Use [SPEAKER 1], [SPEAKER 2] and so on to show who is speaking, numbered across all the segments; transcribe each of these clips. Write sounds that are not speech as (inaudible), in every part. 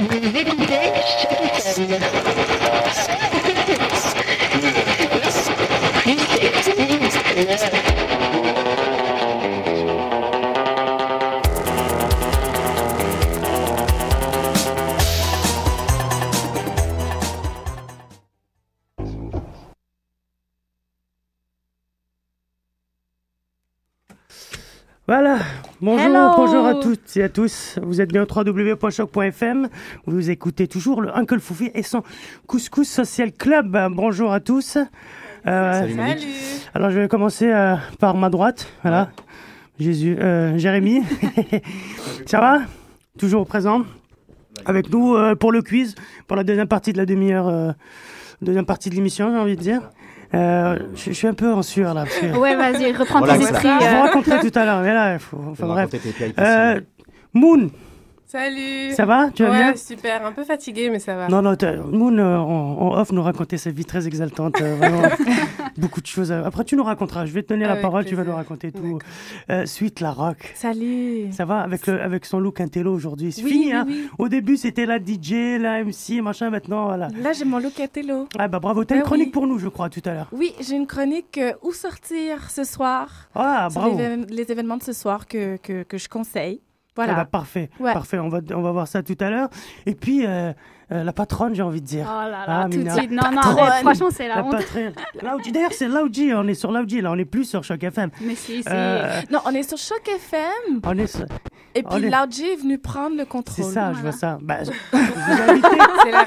[SPEAKER 1] Vous écoutez Storytel. Plus existe.
[SPEAKER 2] Voilà. Bonjour,
[SPEAKER 3] Hello.
[SPEAKER 2] bonjour à toutes et à tous. Vous êtes bien au www.choc.fm. Vous écoutez toujours le Uncle Foufi et son Couscous Social Club. Bonjour à tous. Euh, alors je vais commencer euh, par ma droite. Voilà. Jésus, euh, Jérémy. (laughs) Ça va Toujours présent avec nous euh, pour le quiz, pour la deuxième partie de la demi-heure, euh, deuxième partie de l'émission, j'ai envie de dire. Euh, je je suis un peu en sueur là. parce que-
[SPEAKER 3] Ouais, vas-y, reprends
[SPEAKER 4] Voilà,
[SPEAKER 3] tes
[SPEAKER 4] c'est
[SPEAKER 3] esprits.
[SPEAKER 2] je vous
[SPEAKER 3] euh.
[SPEAKER 2] raconterai tout à l'heure, mais là, il faut. Enfin,
[SPEAKER 4] On va
[SPEAKER 2] bref.
[SPEAKER 4] raconter tes péripéties.
[SPEAKER 2] Euh, Moon,
[SPEAKER 5] Salut
[SPEAKER 2] ça va Tu vas
[SPEAKER 5] Ouais,
[SPEAKER 2] bien
[SPEAKER 5] super, un peu fatigué, mais ça va.
[SPEAKER 2] Non, non, t'as- Moon, euh, en, en off, nous racontait sa vie très exaltante. euh,
[SPEAKER 5] (laughs)
[SPEAKER 2] vraiment, beaucoup de choses. euh, Après, tu nous raconteras. Je vais te donner la
[SPEAKER 5] Ah Avec
[SPEAKER 2] parole, tu vas
[SPEAKER 5] plaisir.
[SPEAKER 2] nous raconter tout. Euh, suite, la rock.
[SPEAKER 5] Salut
[SPEAKER 2] Ça va avec, le, avec son look intello aujourd'hui. C'est
[SPEAKER 5] Oui,
[SPEAKER 2] fini,
[SPEAKER 5] oui,
[SPEAKER 2] hein
[SPEAKER 5] oui.
[SPEAKER 2] Au début, c'était la DJ, la MC, machin, maintenant, voilà.
[SPEAKER 5] Là, j'ai mon look à télo.
[SPEAKER 2] Ah, bah bravo, t'as une
[SPEAKER 5] Ben oui.
[SPEAKER 2] chronique pour nous, je crois, tout à l'heure.
[SPEAKER 5] Oui, j'ai une chronique euh, Où sortir ce soir
[SPEAKER 2] Ah,
[SPEAKER 5] sur
[SPEAKER 2] bravo.
[SPEAKER 5] les, évén- les événements de ce soir que, que, que je conseille.
[SPEAKER 2] Ah bah,
[SPEAKER 5] Voilà.
[SPEAKER 2] parfait,
[SPEAKER 5] Ouais.
[SPEAKER 2] parfait. On va, on va voir ça tout à l'heure. Et puis, euh, euh, la patronne, j'ai envie de
[SPEAKER 3] Oh
[SPEAKER 2] dire.
[SPEAKER 3] là là,
[SPEAKER 2] Ah,
[SPEAKER 3] tout de
[SPEAKER 2] Mina.
[SPEAKER 3] suite. Non, non,
[SPEAKER 2] Patronne.
[SPEAKER 3] arrête, franchement, c'est la
[SPEAKER 2] La
[SPEAKER 3] honte.
[SPEAKER 2] patronne. Lounge. D'ailleurs, c'est Lounge. On est sur Lounge. Là, on n'est plus sur Choc FM.
[SPEAKER 3] Mais si, si. (laughs)
[SPEAKER 2] Euh,
[SPEAKER 5] Non, on est sur Choc FM
[SPEAKER 2] on est sur-
[SPEAKER 5] et
[SPEAKER 2] On
[SPEAKER 5] puis
[SPEAKER 2] est-
[SPEAKER 5] Loudji est venu prendre le
[SPEAKER 2] C'est
[SPEAKER 5] contrôle.
[SPEAKER 2] ça, je
[SPEAKER 3] Voilà.
[SPEAKER 2] vois ça. Bah,
[SPEAKER 3] (laughs)
[SPEAKER 2] je- vous invitez.
[SPEAKER 5] Ah, c'est la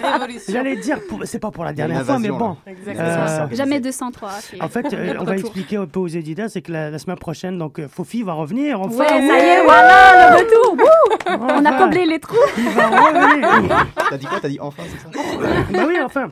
[SPEAKER 2] (laughs)
[SPEAKER 5] révolution.
[SPEAKER 2] J'allais dire, pour- c'est pas pour la
[SPEAKER 4] Il y a
[SPEAKER 2] dernière
[SPEAKER 4] une
[SPEAKER 2] fois, mais
[SPEAKER 4] invasion,
[SPEAKER 2] bon.
[SPEAKER 5] Exactement.
[SPEAKER 2] Euh,
[SPEAKER 3] Jamais 203. c'est-
[SPEAKER 2] En fait, euh, on va
[SPEAKER 3] Retour.
[SPEAKER 2] expliquer un peu aux éditeurs, c'est que la, la semaine prochaine, donc euh, Fofi va revenir.
[SPEAKER 3] Ouais,
[SPEAKER 2] Enfin,
[SPEAKER 3] ça y est, voilà, le
[SPEAKER 2] (laughs)
[SPEAKER 3] retour. Wouh, On a
[SPEAKER 2] enfin,
[SPEAKER 3] comblé les trous.
[SPEAKER 2] Il va revenir. (laughs)
[SPEAKER 4] T'as dit quoi T'as dit enfin, c'est ça
[SPEAKER 2] bah oui, enfin,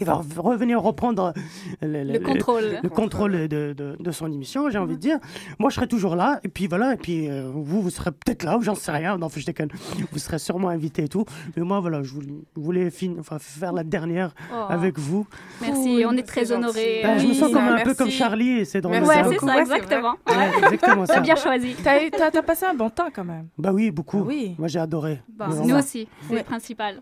[SPEAKER 2] il va re- revenir reprendre euh, le, le-
[SPEAKER 3] Le contrôle.
[SPEAKER 2] le contrôle de, de- de son émission, j'ai envie de dire. Moi, je serai toujours là, et puis voilà, et puis euh, vous, vous serez peut-être là, ou j'en sais rien, non, je déconne. Vous serez sûrement invité et tout. Mais moi, voilà, je voulais, je voulais fin- enfin, faire la dernière
[SPEAKER 3] Oh,
[SPEAKER 2] avec vous.
[SPEAKER 3] Merci,
[SPEAKER 5] Cool,
[SPEAKER 3] on est très
[SPEAKER 5] c'est
[SPEAKER 3] honorés.
[SPEAKER 5] gentil.
[SPEAKER 2] Ben, je me
[SPEAKER 5] oui,
[SPEAKER 2] sens comme un
[SPEAKER 5] merci.
[SPEAKER 2] peu comme Charlie, et c'est drôle.
[SPEAKER 5] Merci
[SPEAKER 3] Ouais,
[SPEAKER 2] ça.
[SPEAKER 3] c'est
[SPEAKER 5] beaucoup.
[SPEAKER 3] ça,
[SPEAKER 5] Ouais, c'est
[SPEAKER 3] exactement.
[SPEAKER 2] Ouais, exactement
[SPEAKER 3] T'as
[SPEAKER 2] ça.
[SPEAKER 3] bien choisi.
[SPEAKER 5] T'as- T'as t'as passé un bon temps quand même.
[SPEAKER 2] Bah oui, beaucoup.
[SPEAKER 5] Ah oui.
[SPEAKER 2] Moi, j'ai adoré. Mais
[SPEAKER 3] Bon, Bah, nous
[SPEAKER 2] vraiment.
[SPEAKER 3] aussi, c'est le
[SPEAKER 5] Ouais.
[SPEAKER 3] principal.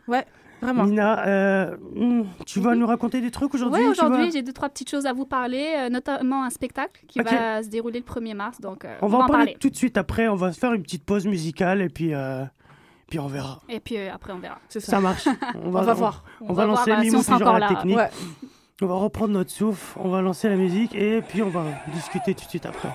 [SPEAKER 5] Vraiment.
[SPEAKER 2] Mina, euh, hmm, tu vas nous raconter des trucs aujourd'hui
[SPEAKER 3] Ouais,
[SPEAKER 2] tu vas-
[SPEAKER 3] aujourd'hui, j'ai deux, trois petites choses à vous parler, euh, notamment un spectacle qui
[SPEAKER 2] Ok.
[SPEAKER 3] va se dérouler le 1er mars. Donc, euh,
[SPEAKER 2] On va en parler,
[SPEAKER 3] parler.
[SPEAKER 2] tout de suite après. On va se faire une petite pause musicale et puis, euh, puis on verra.
[SPEAKER 3] Et puis euh, après, on verra.
[SPEAKER 5] C'est ça.
[SPEAKER 2] Ça marche. On
[SPEAKER 5] On va voir.
[SPEAKER 2] On, va, lancer
[SPEAKER 3] voir, euh,
[SPEAKER 2] Mimou
[SPEAKER 3] si on sera
[SPEAKER 2] toujours
[SPEAKER 3] encore
[SPEAKER 2] à la
[SPEAKER 3] là.
[SPEAKER 2] technique.
[SPEAKER 5] Ouais.
[SPEAKER 2] On va reprendre notre souffle. On va lancer la musique et puis on va discuter tout de suite après.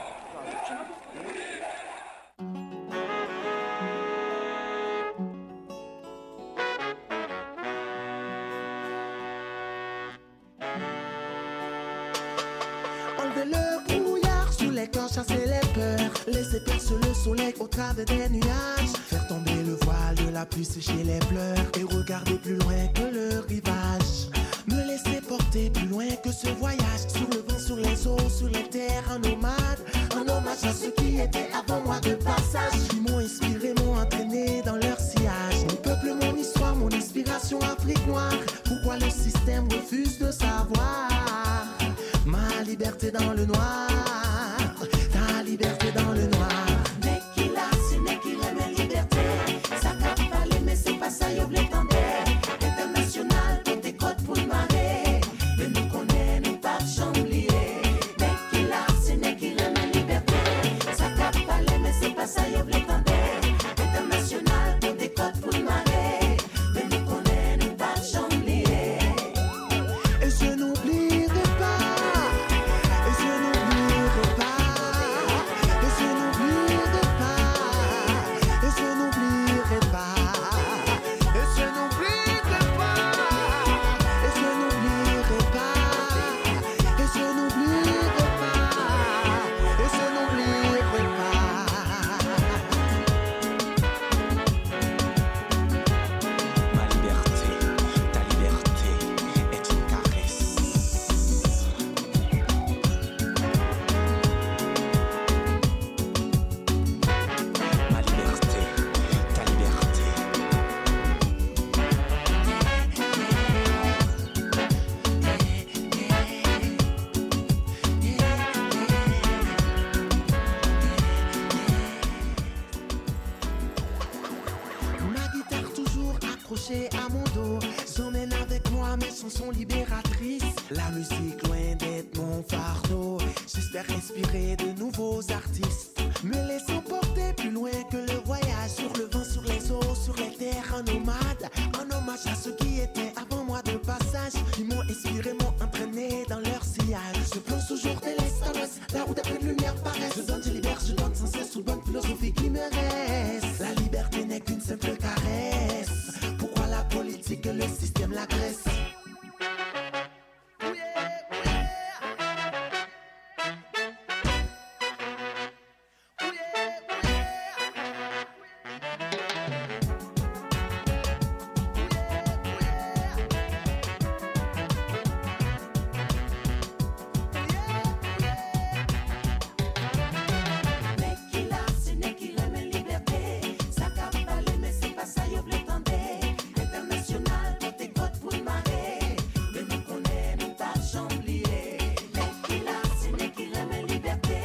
[SPEAKER 6] Enlevez le brouillard sous les corps, chassez les peurs. Laissez percer le soleil au travers des nuages. Faire tomber le voile de la pluie, sécher les pleurs. Et regarder plus loin que le rivage. Me laisser porter plus loin que ce voyage. Sur le vent, sur les eaux, sur les terres, un nomade. Un hommage à ceux qui étaient avant moi de passage. Qui m'ont inspiré, m'ont entraîné dans leur sillage. Mon peuple, mon histoire, mon inspiration, Afrique noire. Pourquoi le système refuse de savoir? Ma liberté dans le noir, ta liberté dans le noir. Nekila, c'est Nekila, ma liberté. Ça t'a parlé, mais c'est pas ça, y'a oublié t'endais. International, pour tes codes pour le marée. Mais nous connaît, nous pas chamblier. Nekila, c'est Nekila, ma liberté. Ça t'a parlé, mais c'est pas ça, y'a oublié t'endais. International, pour tes codes pour le marée. Mais nous connaît, nous pas chamblier. Et je n'oublierai pas, et je n'oublierai attaché à mon dos. S'emmène avec moi, mes sons sont libératrices. La musique, loin d'être mon fardeau. J'espère inspirer de nouveaux artistes. Me laissant porter plus loin que le voyage. Sur le vent, sur les eaux, sur les terres, en nomade. En hommage à ceux qui étaient avant moi de passage. Ils m'ont inspiré, m'ont entraîné dans leur sillage. Je plonge toujours de l'est à l'ouest, là où d'après de lumière paraît. Je donne, je libère, je donne sans cesse sous bonne philosophie qui me reste. La liberté n'est qu'une simple caresse. Pourquoi la politique, le système l'agresse
[SPEAKER 4] Nekila, c'est Nekila, mais liberté. Ça cap parler, mais c'est pas ça, y'a plus tenter. International, côté côte pour le marée. Mais nous connaît, nous t'a chamblier. Nekila, c'est Nekila, mais liberté.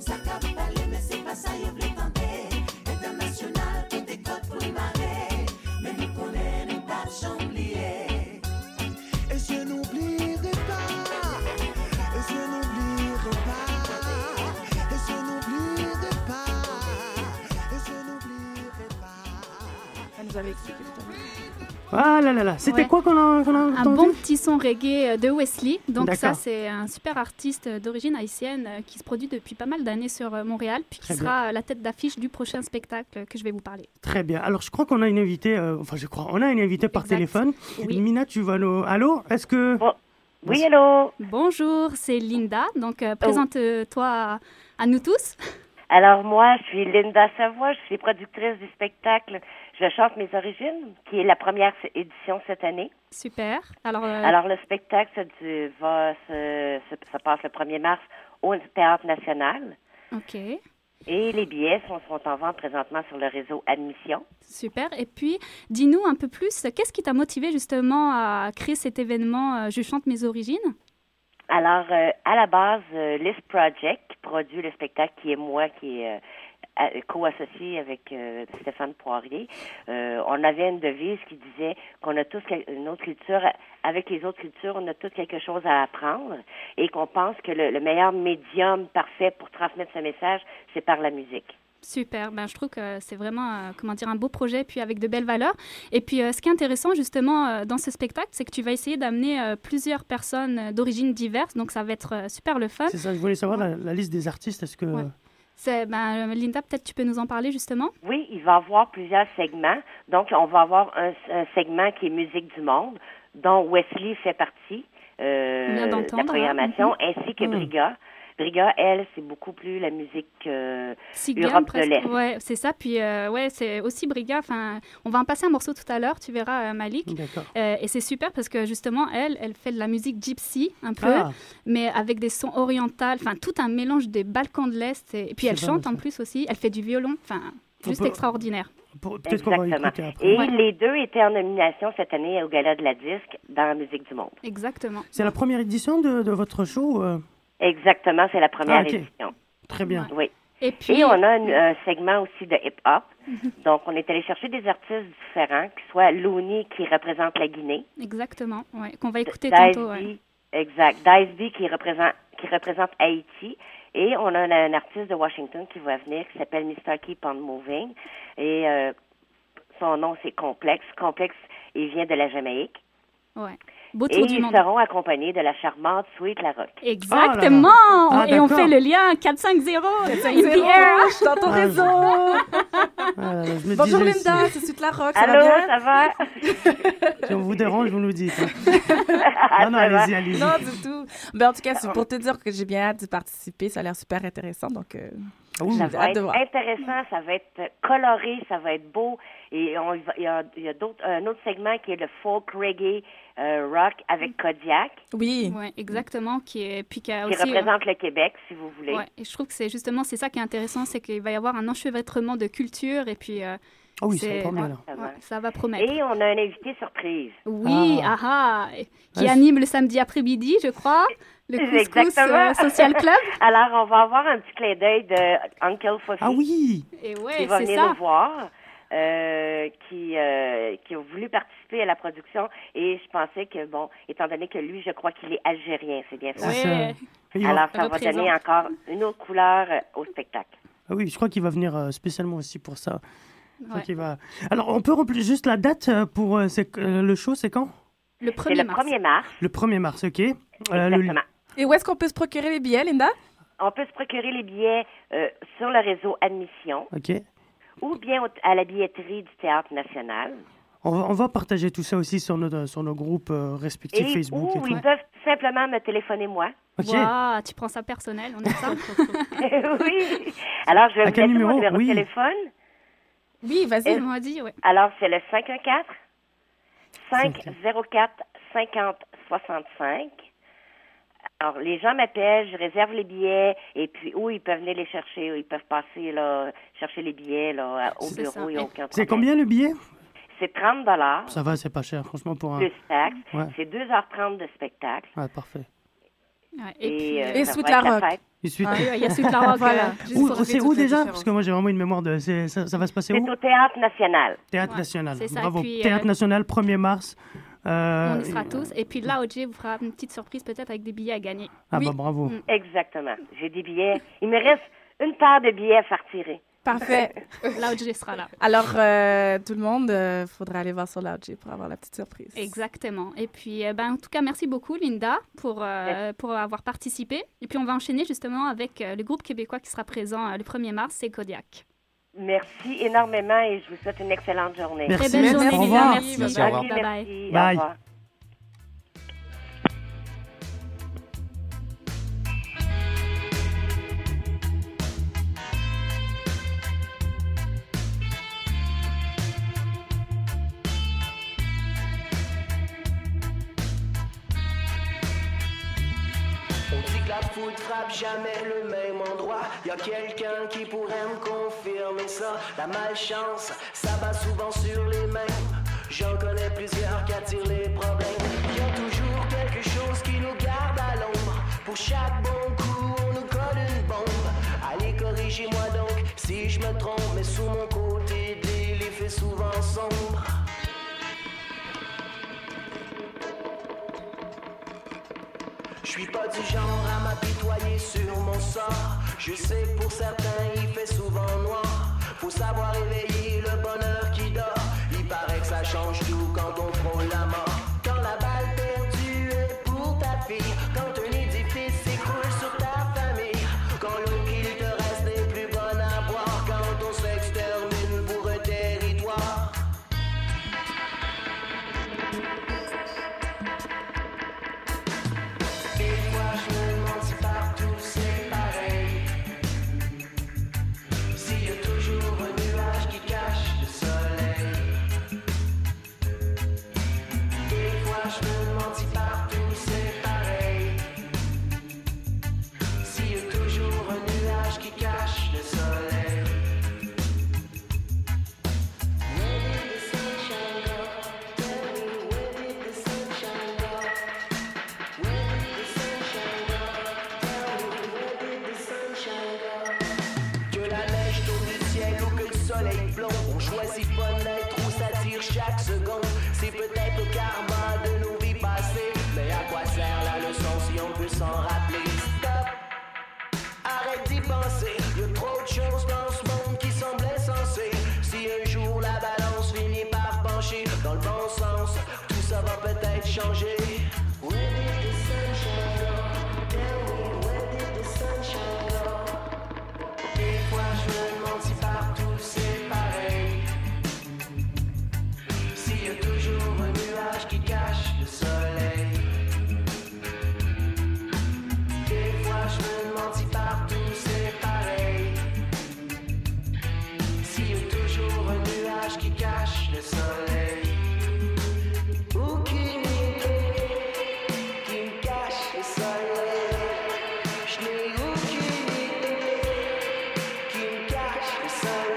[SPEAKER 4] Ça cap parler, mais c'est pas ça, y'a plus tenter. International, côté côte pour le marée. Mais nous connaît, nous t'a chamblier.
[SPEAKER 6] Et je n'oublierai pas. Et je n'oublierai pas. Et je n'oublierai pas. Et je n'oublierai pas.
[SPEAKER 5] Elle nous avait expliqué tout à l'heure.
[SPEAKER 2] Ah là là là, c'était
[SPEAKER 3] Ouais.
[SPEAKER 2] quoi qu'on a, qu'on a
[SPEAKER 3] Un
[SPEAKER 2] entendu
[SPEAKER 3] bon petit son reggae euh, de Wesley. Donc ça,
[SPEAKER 2] D'accord.
[SPEAKER 3] c'est un super artiste euh, d'origine haïtienne euh, qui se produit depuis pas mal d'années sur euh, Montréal, puis
[SPEAKER 2] Très
[SPEAKER 3] qui sera euh, la tête d'affiche du prochain spectacle que je vais vous parler.
[SPEAKER 2] Très bien. Alors je crois qu'on a une invitée, euh, enfin je crois, on a une invitée par
[SPEAKER 3] Exact.
[SPEAKER 2] téléphone.
[SPEAKER 3] Oui.
[SPEAKER 2] Mina, tu vas nous. Allô Est-ce que.
[SPEAKER 1] Oui, hello.
[SPEAKER 3] Bonjour, c'est Linda. Donc
[SPEAKER 2] Oh.
[SPEAKER 3] euh, présente-toi à- à nous tous.
[SPEAKER 1] Alors moi, je suis Linda Savoie, je suis productrice du spectacle Je chante mes origines, qui est la première s- édition cette année.
[SPEAKER 3] Super. Alors, euh,
[SPEAKER 1] Alors le spectacle ça, du- va se, se- se passe le 1er mars au Théâtre National.
[SPEAKER 3] ok,
[SPEAKER 1] Et les billets sont, sont en vente présentement sur le réseau Admission.
[SPEAKER 3] super. Et puis, dis-nous un peu plus, qu'est-ce qui t'a motivé justement à créer cet événement euh, Je chante mes origines
[SPEAKER 1] Alors, euh, à la base, euh, Liz Project qui produit le spectacle qui est moi, qui est euh, a- co-associé avec euh, Stéphane Poirier. Euh, on avait une devise qui disait qu'on a tous quel- une autre culture. Avec les autres cultures, on a tous quelque chose à apprendre et qu'on pense que le, le meilleur médium parfait pour transmettre ce message, c'est par la musique.
[SPEAKER 3] Super, ben, je trouve que c'est vraiment euh, comment dire, un beau projet, puis avec de belles valeurs. Et puis, euh, ce qui est intéressant justement euh, dans ce spectacle, c'est que tu vas essayer d'amener euh, plusieurs personnes euh, d'origines diverses, donc ça va être euh, super le fun.
[SPEAKER 2] C'est ça, je voulais savoir la, la liste des artistes. Est-ce que.
[SPEAKER 3] Ouais. C'est, ben, euh, Linda, peut-être tu peux nous en parler justement
[SPEAKER 1] Oui, il va y avoir plusieurs segments. Donc, on va avoir un, un segment qui est musique du monde, dont Wesley fait partie
[SPEAKER 3] On
[SPEAKER 1] euh,
[SPEAKER 3] vient
[SPEAKER 1] de la
[SPEAKER 3] d'entendre,
[SPEAKER 1] programmation, ainsi que
[SPEAKER 2] hein. Mhm.
[SPEAKER 1] Briga. Briga, elle, c'est beaucoup plus la musique. euh,
[SPEAKER 3] Cigane,
[SPEAKER 1] Europe de
[SPEAKER 3] presque.
[SPEAKER 1] l'Est.
[SPEAKER 3] Ouais, c'est ça. Puis euh, ouais, c'est aussi Briga. Enfin, on va en passer un morceau tout à l'heure. Tu verras euh, Malik.
[SPEAKER 2] D'accord.
[SPEAKER 3] Euh, et c'est super parce que justement, elle, elle fait de la musique gypsy un peu,
[SPEAKER 2] Ah,
[SPEAKER 3] mais avec des sons orientaux, enfin tout un mélange des Balkans de l'Est. Et, et
[SPEAKER 2] C'est
[SPEAKER 3] puis elle
[SPEAKER 2] pas
[SPEAKER 3] chante
[SPEAKER 2] mal,
[SPEAKER 3] en plus aussi, elle fait du violon, enfin
[SPEAKER 2] On
[SPEAKER 3] juste
[SPEAKER 2] peut-
[SPEAKER 3] extraordinaire.
[SPEAKER 2] pour- peut-être qu'on va
[SPEAKER 1] Exactement.
[SPEAKER 2] écouter après.
[SPEAKER 1] Et
[SPEAKER 3] Ouais.
[SPEAKER 1] les deux étaient en nomination cette année au Gala de la Disque dans la musique du monde.
[SPEAKER 3] Exactement.
[SPEAKER 2] C'est la première édition de, de votre show euh,
[SPEAKER 1] Exactement, c'est la première
[SPEAKER 2] Ah, ok.
[SPEAKER 1] édition.
[SPEAKER 2] Très bien.
[SPEAKER 1] Oui.
[SPEAKER 3] Et puis,
[SPEAKER 1] Et on a un, un segment aussi de hip-hop.
[SPEAKER 2] Mhm.
[SPEAKER 1] Donc, on est allé chercher des artistes différents, que ce soit Looney qui représente la Guinée,
[SPEAKER 3] exactement, ouais, qu'on va écouter
[SPEAKER 1] Dice
[SPEAKER 3] tantôt. ouais.
[SPEAKER 1] B, Exact. Dice B qui représente, qui représente Haïti. Et on a un, un artiste de Washington qui va venir, qui s'appelle Mr. Keep on Moving. Et euh, son nom, c'est Complexe. Complexe, il vient de la Jamaïque.
[SPEAKER 3] Ouais. Beau
[SPEAKER 1] Et
[SPEAKER 3] tour du
[SPEAKER 1] ils
[SPEAKER 3] monde. Oh
[SPEAKER 1] seront accompagnés de la charmante Sweet Larocque.
[SPEAKER 3] Exactement.
[SPEAKER 2] Oh là là. Ah,
[SPEAKER 3] et on
[SPEAKER 2] d'accord.
[SPEAKER 3] fait le lien 450. in the air.
[SPEAKER 5] Je
[SPEAKER 2] Ah,
[SPEAKER 5] t'entends raison.
[SPEAKER 2] Ah là là, je me
[SPEAKER 5] Bonjour
[SPEAKER 2] disais, si-
[SPEAKER 5] Linda, c'est Suite La Rock, ça va
[SPEAKER 1] Allô,
[SPEAKER 5] bien?
[SPEAKER 1] ça va?
[SPEAKER 2] Si on vous dérange, vous nous dites.
[SPEAKER 1] Ah,
[SPEAKER 2] Ah non,
[SPEAKER 1] ça va.
[SPEAKER 2] allez-y, allez-y.
[SPEAKER 5] Non, du tout. Ben, en tout cas, c'est pour te dire que j'ai bien hâte d'y participer. Ça a l'air super intéressant. Donc, euh,
[SPEAKER 2] Ouh.
[SPEAKER 1] Ça
[SPEAKER 5] J'ai
[SPEAKER 1] va
[SPEAKER 5] hâte de
[SPEAKER 1] être
[SPEAKER 5] voir.
[SPEAKER 1] intéressant, ça va être coloré, ça va être beau. Et on y va- il y a, il y a d'autres- un autre segment qui est le folk reggae euh, rock
[SPEAKER 3] Mm.
[SPEAKER 1] avec Kodiak,
[SPEAKER 5] oui.
[SPEAKER 3] Ouais, exactement. Qui est, puis qui a
[SPEAKER 1] qui
[SPEAKER 3] aussi. euh,
[SPEAKER 1] représente le Québec, si vous voulez.
[SPEAKER 3] Ouais, et je trouve que c'est justement c'est ça qui est intéressant, c'est qu'il va y avoir un enchevêtrement de culture et puis euh,
[SPEAKER 2] Ah oui,
[SPEAKER 3] C'est-
[SPEAKER 2] c'est pas mal.
[SPEAKER 1] Ça va.
[SPEAKER 3] ouais, ça va promettre.
[SPEAKER 1] Et on a un invité surprise.
[SPEAKER 3] Oui,
[SPEAKER 2] Ah.
[SPEAKER 3] aha, et- qui
[SPEAKER 2] Ouais,
[SPEAKER 3] anime le samedi après-midi, je crois, le couscous
[SPEAKER 1] Exactement.
[SPEAKER 3] euh,
[SPEAKER 1] (laughs)
[SPEAKER 3] social club.
[SPEAKER 1] Alors, on va avoir un petit clin d'œil de Uncle Fofi
[SPEAKER 2] Ah oui
[SPEAKER 3] Et
[SPEAKER 1] qui
[SPEAKER 3] ouais,
[SPEAKER 1] va
[SPEAKER 3] c'est
[SPEAKER 1] venir
[SPEAKER 3] ça.
[SPEAKER 1] nous voir. Euh, euh, qui euh, qui ont voulu participer à la production et je pensais que bon, étant donné que lui, je crois qu'il est algérien, c'est bien ça.
[SPEAKER 2] C'est
[SPEAKER 3] Ouais.
[SPEAKER 2] ça. Il va-
[SPEAKER 1] Alors ça va
[SPEAKER 3] Représente.
[SPEAKER 1] donner encore une autre couleur euh, au spectacle.
[SPEAKER 2] Ah oui, je crois qu'il va venir euh, spécialement aussi pour ça. Je crois
[SPEAKER 3] Ouais.
[SPEAKER 2] qu'il va... Alors, on peut remplir juste la date euh, pour euh, c'est- euh, le show, c'est quand
[SPEAKER 3] Le
[SPEAKER 1] C'est
[SPEAKER 3] 1er
[SPEAKER 1] le
[SPEAKER 3] mars.
[SPEAKER 1] 1er mars,
[SPEAKER 2] Le 1er mars, ok. Euh, le-
[SPEAKER 1] exactement.
[SPEAKER 5] Et où est-ce qu'on peut se procurer les billets, Linda?
[SPEAKER 1] On peut se procurer les billets euh, sur le réseau Admission
[SPEAKER 2] Ok.
[SPEAKER 1] ou bien au- à la billetterie du Théâtre National.
[SPEAKER 2] On va, on va partager tout ça aussi sur nos, sur nos groupes euh, respectifs
[SPEAKER 1] Et
[SPEAKER 2] Facebook
[SPEAKER 1] ou
[SPEAKER 2] et
[SPEAKER 1] ils
[SPEAKER 2] tout.
[SPEAKER 1] peuvent simplement me téléphoner moi.
[SPEAKER 2] Ok.
[SPEAKER 3] Waouh, tu prends ça personnel, on aime
[SPEAKER 1] (laughs)
[SPEAKER 3] ça.
[SPEAKER 1] oui. Alors, je vais
[SPEAKER 2] À
[SPEAKER 1] vous
[SPEAKER 2] quel
[SPEAKER 1] laisser
[SPEAKER 2] numéro?
[SPEAKER 1] mon numéro
[SPEAKER 2] Oui.
[SPEAKER 1] de téléphone.
[SPEAKER 5] Oui, vas-y.
[SPEAKER 3] Elle m'a dit, ouais.
[SPEAKER 1] Alors, c'est le 514-504-5065. Alors, les gens m'appellent, je réserve les billets, et puis, ou ils peuvent venir les chercher, ou ils peuvent passer, là, chercher les billets, là, au
[SPEAKER 3] C'est
[SPEAKER 1] bureau,
[SPEAKER 3] ça.
[SPEAKER 1] il n'y a aucun
[SPEAKER 2] C'est
[SPEAKER 1] problème.
[SPEAKER 2] combien le billet
[SPEAKER 1] C'est 30 dollars,
[SPEAKER 2] Ça va, c'est pas cher, franchement, pour un.
[SPEAKER 1] plus taxes.
[SPEAKER 2] Ouais.
[SPEAKER 1] C'est 2h30 de spectacle.
[SPEAKER 2] Ah, parfait.
[SPEAKER 3] Ouais,
[SPEAKER 1] Et,
[SPEAKER 3] Et,
[SPEAKER 1] euh,
[SPEAKER 3] puis,
[SPEAKER 5] Et
[SPEAKER 1] ça
[SPEAKER 5] Sweet
[SPEAKER 1] va être
[SPEAKER 5] La Rock.
[SPEAKER 1] fête.
[SPEAKER 2] Et suite.
[SPEAKER 5] Ah,
[SPEAKER 3] euh, il y a Sweet
[SPEAKER 1] (laughs)
[SPEAKER 3] La Rock,
[SPEAKER 5] Voilà.
[SPEAKER 3] euh,
[SPEAKER 5] Juste
[SPEAKER 2] Où-
[SPEAKER 5] pour
[SPEAKER 2] c'est
[SPEAKER 5] régler
[SPEAKER 2] où
[SPEAKER 5] toutes les
[SPEAKER 2] déjà
[SPEAKER 5] différences.
[SPEAKER 2] Parce que moi, j'ai vraiment une mémoire de. c'est- Ça, ça va se passer
[SPEAKER 1] C'est
[SPEAKER 2] où
[SPEAKER 1] au Théâtre National.
[SPEAKER 2] Théâtre
[SPEAKER 3] Ouais,
[SPEAKER 2] National.
[SPEAKER 3] c'est ça,
[SPEAKER 2] Bravo.
[SPEAKER 3] puis, euh,
[SPEAKER 2] Théâtre National, 1er mars. Euh,
[SPEAKER 3] on y sera tous. Et puis là, OJ vous fera une petite surprise peut-être avec des billets à gagner.
[SPEAKER 2] Ah,
[SPEAKER 5] Oui.
[SPEAKER 2] bah bravo.
[SPEAKER 3] Mm.
[SPEAKER 1] Exactement. J'ai des billets. Il me reste une paire de billets à faire tirer.
[SPEAKER 5] Parfait.
[SPEAKER 3] Là, OJ
[SPEAKER 1] (laughs)
[SPEAKER 3] sera là.
[SPEAKER 5] Alors, euh, tout le monde, euh, faudra aller voir sur l'OG pour avoir la petite surprise.
[SPEAKER 3] Exactement. Et puis, euh, ben, en tout cas, merci beaucoup, Linda, pour, euh, pour avoir participé. Et puis, on va enchaîner justement avec euh, le groupe québécois qui sera présent euh, le 1er mars, c'est Kodiak.
[SPEAKER 1] Merci énormément et je vous souhaite une excellente journée.
[SPEAKER 2] Merci.
[SPEAKER 3] Très belle
[SPEAKER 5] Merci.
[SPEAKER 3] journée,
[SPEAKER 5] Au
[SPEAKER 3] Linda.
[SPEAKER 5] revoir.
[SPEAKER 3] ben, Merci.
[SPEAKER 7] Merci, au
[SPEAKER 1] Ok,
[SPEAKER 7] revoir.
[SPEAKER 3] Bye bye.
[SPEAKER 1] merci. Au
[SPEAKER 2] Bye.
[SPEAKER 1] revoir.
[SPEAKER 8] On dit que la foudre frappe jamais le même endroit. Y a quelqu'un qui pourrait me confirmer ça. La malchance, ça bat souvent sur les mêmes. J'en connais plusieurs qui attirent les problèmes. Y a toujours quelque chose qui nous garde à l'ombre. Pour chaque bon coup, on nous colle une bombe. Allez, corrigez-moi donc si je me trompe. Mais sur mon côté, l'île fait souvent sombre. Je suis pas du genre à m'apitoyer sur mon sort. Je sais que pour certains, il fait souvent noir. Faut savoir éveiller le bonheur qui dort. Il paraît que ça change tout quand on frôle la mort. Quand la balle perdue est pour ta fille, quand un édifice s'écoule sur ta famille, quand l'eau qu'il te reste n'est plus bonne à boire, quand on s'extermine pour un territoire. Des fois je me demande si partout c'est pareil S'il y a toujours un nuage qui cache le soleil Des fois je me demande si partout c'est pareil S'il y a toujours un nuage qui cache le soleil Where did the sunshine go? Tell me where did the sunshine go? Where did the sunshine go? Tell me, where did the sunshine go? Que la neige tombe du ciel ou que le soleil plombe, on choisit pas de naître où ça tire chaque seconde. C'est peut-être au karma de nos vies passées, mais à quoi sert la leçon si on peut s'en rappeler? Stop! Arrête d'y penser, y a trop de choses dans ce monde qui semblent insensées. Si un jour la balance finit par pencher dans le bon sens, tout ça va peut-être changer. Where did the sunshine go? Tell me, where did the sunshine go? Des fois je me demande si partout c'est pareil S'il y a toujours un nuage qui cache le soleil Des fois je me demande si partout c'est pareil S'il y a toujours un nuage qui cache le soleil Aucune idée qui me cache le soleil Je n'ai aucune idée qui me cache le soleil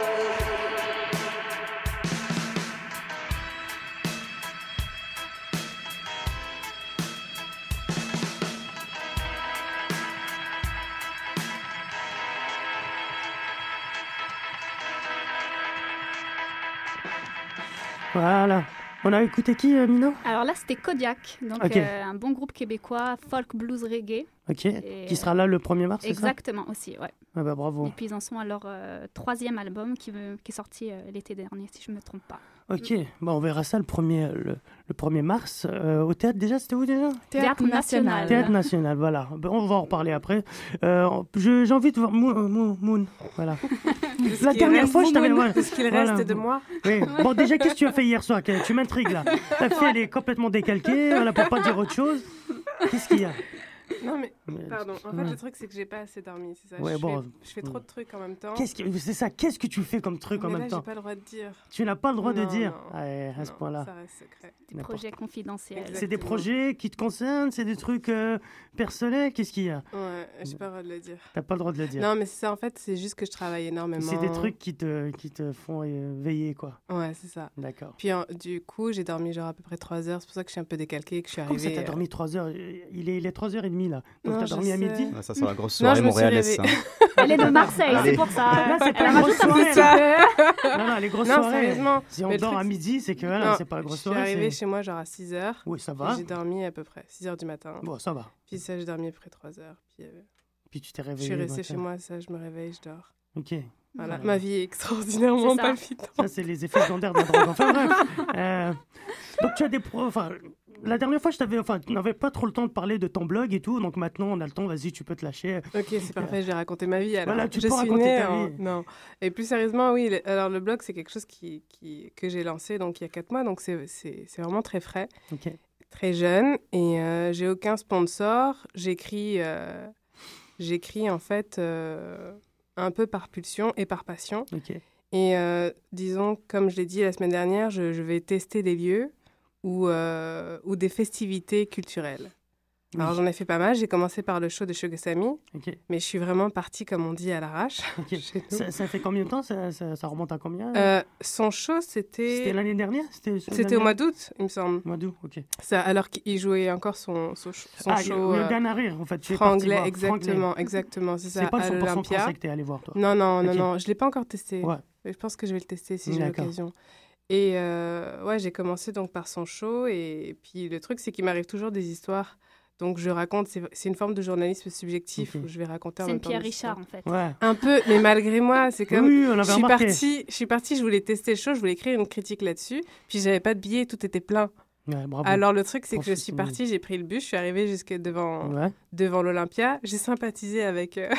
[SPEAKER 2] Voilà. On a écouté qui, euh, Minon
[SPEAKER 3] Alors là, c'était Kodiak, donc
[SPEAKER 2] Ok.
[SPEAKER 3] euh, un bon groupe québécois, folk, blues, reggae.
[SPEAKER 2] Ok.
[SPEAKER 7] Euh,
[SPEAKER 3] Et-
[SPEAKER 2] Euh, Qui sera là le 1er mars, c'est ça
[SPEAKER 3] Exactement aussi, ouais.
[SPEAKER 2] Ah bah bravo.
[SPEAKER 3] Et puis ils en sont à leur euh, troisième album qui, veut- qui est sorti euh, l'été dernier, si je ne me trompe pas.
[SPEAKER 2] Ok, bah on verra ça le 1er, le, le 1er mars euh, au théâtre. Déjà, c'était où déjà
[SPEAKER 7] Euh,
[SPEAKER 3] Théâtre national.
[SPEAKER 2] Théâtre national, voilà. Ben, on va en reparler après. Euh, je- J'ai envie de voir Moon. euh, Moon, Moon,
[SPEAKER 7] (laughs)
[SPEAKER 2] voilà. La
[SPEAKER 5] qu'il
[SPEAKER 2] dernière
[SPEAKER 5] reste
[SPEAKER 2] fois, je t'avais.
[SPEAKER 5] Moon,
[SPEAKER 2] voilà.
[SPEAKER 5] tout ce qu'il
[SPEAKER 2] Voilà.
[SPEAKER 5] reste de moi.
[SPEAKER 7] (laughs)
[SPEAKER 2] Oui. Bon, déjà, qu'est-ce que tu as fait hier soir Kay Tu m'intrigues là. Ta fille, elle est complètement décalquée, elle pour pas dire autre chose. Qu'est-ce qu'il y a
[SPEAKER 7] Non, mais
[SPEAKER 2] Mais-
[SPEAKER 7] pardon. En fait, le truc, c'est que j'ai pas assez dormi, c'est ça.
[SPEAKER 2] Ouais,
[SPEAKER 7] je,
[SPEAKER 2] bon.
[SPEAKER 7] fais, je fais trop de trucs en même temps.
[SPEAKER 2] Qu'est-ce que c'est ça Qu'est-ce que tu fais comme truc en
[SPEAKER 7] Mais
[SPEAKER 2] même
[SPEAKER 7] là,
[SPEAKER 2] temps
[SPEAKER 7] j'ai pas le droit de dire.
[SPEAKER 2] Tu n'as pas le droit de
[SPEAKER 7] Non,
[SPEAKER 2] dire
[SPEAKER 7] non.
[SPEAKER 2] Ouais, à ce
[SPEAKER 7] Non,
[SPEAKER 2] point-là.
[SPEAKER 7] Ça reste secret.
[SPEAKER 3] Des
[SPEAKER 2] N'importe
[SPEAKER 3] projets confidentiels.
[SPEAKER 2] C'est des
[SPEAKER 7] Exactement.
[SPEAKER 2] projets qui te concernent, c'est des trucs euh, personnels. Qu'est-ce qu'il y a
[SPEAKER 7] Ouais, j'ai pas le droit de le dire.
[SPEAKER 2] T'as pas le droit de le Mm. dire.
[SPEAKER 7] Non, mais c'est ça, en fait, c'est juste que je travaille énormément.
[SPEAKER 2] C'est des trucs qui te, qui te font euh, veiller, quoi.
[SPEAKER 7] Ouais, c'est ça.
[SPEAKER 2] D'accord.
[SPEAKER 7] Puis en- du coup, j'ai dormi genre à peu près 3 heures. C'est pour ça que je suis un peu décalquée et que je suis
[SPEAKER 2] Comme ça,
[SPEAKER 7] arrivée.
[SPEAKER 2] t'as
[SPEAKER 7] (laughs) euh,
[SPEAKER 2] dormi 3 heures. Il est, il est 3h30, là. Donc,
[SPEAKER 7] Non,
[SPEAKER 2] t'as
[SPEAKER 7] je
[SPEAKER 2] dormi à
[SPEAKER 7] sais. (laughs)
[SPEAKER 2] midi.
[SPEAKER 9] Ah, ça, c'est la grosse
[SPEAKER 7] Non,
[SPEAKER 9] soirée
[SPEAKER 7] je me suis
[SPEAKER 9] montréalaise, ça.
[SPEAKER 7] réveillée.
[SPEAKER 3] Elle est de Marseille,
[SPEAKER 9] Allez.
[SPEAKER 3] c'est pour ça.
[SPEAKER 2] Là, c'est
[SPEAKER 3] Elle
[SPEAKER 2] pas la
[SPEAKER 3] rajoute
[SPEAKER 2] grosse
[SPEAKER 3] un
[SPEAKER 2] soirée.
[SPEAKER 3] petit
[SPEAKER 2] là.
[SPEAKER 7] (laughs)
[SPEAKER 3] peu.
[SPEAKER 2] Non, non, les grosses
[SPEAKER 7] Non,
[SPEAKER 2] soirées.
[SPEAKER 7] sérieusement.
[SPEAKER 2] Si on
[SPEAKER 7] Mais le
[SPEAKER 2] dort
[SPEAKER 7] truc,
[SPEAKER 2] à midi, c'est que voilà,
[SPEAKER 7] Non,
[SPEAKER 2] c'est pas la grosse
[SPEAKER 7] Je suis
[SPEAKER 2] soirée.
[SPEAKER 7] arrivée
[SPEAKER 2] c'est-
[SPEAKER 7] chez moi genre à 6 heures.
[SPEAKER 2] Oui, ça
[SPEAKER 7] et
[SPEAKER 2] va.
[SPEAKER 7] J'ai dormi à peu près 6 heures du matin.
[SPEAKER 2] Bon, ça va.
[SPEAKER 7] Puis ça, j'ai dormi à peu près 3 heures. Puis euh,
[SPEAKER 2] Puis tu t'es
[SPEAKER 7] je
[SPEAKER 2] réveillé.
[SPEAKER 7] suis restée chez
[SPEAKER 2] matin.
[SPEAKER 7] moi, ça, je me réveille, je dors.
[SPEAKER 2] Ok.
[SPEAKER 7] Voilà,
[SPEAKER 2] Voilà.
[SPEAKER 7] ma vie est extraordinairement
[SPEAKER 3] C'est ça.
[SPEAKER 7] palpitante.
[SPEAKER 2] Ça, c'est les effets secondaires de la drogue. Enfin, bref. Euh, donc, tu as des. pro- Enfin, la dernière fois, je t'avais. Enfin, tu n'avais pas trop le temps de parler de ton blog et tout. Donc, maintenant, on a le temps. Vas-y, tu peux te lâcher.
[SPEAKER 7] (laughs) Ok, c'est parfait, je vais raconter ma vie alors.
[SPEAKER 2] Voilà, tu
[SPEAKER 7] je
[SPEAKER 2] peux
[SPEAKER 7] suis
[SPEAKER 2] raconter
[SPEAKER 7] née
[SPEAKER 2] ta
[SPEAKER 7] en-
[SPEAKER 2] vie.
[SPEAKER 7] Non. Et plus sérieusement, oui, le- alors le blog, c'est quelque chose qui, qui- que j'ai lancé donc, il y a 4 mois, donc c'est- c'est c'est vraiment très frais,
[SPEAKER 2] Ok.
[SPEAKER 7] très jeune, et euh, j'ai aucun sponsor. J'écris euh, j'écris en fait euh, un peu par pulsion et par passion.
[SPEAKER 2] Ok.
[SPEAKER 7] Et euh, disons, comme je l'ai dit la semaine dernière, je, je vais tester des lieux ou, euh, ou des festivités culturelles.
[SPEAKER 2] Oui.
[SPEAKER 7] Alors j'en ai fait pas mal, j'ai commencé par le show de Shogosami,
[SPEAKER 2] Ok.
[SPEAKER 7] mais je suis vraiment partie, comme on dit, à l'arrache.
[SPEAKER 2] Ok.
[SPEAKER 7] chez nous.
[SPEAKER 2] Ça, ça fait combien de temps ça, ça- ça remonte à combien
[SPEAKER 7] Euh, son show,
[SPEAKER 2] C'était
[SPEAKER 7] c'était...
[SPEAKER 2] l'année dernière C'était sur
[SPEAKER 7] C'était
[SPEAKER 2] l'année-
[SPEAKER 7] au mois d'août, il me semble.
[SPEAKER 2] Mois d'août, ok.
[SPEAKER 7] Ça, alors qu'il jouait encore son, son, sh- son
[SPEAKER 2] ah,
[SPEAKER 7] show
[SPEAKER 2] le
[SPEAKER 7] euh,
[SPEAKER 2] Danaré, en fait. tu es parti
[SPEAKER 7] franglais,
[SPEAKER 2] voir,
[SPEAKER 7] exactement, exactement, c'est
[SPEAKER 2] C'est
[SPEAKER 7] ça,
[SPEAKER 2] pas
[SPEAKER 7] à
[SPEAKER 2] le 100%
[SPEAKER 7] l'Olympia.
[SPEAKER 2] français que t'es allé voir, toi.
[SPEAKER 7] Non, non, non,
[SPEAKER 2] Ok.
[SPEAKER 7] non, je ne l'ai pas encore testé.
[SPEAKER 2] Ouais.
[SPEAKER 7] Mais Je pense que je vais le tester si j'ai
[SPEAKER 2] D'accord.
[SPEAKER 7] l'occasion. Et euh, ouais, j'ai commencé donc par son show. Et, puis le truc, c'est qu'il m'arrive toujours des histoires. Donc je raconte, c'est c'est une forme de journalisme subjectif
[SPEAKER 2] Ok.
[SPEAKER 7] où je vais raconter en
[SPEAKER 3] C'est
[SPEAKER 7] même
[SPEAKER 3] une
[SPEAKER 7] temps
[SPEAKER 3] Pierre
[SPEAKER 7] des histoires.
[SPEAKER 3] Richard, en fait.
[SPEAKER 2] Ouais.
[SPEAKER 7] Un peu, mais malgré moi, c'est comme.
[SPEAKER 2] oui, oui, on
[SPEAKER 7] Je
[SPEAKER 2] avait
[SPEAKER 7] suis,
[SPEAKER 2] remarqué.
[SPEAKER 7] partie, je suis partie, je voulais tester le show, je voulais écrire une critique là-dessus, puis j'avais pas de billets, tout était plein.
[SPEAKER 2] Ouais, bravo.
[SPEAKER 7] Alors le truc, c'est que je
[SPEAKER 2] Profite,
[SPEAKER 7] suis
[SPEAKER 2] oui.
[SPEAKER 7] partie, j'ai pris le bus, je suis arrivée jusque devant,
[SPEAKER 2] Ouais.
[SPEAKER 7] devant l'Olympia, j'ai sympathisé avec, euh,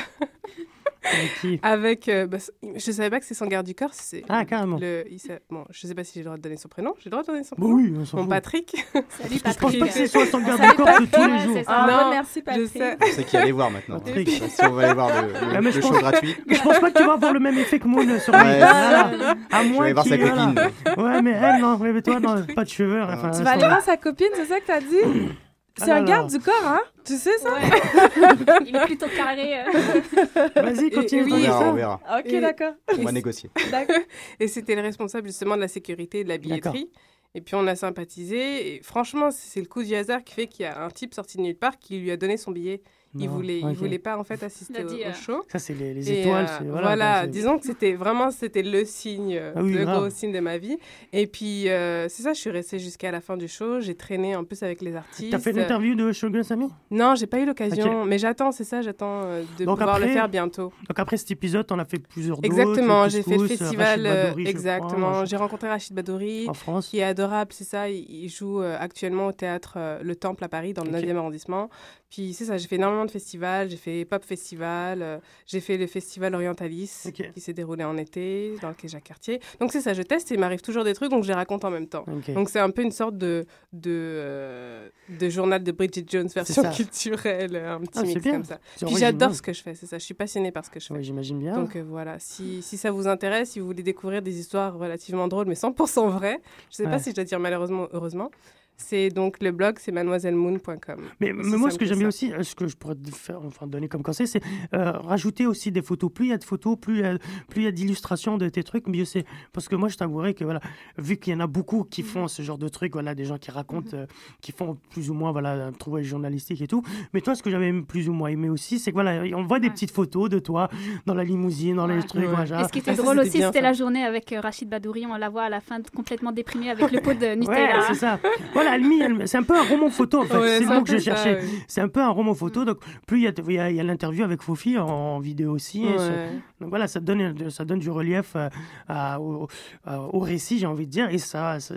[SPEAKER 2] Avec qui
[SPEAKER 7] avec euh, bah, je savais pas que c'est son garde du corps, c'est
[SPEAKER 2] Ah, carrément.
[SPEAKER 7] le, il s'a- bon, je sais pas si j'ai le droit de donner son prénom. J'ai le droit de donner son
[SPEAKER 2] Bah
[SPEAKER 7] prénom.
[SPEAKER 2] oui, on s'en
[SPEAKER 7] Mon
[SPEAKER 2] fout.
[SPEAKER 7] Patrick.
[SPEAKER 3] Salut
[SPEAKER 2] Je pense
[SPEAKER 3] Patrick.
[SPEAKER 2] pas que c'est soit son garde du
[SPEAKER 3] savait
[SPEAKER 2] corps
[SPEAKER 3] pas.
[SPEAKER 2] de tous les
[SPEAKER 3] Ouais,
[SPEAKER 2] jours.
[SPEAKER 3] c'est ça.
[SPEAKER 5] Ah,
[SPEAKER 7] Non,
[SPEAKER 5] remercie
[SPEAKER 7] Je
[SPEAKER 5] Patrick.
[SPEAKER 7] sais.
[SPEAKER 9] On sait qu'il y aller voir maintenant.
[SPEAKER 2] Patrick.
[SPEAKER 9] Je sais pas Si on va aller voir le, le-
[SPEAKER 2] Ah, mais
[SPEAKER 9] le
[SPEAKER 2] je
[SPEAKER 9] show
[SPEAKER 2] pense-
[SPEAKER 9] gratuit,
[SPEAKER 2] Mais Je pense pas que tu vas avoir le même effet que Moon sur lui.
[SPEAKER 9] Ouais.
[SPEAKER 5] Ah.
[SPEAKER 2] Voilà. À
[SPEAKER 9] je vais
[SPEAKER 2] moins
[SPEAKER 9] aller voir sa
[SPEAKER 2] qu'il- voilà.
[SPEAKER 9] copine.
[SPEAKER 2] Ouais, mais elle, non. Mais toi, non, pas de cheveux. enfin,
[SPEAKER 5] Tu
[SPEAKER 2] elles
[SPEAKER 5] vas aller
[SPEAKER 2] sont-
[SPEAKER 5] voir sa copine, c'est ça que t'as dit? C'est un
[SPEAKER 2] Alors.
[SPEAKER 5] garde du corps, hein? Tu sais ça?
[SPEAKER 3] Ouais. Il est plutôt carré. euh.
[SPEAKER 2] Vas-y, continue.
[SPEAKER 7] Oui,
[SPEAKER 9] On
[SPEAKER 2] ton
[SPEAKER 9] verra,
[SPEAKER 2] dessin.
[SPEAKER 9] on verra.
[SPEAKER 5] Ok,
[SPEAKER 7] Et-
[SPEAKER 5] d'accord. (laughs)
[SPEAKER 9] On va négocier.
[SPEAKER 5] D'accord.
[SPEAKER 7] Et c'était le responsable justement de la sécurité et de la billetterie. Et puis on a sympathisé. Et franchement, c'est c'est le coup du hasard qui fait qu'il y a un type sorti de nulle part qui lui a donné son billet. Il
[SPEAKER 2] Non,
[SPEAKER 7] voulait,
[SPEAKER 2] ok.
[SPEAKER 7] il voulait pas en fait
[SPEAKER 3] Il
[SPEAKER 7] assister
[SPEAKER 3] a
[SPEAKER 7] au,
[SPEAKER 3] dit,
[SPEAKER 7] au
[SPEAKER 3] euh,
[SPEAKER 7] show.
[SPEAKER 2] Ça, c'est les, les
[SPEAKER 7] Et,
[SPEAKER 2] étoiles.
[SPEAKER 7] euh,
[SPEAKER 2] c'est-
[SPEAKER 7] voilà,
[SPEAKER 2] c'est-
[SPEAKER 7] disons que c'était vraiment c'était le signe, euh,
[SPEAKER 2] Ah oui,
[SPEAKER 7] le
[SPEAKER 2] grave.
[SPEAKER 7] gros signe de ma vie. Et puis euh, c'est ça, je suis restée jusqu'à la fin du show. J'ai traîné en plus avec les artistes.
[SPEAKER 2] T'as fait une interview de Shogun Sami
[SPEAKER 7] Non, j'ai pas eu l'occasion, mais j'attends, c'est ça, j'attends euh, de
[SPEAKER 2] Donc
[SPEAKER 7] pouvoir le
[SPEAKER 2] après-
[SPEAKER 7] faire bientôt.
[SPEAKER 2] Donc après cet épisode, on a fait plusieurs d'autres.
[SPEAKER 7] Exactement,
[SPEAKER 2] le
[SPEAKER 7] j'ai fait
[SPEAKER 2] couscous,
[SPEAKER 7] le
[SPEAKER 2] euh,
[SPEAKER 7] festival.
[SPEAKER 2] Rachid
[SPEAKER 7] euh,
[SPEAKER 2] Badouri, je
[SPEAKER 7] exactement,
[SPEAKER 2] crois,
[SPEAKER 7] j'ai rencontré Rachid Badouri,
[SPEAKER 2] en France.
[SPEAKER 7] qui est adorable, c'est ça. Il, il joue euh, actuellement au théâtre euh, Le Temple à Paris, dans le
[SPEAKER 2] Ok.
[SPEAKER 7] 9e arrondissement. Puis c'est ça, j'ai fait énormément de festivals. J'ai fait Pop Festival, euh, j'ai fait le festival Orientalis,
[SPEAKER 2] Ok.
[SPEAKER 7] qui s'est déroulé en été, dans le quai Jacques-Cartier. Donc c'est ça, je teste et il m'arrive toujours des trucs, donc je les raconte en même temps.
[SPEAKER 2] Ok.
[SPEAKER 7] Donc c'est un peu une sorte de, de, euh, de journal de Bridget Jones version
[SPEAKER 2] ça.
[SPEAKER 7] culturelle, euh, un petit
[SPEAKER 2] Ah, c'est
[SPEAKER 7] mix
[SPEAKER 2] bien.
[SPEAKER 7] comme ça.
[SPEAKER 2] C'est
[SPEAKER 7] Puis
[SPEAKER 2] original.
[SPEAKER 7] j'adore ce que je fais, c'est ça. Je suis passionnée par ce que je fais.
[SPEAKER 2] Oui, j'imagine bien.
[SPEAKER 7] Donc euh, voilà, si, si ça vous intéresse, si vous voulez découvrir des histoires relativement drôles, mais 100% vraies, je ne sais
[SPEAKER 2] Ouais.
[SPEAKER 7] pas si je dois dire malheureusement, heureusement, C'est donc le blog, c'est mademoisellemoon.com.
[SPEAKER 2] Mais, mais moi, ce que j'aime bien
[SPEAKER 7] aussi
[SPEAKER 2] aussi, euh, ce que je pourrais te faire, enfin, donner comme conseil, c'est euh, rajouter aussi des photos. Plus il y a de photos, plus il y a- plus il y a d'illustrations de tes trucs, mieux c'est. Parce que moi, je t'avouerais que, voilà, vu qu'il y en a beaucoup qui
[SPEAKER 7] Mmh.
[SPEAKER 2] font ce genre de trucs, voilà, des gens qui racontent, euh, qui font plus ou moins, voilà, un trouvaille journalistique et tout. Mais toi, ce que j'avais plus ou moins aimé aussi, c'est que, voilà, on voit des petites photos de toi dans la limousine, dans les trucs,
[SPEAKER 7] Ouais.
[SPEAKER 2] voilà.
[SPEAKER 3] Et ce qui était
[SPEAKER 7] Ah, ça,
[SPEAKER 3] drôle
[SPEAKER 7] c'était
[SPEAKER 3] aussi,
[SPEAKER 7] bien,
[SPEAKER 3] c'était
[SPEAKER 7] ça.
[SPEAKER 3] la journée avec euh, Rachid Badouri. On la voit à la fin de- complètement déprimée avec le pot de
[SPEAKER 2] Ouais,
[SPEAKER 3] Nutella.
[SPEAKER 2] c'est ça. Voilà, Almi, elle- c'est un peu un roman photo, en fait.
[SPEAKER 7] hein. Ouais,
[SPEAKER 2] c'est
[SPEAKER 7] c'est
[SPEAKER 2] le mot que
[SPEAKER 7] un
[SPEAKER 2] je
[SPEAKER 7] peu ça,
[SPEAKER 2] cherchais.
[SPEAKER 7] ouais.
[SPEAKER 2] C'est un peu un roman photo. Donc, plus il y a, il y a- il y a l'interview avec Fofi en, en vidéo aussi. et ce-
[SPEAKER 7] Ouais.
[SPEAKER 2] donc voilà, ça donne, ça donne du relief euh, à- au, à- au récit, j'ai envie de dire. Et ça, ça,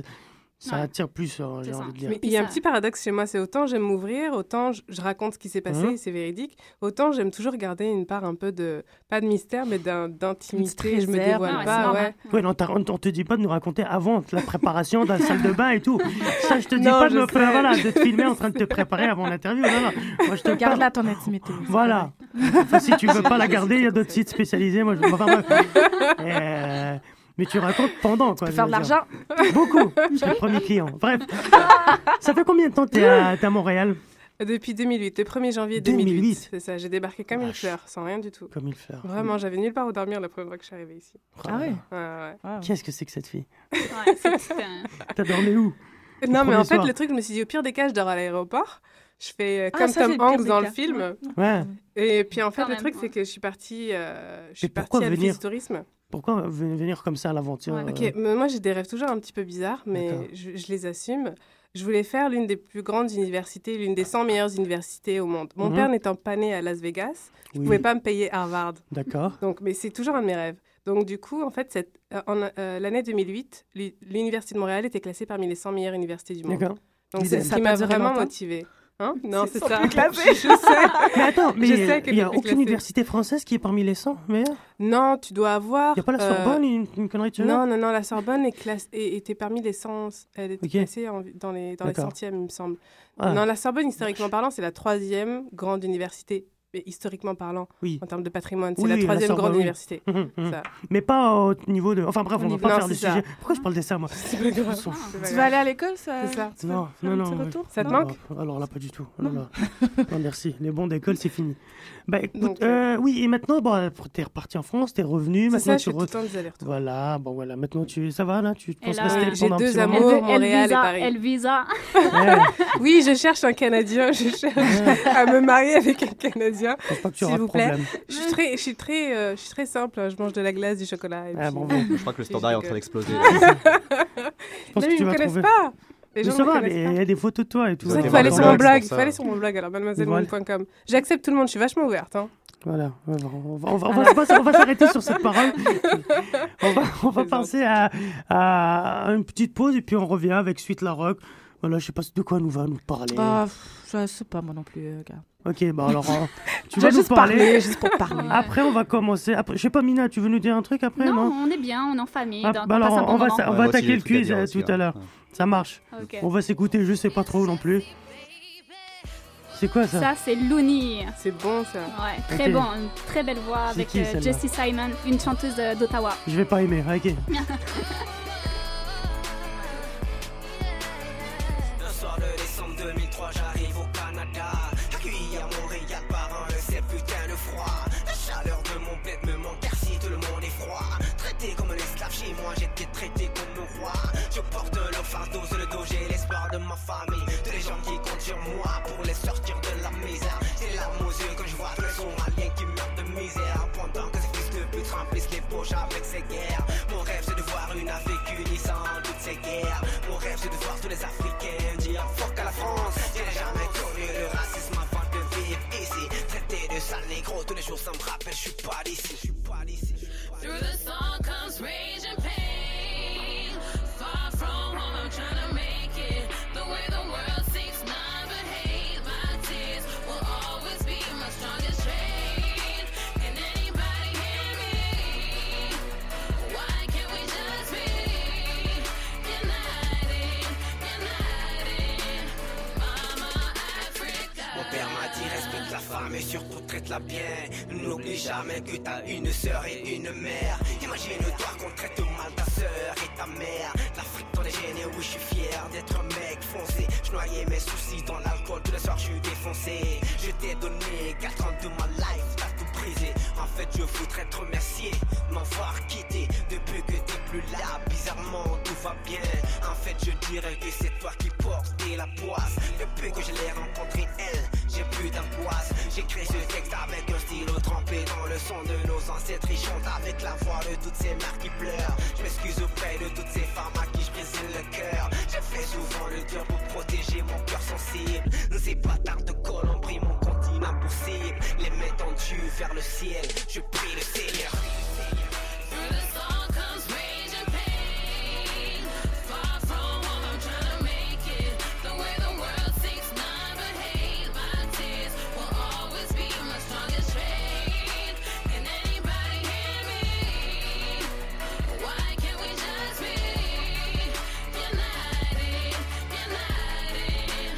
[SPEAKER 2] ça
[SPEAKER 3] Ouais.
[SPEAKER 2] attire plus, euh, j'ai
[SPEAKER 3] C'est ça.
[SPEAKER 2] envie de dire.
[SPEAKER 7] Mais il y a un
[SPEAKER 3] ça.
[SPEAKER 7] petit paradoxe chez moi, c'est autant j'aime m'ouvrir, autant je, je raconte ce qui s'est passé,
[SPEAKER 2] Mhm.
[SPEAKER 7] c'est véridique, autant j'aime toujours garder une part un peu de, pas de mystère, mais d'un-
[SPEAKER 5] Une petite
[SPEAKER 7] d'intimité, je me
[SPEAKER 5] réserve.
[SPEAKER 3] Ah
[SPEAKER 7] dévoile
[SPEAKER 3] ouais, c'est
[SPEAKER 7] pas,
[SPEAKER 3] normal.
[SPEAKER 7] ouais.
[SPEAKER 2] Ouais, non, t'as- on on te dit pas de nous raconter avant la préparation dans la salle de bain et tout. Ça, je te dis
[SPEAKER 7] Non,
[SPEAKER 2] pas de,
[SPEAKER 7] je
[SPEAKER 2] me-
[SPEAKER 7] sais.
[SPEAKER 2] voilà, de te filmer en train de te préparer avant l'interview. Non, non. Moi, je te parle-
[SPEAKER 5] Garde-la ton intimité.
[SPEAKER 2] Voilà. Enfin, si tu veux pas la garder, il y a d'autres sites spécialisés. Moi, je enfin, bref. Euh, Mais tu racontes pendant, quoi.
[SPEAKER 5] Tu peux
[SPEAKER 2] je
[SPEAKER 5] faire
[SPEAKER 2] veux
[SPEAKER 5] de
[SPEAKER 2] dire.
[SPEAKER 5] l'argent.
[SPEAKER 2] Beaucoup. Je suis le premier client. Bref. Ça fait combien de temps que t'es à, t'es à Montréal
[SPEAKER 7] Depuis 2008, le 1er janvier 2008.
[SPEAKER 2] 2008.
[SPEAKER 7] C'est ça, j'ai débarqué comme une
[SPEAKER 2] Vache.
[SPEAKER 7] fleur, sans rien du tout.
[SPEAKER 2] Comme il fait.
[SPEAKER 7] Vraiment, j'avais nulle part où dormir la première fois que je suis arrivée ici.
[SPEAKER 5] Ah oui.
[SPEAKER 7] Ouais, ouais.
[SPEAKER 5] Ah.
[SPEAKER 2] Qu'est-ce que c'est que cette fille
[SPEAKER 3] Ouais, c'est- c'est un-
[SPEAKER 2] T'as dormi où
[SPEAKER 7] Non, mais en
[SPEAKER 2] premier
[SPEAKER 7] fait,
[SPEAKER 2] soir.
[SPEAKER 7] le truc, je me suis dit, au pire des cas, je dors à l'aéroport. Je fais euh,
[SPEAKER 5] Ah,
[SPEAKER 7] comme
[SPEAKER 5] ça, c'est
[SPEAKER 7] Tom
[SPEAKER 5] le pire
[SPEAKER 7] Hanks
[SPEAKER 5] des
[SPEAKER 7] dans
[SPEAKER 5] cas.
[SPEAKER 7] le film.
[SPEAKER 2] Ouais.
[SPEAKER 7] Et puis, en fait,
[SPEAKER 3] Quand
[SPEAKER 7] le
[SPEAKER 3] même,
[SPEAKER 7] truc, c'est
[SPEAKER 3] ouais.
[SPEAKER 7] que je suis partie, euh, je suis
[SPEAKER 2] Mais pourquoi
[SPEAKER 7] partie à
[SPEAKER 2] venir
[SPEAKER 7] l'office du tourisme.
[SPEAKER 2] Pourquoi v- venir comme ça à l'aventure Euh,
[SPEAKER 3] Ouais.
[SPEAKER 7] Ok, mais moi j'ai des rêves toujours un petit peu bizarres,
[SPEAKER 2] D'accord.
[SPEAKER 7] mais je, je les assume. Je voulais faire l'une des plus grandes universités, l'une des 100 meilleures universités au monde. Mon
[SPEAKER 2] Mhm.
[SPEAKER 7] père n'étant pas né à Las Vegas,
[SPEAKER 2] euh,
[SPEAKER 7] je
[SPEAKER 2] oui.
[SPEAKER 7] pouvais pas me payer Harvard.
[SPEAKER 2] D'accord.
[SPEAKER 7] Donc, mais c'est toujours un de mes rêves. Donc du coup, en fait, cette- euh, en, euh, l'année 2008, l'U- l'université de Montréal était classée parmi les 100 meilleures universités du monde.
[SPEAKER 2] D'accord.
[SPEAKER 7] Donc
[SPEAKER 5] Ils-
[SPEAKER 7] c'est
[SPEAKER 5] ça
[SPEAKER 7] ce
[SPEAKER 5] a
[SPEAKER 7] qui
[SPEAKER 5] pas
[SPEAKER 7] m'a
[SPEAKER 5] duré
[SPEAKER 7] vraiment
[SPEAKER 5] longtemps
[SPEAKER 7] motivée. Hein non,
[SPEAKER 5] Ils
[SPEAKER 7] c'est
[SPEAKER 5] sont
[SPEAKER 7] ça.
[SPEAKER 5] plus classés.
[SPEAKER 7] (laughs) Je sais.
[SPEAKER 2] Mais
[SPEAKER 7] (laughs)
[SPEAKER 2] attends, mais
[SPEAKER 7] Je sais
[SPEAKER 2] il
[SPEAKER 7] qu'elle
[SPEAKER 2] n'y
[SPEAKER 7] est
[SPEAKER 2] a
[SPEAKER 7] plus
[SPEAKER 2] aucune
[SPEAKER 7] classée.
[SPEAKER 2] université française qui est parmi les 100 meilleures
[SPEAKER 7] Non, tu dois avoir.
[SPEAKER 2] Il n'y a pas la
[SPEAKER 7] euh,
[SPEAKER 2] Sorbonne, une, une connerie de ce genre
[SPEAKER 7] Non, non, non, la Sorbonne est classe- est- était parmi les 100. Elle était
[SPEAKER 2] Ok.
[SPEAKER 7] classée en- dans les, dans les
[SPEAKER 2] D'accord.
[SPEAKER 7] centièmes, il me semble.
[SPEAKER 2] Ah,
[SPEAKER 7] Non, la Sorbonne, historiquement parlant, c'est la troisième grande université. Mais historiquement parlant,
[SPEAKER 2] Oui.
[SPEAKER 7] en termes de patrimoine, c'est
[SPEAKER 2] Oui,
[SPEAKER 7] la
[SPEAKER 2] oui, la
[SPEAKER 7] troisième
[SPEAKER 2] Sorbonne,
[SPEAKER 7] grande
[SPEAKER 2] oui.
[SPEAKER 7] université.
[SPEAKER 2] Hum, hum.
[SPEAKER 7] Ça.
[SPEAKER 2] (laughs)
[SPEAKER 7] (laughs)
[SPEAKER 2] Mais pas au niveau de. Enfin bref,
[SPEAKER 5] Au
[SPEAKER 2] on va
[SPEAKER 5] niveau-
[SPEAKER 2] pas
[SPEAKER 7] Non,
[SPEAKER 2] faire le
[SPEAKER 7] c'est ça.
[SPEAKER 2] sujet. Pourquoi je parle de ça, moi Ils
[SPEAKER 3] Ah.
[SPEAKER 2] sont fous.
[SPEAKER 7] C'est pas
[SPEAKER 5] Tu vas
[SPEAKER 7] grave.
[SPEAKER 5] aller à l'école, ça
[SPEAKER 7] C'est ça.
[SPEAKER 5] tu vas
[SPEAKER 2] Non,
[SPEAKER 5] faire
[SPEAKER 2] non,
[SPEAKER 5] un petit
[SPEAKER 2] non. ouais.
[SPEAKER 5] retour?
[SPEAKER 7] Ça te
[SPEAKER 5] Non.
[SPEAKER 7] manque
[SPEAKER 2] Alors- Alors là, pas du tout. Non, non. Non, merci. Les bons d'école, c'est fini. Bah, écoute,
[SPEAKER 7] Donc,
[SPEAKER 2] euh, oui, et maintenant, bon, euh, t'es reparti en France, t'es revenu,
[SPEAKER 7] C'est ça,
[SPEAKER 2] maintenant
[SPEAKER 7] je fais
[SPEAKER 2] tu
[SPEAKER 7] tout le
[SPEAKER 2] re...
[SPEAKER 7] temps des allers-retours.
[SPEAKER 2] Voilà, bon voilà, maintenant tu, ça va là, tu te
[SPEAKER 3] Elle
[SPEAKER 2] penses
[SPEAKER 3] a-
[SPEAKER 2] rester
[SPEAKER 3] J'ai
[SPEAKER 2] pendant un
[SPEAKER 7] deux
[SPEAKER 2] petit
[SPEAKER 3] Elle
[SPEAKER 7] amours.
[SPEAKER 2] moment.
[SPEAKER 3] veut
[SPEAKER 7] Montréal et
[SPEAKER 3] Elvisa,
[SPEAKER 7] Paris.
[SPEAKER 3] Elvisa.
[SPEAKER 2] Ouais,
[SPEAKER 7] Oui, je cherche un Canadien, je cherche à me marier avec un Canadien.
[SPEAKER 2] je pense pas que tu
[SPEAKER 7] (laughs) S'il
[SPEAKER 2] auras de
[SPEAKER 7] vous plaît.
[SPEAKER 2] problème.
[SPEAKER 7] Je suis très, je suis très, euh, je suis très simple, hein. je mange de la glace, du chocolat. et
[SPEAKER 2] Ah,
[SPEAKER 7] puis-
[SPEAKER 2] bon,
[SPEAKER 7] (laughs)
[SPEAKER 2] bon.
[SPEAKER 7] Non,
[SPEAKER 9] Je crois que le standard est en train d'exploser.
[SPEAKER 2] Je pense
[SPEAKER 7] mais
[SPEAKER 2] que
[SPEAKER 7] ils
[SPEAKER 2] tu
[SPEAKER 7] ne me
[SPEAKER 2] vas
[SPEAKER 7] connaissent
[SPEAKER 2] trouver.
[SPEAKER 7] pas. Les
[SPEAKER 2] Mais
[SPEAKER 7] gens
[SPEAKER 2] ça
[SPEAKER 7] ne me
[SPEAKER 2] va, mais euh,
[SPEAKER 7] connaissent
[SPEAKER 2] il y a des photos de toi et tout.
[SPEAKER 9] Vous
[SPEAKER 7] pas. Il
[SPEAKER 9] allez T'es
[SPEAKER 7] faut aller sur
[SPEAKER 9] vraiment
[SPEAKER 7] mon
[SPEAKER 9] blog,
[SPEAKER 7] blog, il
[SPEAKER 9] c'est
[SPEAKER 7] faut
[SPEAKER 9] ça.
[SPEAKER 7] aller sur mon blog, alors
[SPEAKER 2] Voilà.
[SPEAKER 7] mademoiselle.com. J'accepte tout le monde, je suis vachement ouverte. hein.
[SPEAKER 2] Voilà, on va, on va- on va- on va- on va- on va s'arrêter sur cette
[SPEAKER 7] (laughs)
[SPEAKER 2] parole. On va, on va
[SPEAKER 7] Plaisante.
[SPEAKER 2] passer à, à une petite pause et puis on revient avec Suite La Rock. Voilà, je sais pas de quoi nous va nous parler.
[SPEAKER 7] Ah,
[SPEAKER 5] Bah, pff, je sais pas moi non plus, euh, gars.
[SPEAKER 2] Ok, bah alors,
[SPEAKER 3] (laughs)
[SPEAKER 2] euh, tu
[SPEAKER 5] Je vais
[SPEAKER 2] vas nous
[SPEAKER 5] juste
[SPEAKER 2] parler.
[SPEAKER 5] parler, juste pour parler.
[SPEAKER 2] Après, on va commencer. Après, je sais pas, Mina, tu veux nous dire un truc après
[SPEAKER 3] Non, on est bien, on est en famille.
[SPEAKER 2] Ah,
[SPEAKER 3] donc
[SPEAKER 2] bah
[SPEAKER 3] on
[SPEAKER 2] alors,
[SPEAKER 3] passe un bon
[SPEAKER 2] on va
[SPEAKER 3] moment.
[SPEAKER 2] ça-
[SPEAKER 9] Ouais, moi aussi,
[SPEAKER 2] attaquer
[SPEAKER 9] j'ai
[SPEAKER 2] le
[SPEAKER 9] des trucs
[SPEAKER 2] quiz,
[SPEAKER 9] dire
[SPEAKER 2] euh,
[SPEAKER 9] aussi,
[SPEAKER 2] tout à
[SPEAKER 9] hein.
[SPEAKER 2] l'heure. Ça marche.
[SPEAKER 3] Ok.
[SPEAKER 2] On va s'écouter, je sais pas trop non plus. C'est quoi ça,
[SPEAKER 3] Ça, c'est Looney.
[SPEAKER 7] C'est bon ça.
[SPEAKER 3] Ouais, très
[SPEAKER 2] Ok.
[SPEAKER 3] bon, une très belle voix
[SPEAKER 2] C'est
[SPEAKER 3] avec
[SPEAKER 2] qui,
[SPEAKER 3] euh,
[SPEAKER 2] celle-là
[SPEAKER 3] Jessie Simon, une chanteuse euh, d'Ottawa.
[SPEAKER 2] Je vais pas aimer, Ah, ok.
[SPEAKER 10] Un soir de décembre 2003, j'arrive au Canada. Accueilli à Montréal par un c'est putain de froid. La chaleur de mon bled me manque, car si tout le monde est froid. Traité comme un esclave chez moi, j'étais traité comme un roi. Je porte le fardeau sur le dos, j'ai l'espoir de ma famille. Tous les gens qui comptent sur moi pour les sortir de la misère. C'est larmes aux yeux quand je vois tous les Somaliens qui meurent de misère. Pendant que ces fils de pute remplissent les poches avec ces guerres. Mon rêve c'est de voir une Afrique unissant toutes ces guerres. Mon rêve c'est de voir tous les Africains dire fuck à la France. J'ai jamais connu le racisme avant de vivre ici. Traité de sale négro, tous les jours ça me rappelle, je suis pas d'ici. Je suis pas d'ici. je suis pas d'ici.
[SPEAKER 11] Through the song comes rage and pain. Far from home, I'm trying to make it. The way the world seeks mine, but hate my tears will always be my strongest trait. Can anybody hear me? Why can't we just be united, united? Mama Africa.
[SPEAKER 10] Mon père m'a dit respecte la femme et surtout traite-la bien. N'oublie jamais que t'as une sœur et une mère. Imagine-toi qu'on traite mal ta sœur et ta mère. L'Afrique dans les gènes, oui, je suis fier d'être un mec foncé. Je noyais mes soucis dans l'alcool, tous les soirs je suis défoncé. Je t'ai donné 4 ans de ma life, t'as tout brisé. En fait, je voudrais te remercier de m'avoir quitté. Depuis que t'es plus là, bizarrement tout va bien. En fait, je dirais que c'est toi qui portais la poisse. Depuis que je l'ai rencontrée, elle, j'ai plus d'angoisse. J'écris ce texte avec un stylo trempé dans le son de nos ancêtres. Ils chantent avec la voix de toutes ces mères qui pleurent. Je m'excuse auprès de toutes ces femmes à qui je brisais le cœur. Je fais souvent le dur pour protéger mon cœur sensible. Nous ces bâtards de col ont pris mon continent pour cible. Les mains tendues vers le ciel, je prie le Seigneur.
[SPEAKER 11] Through the song comes rage and pain. Far from home, I'm trying to make it. The way the world seeks none but hate. My tears will always be my strongest trait. Can anybody hear me? Why can't we just be united, united?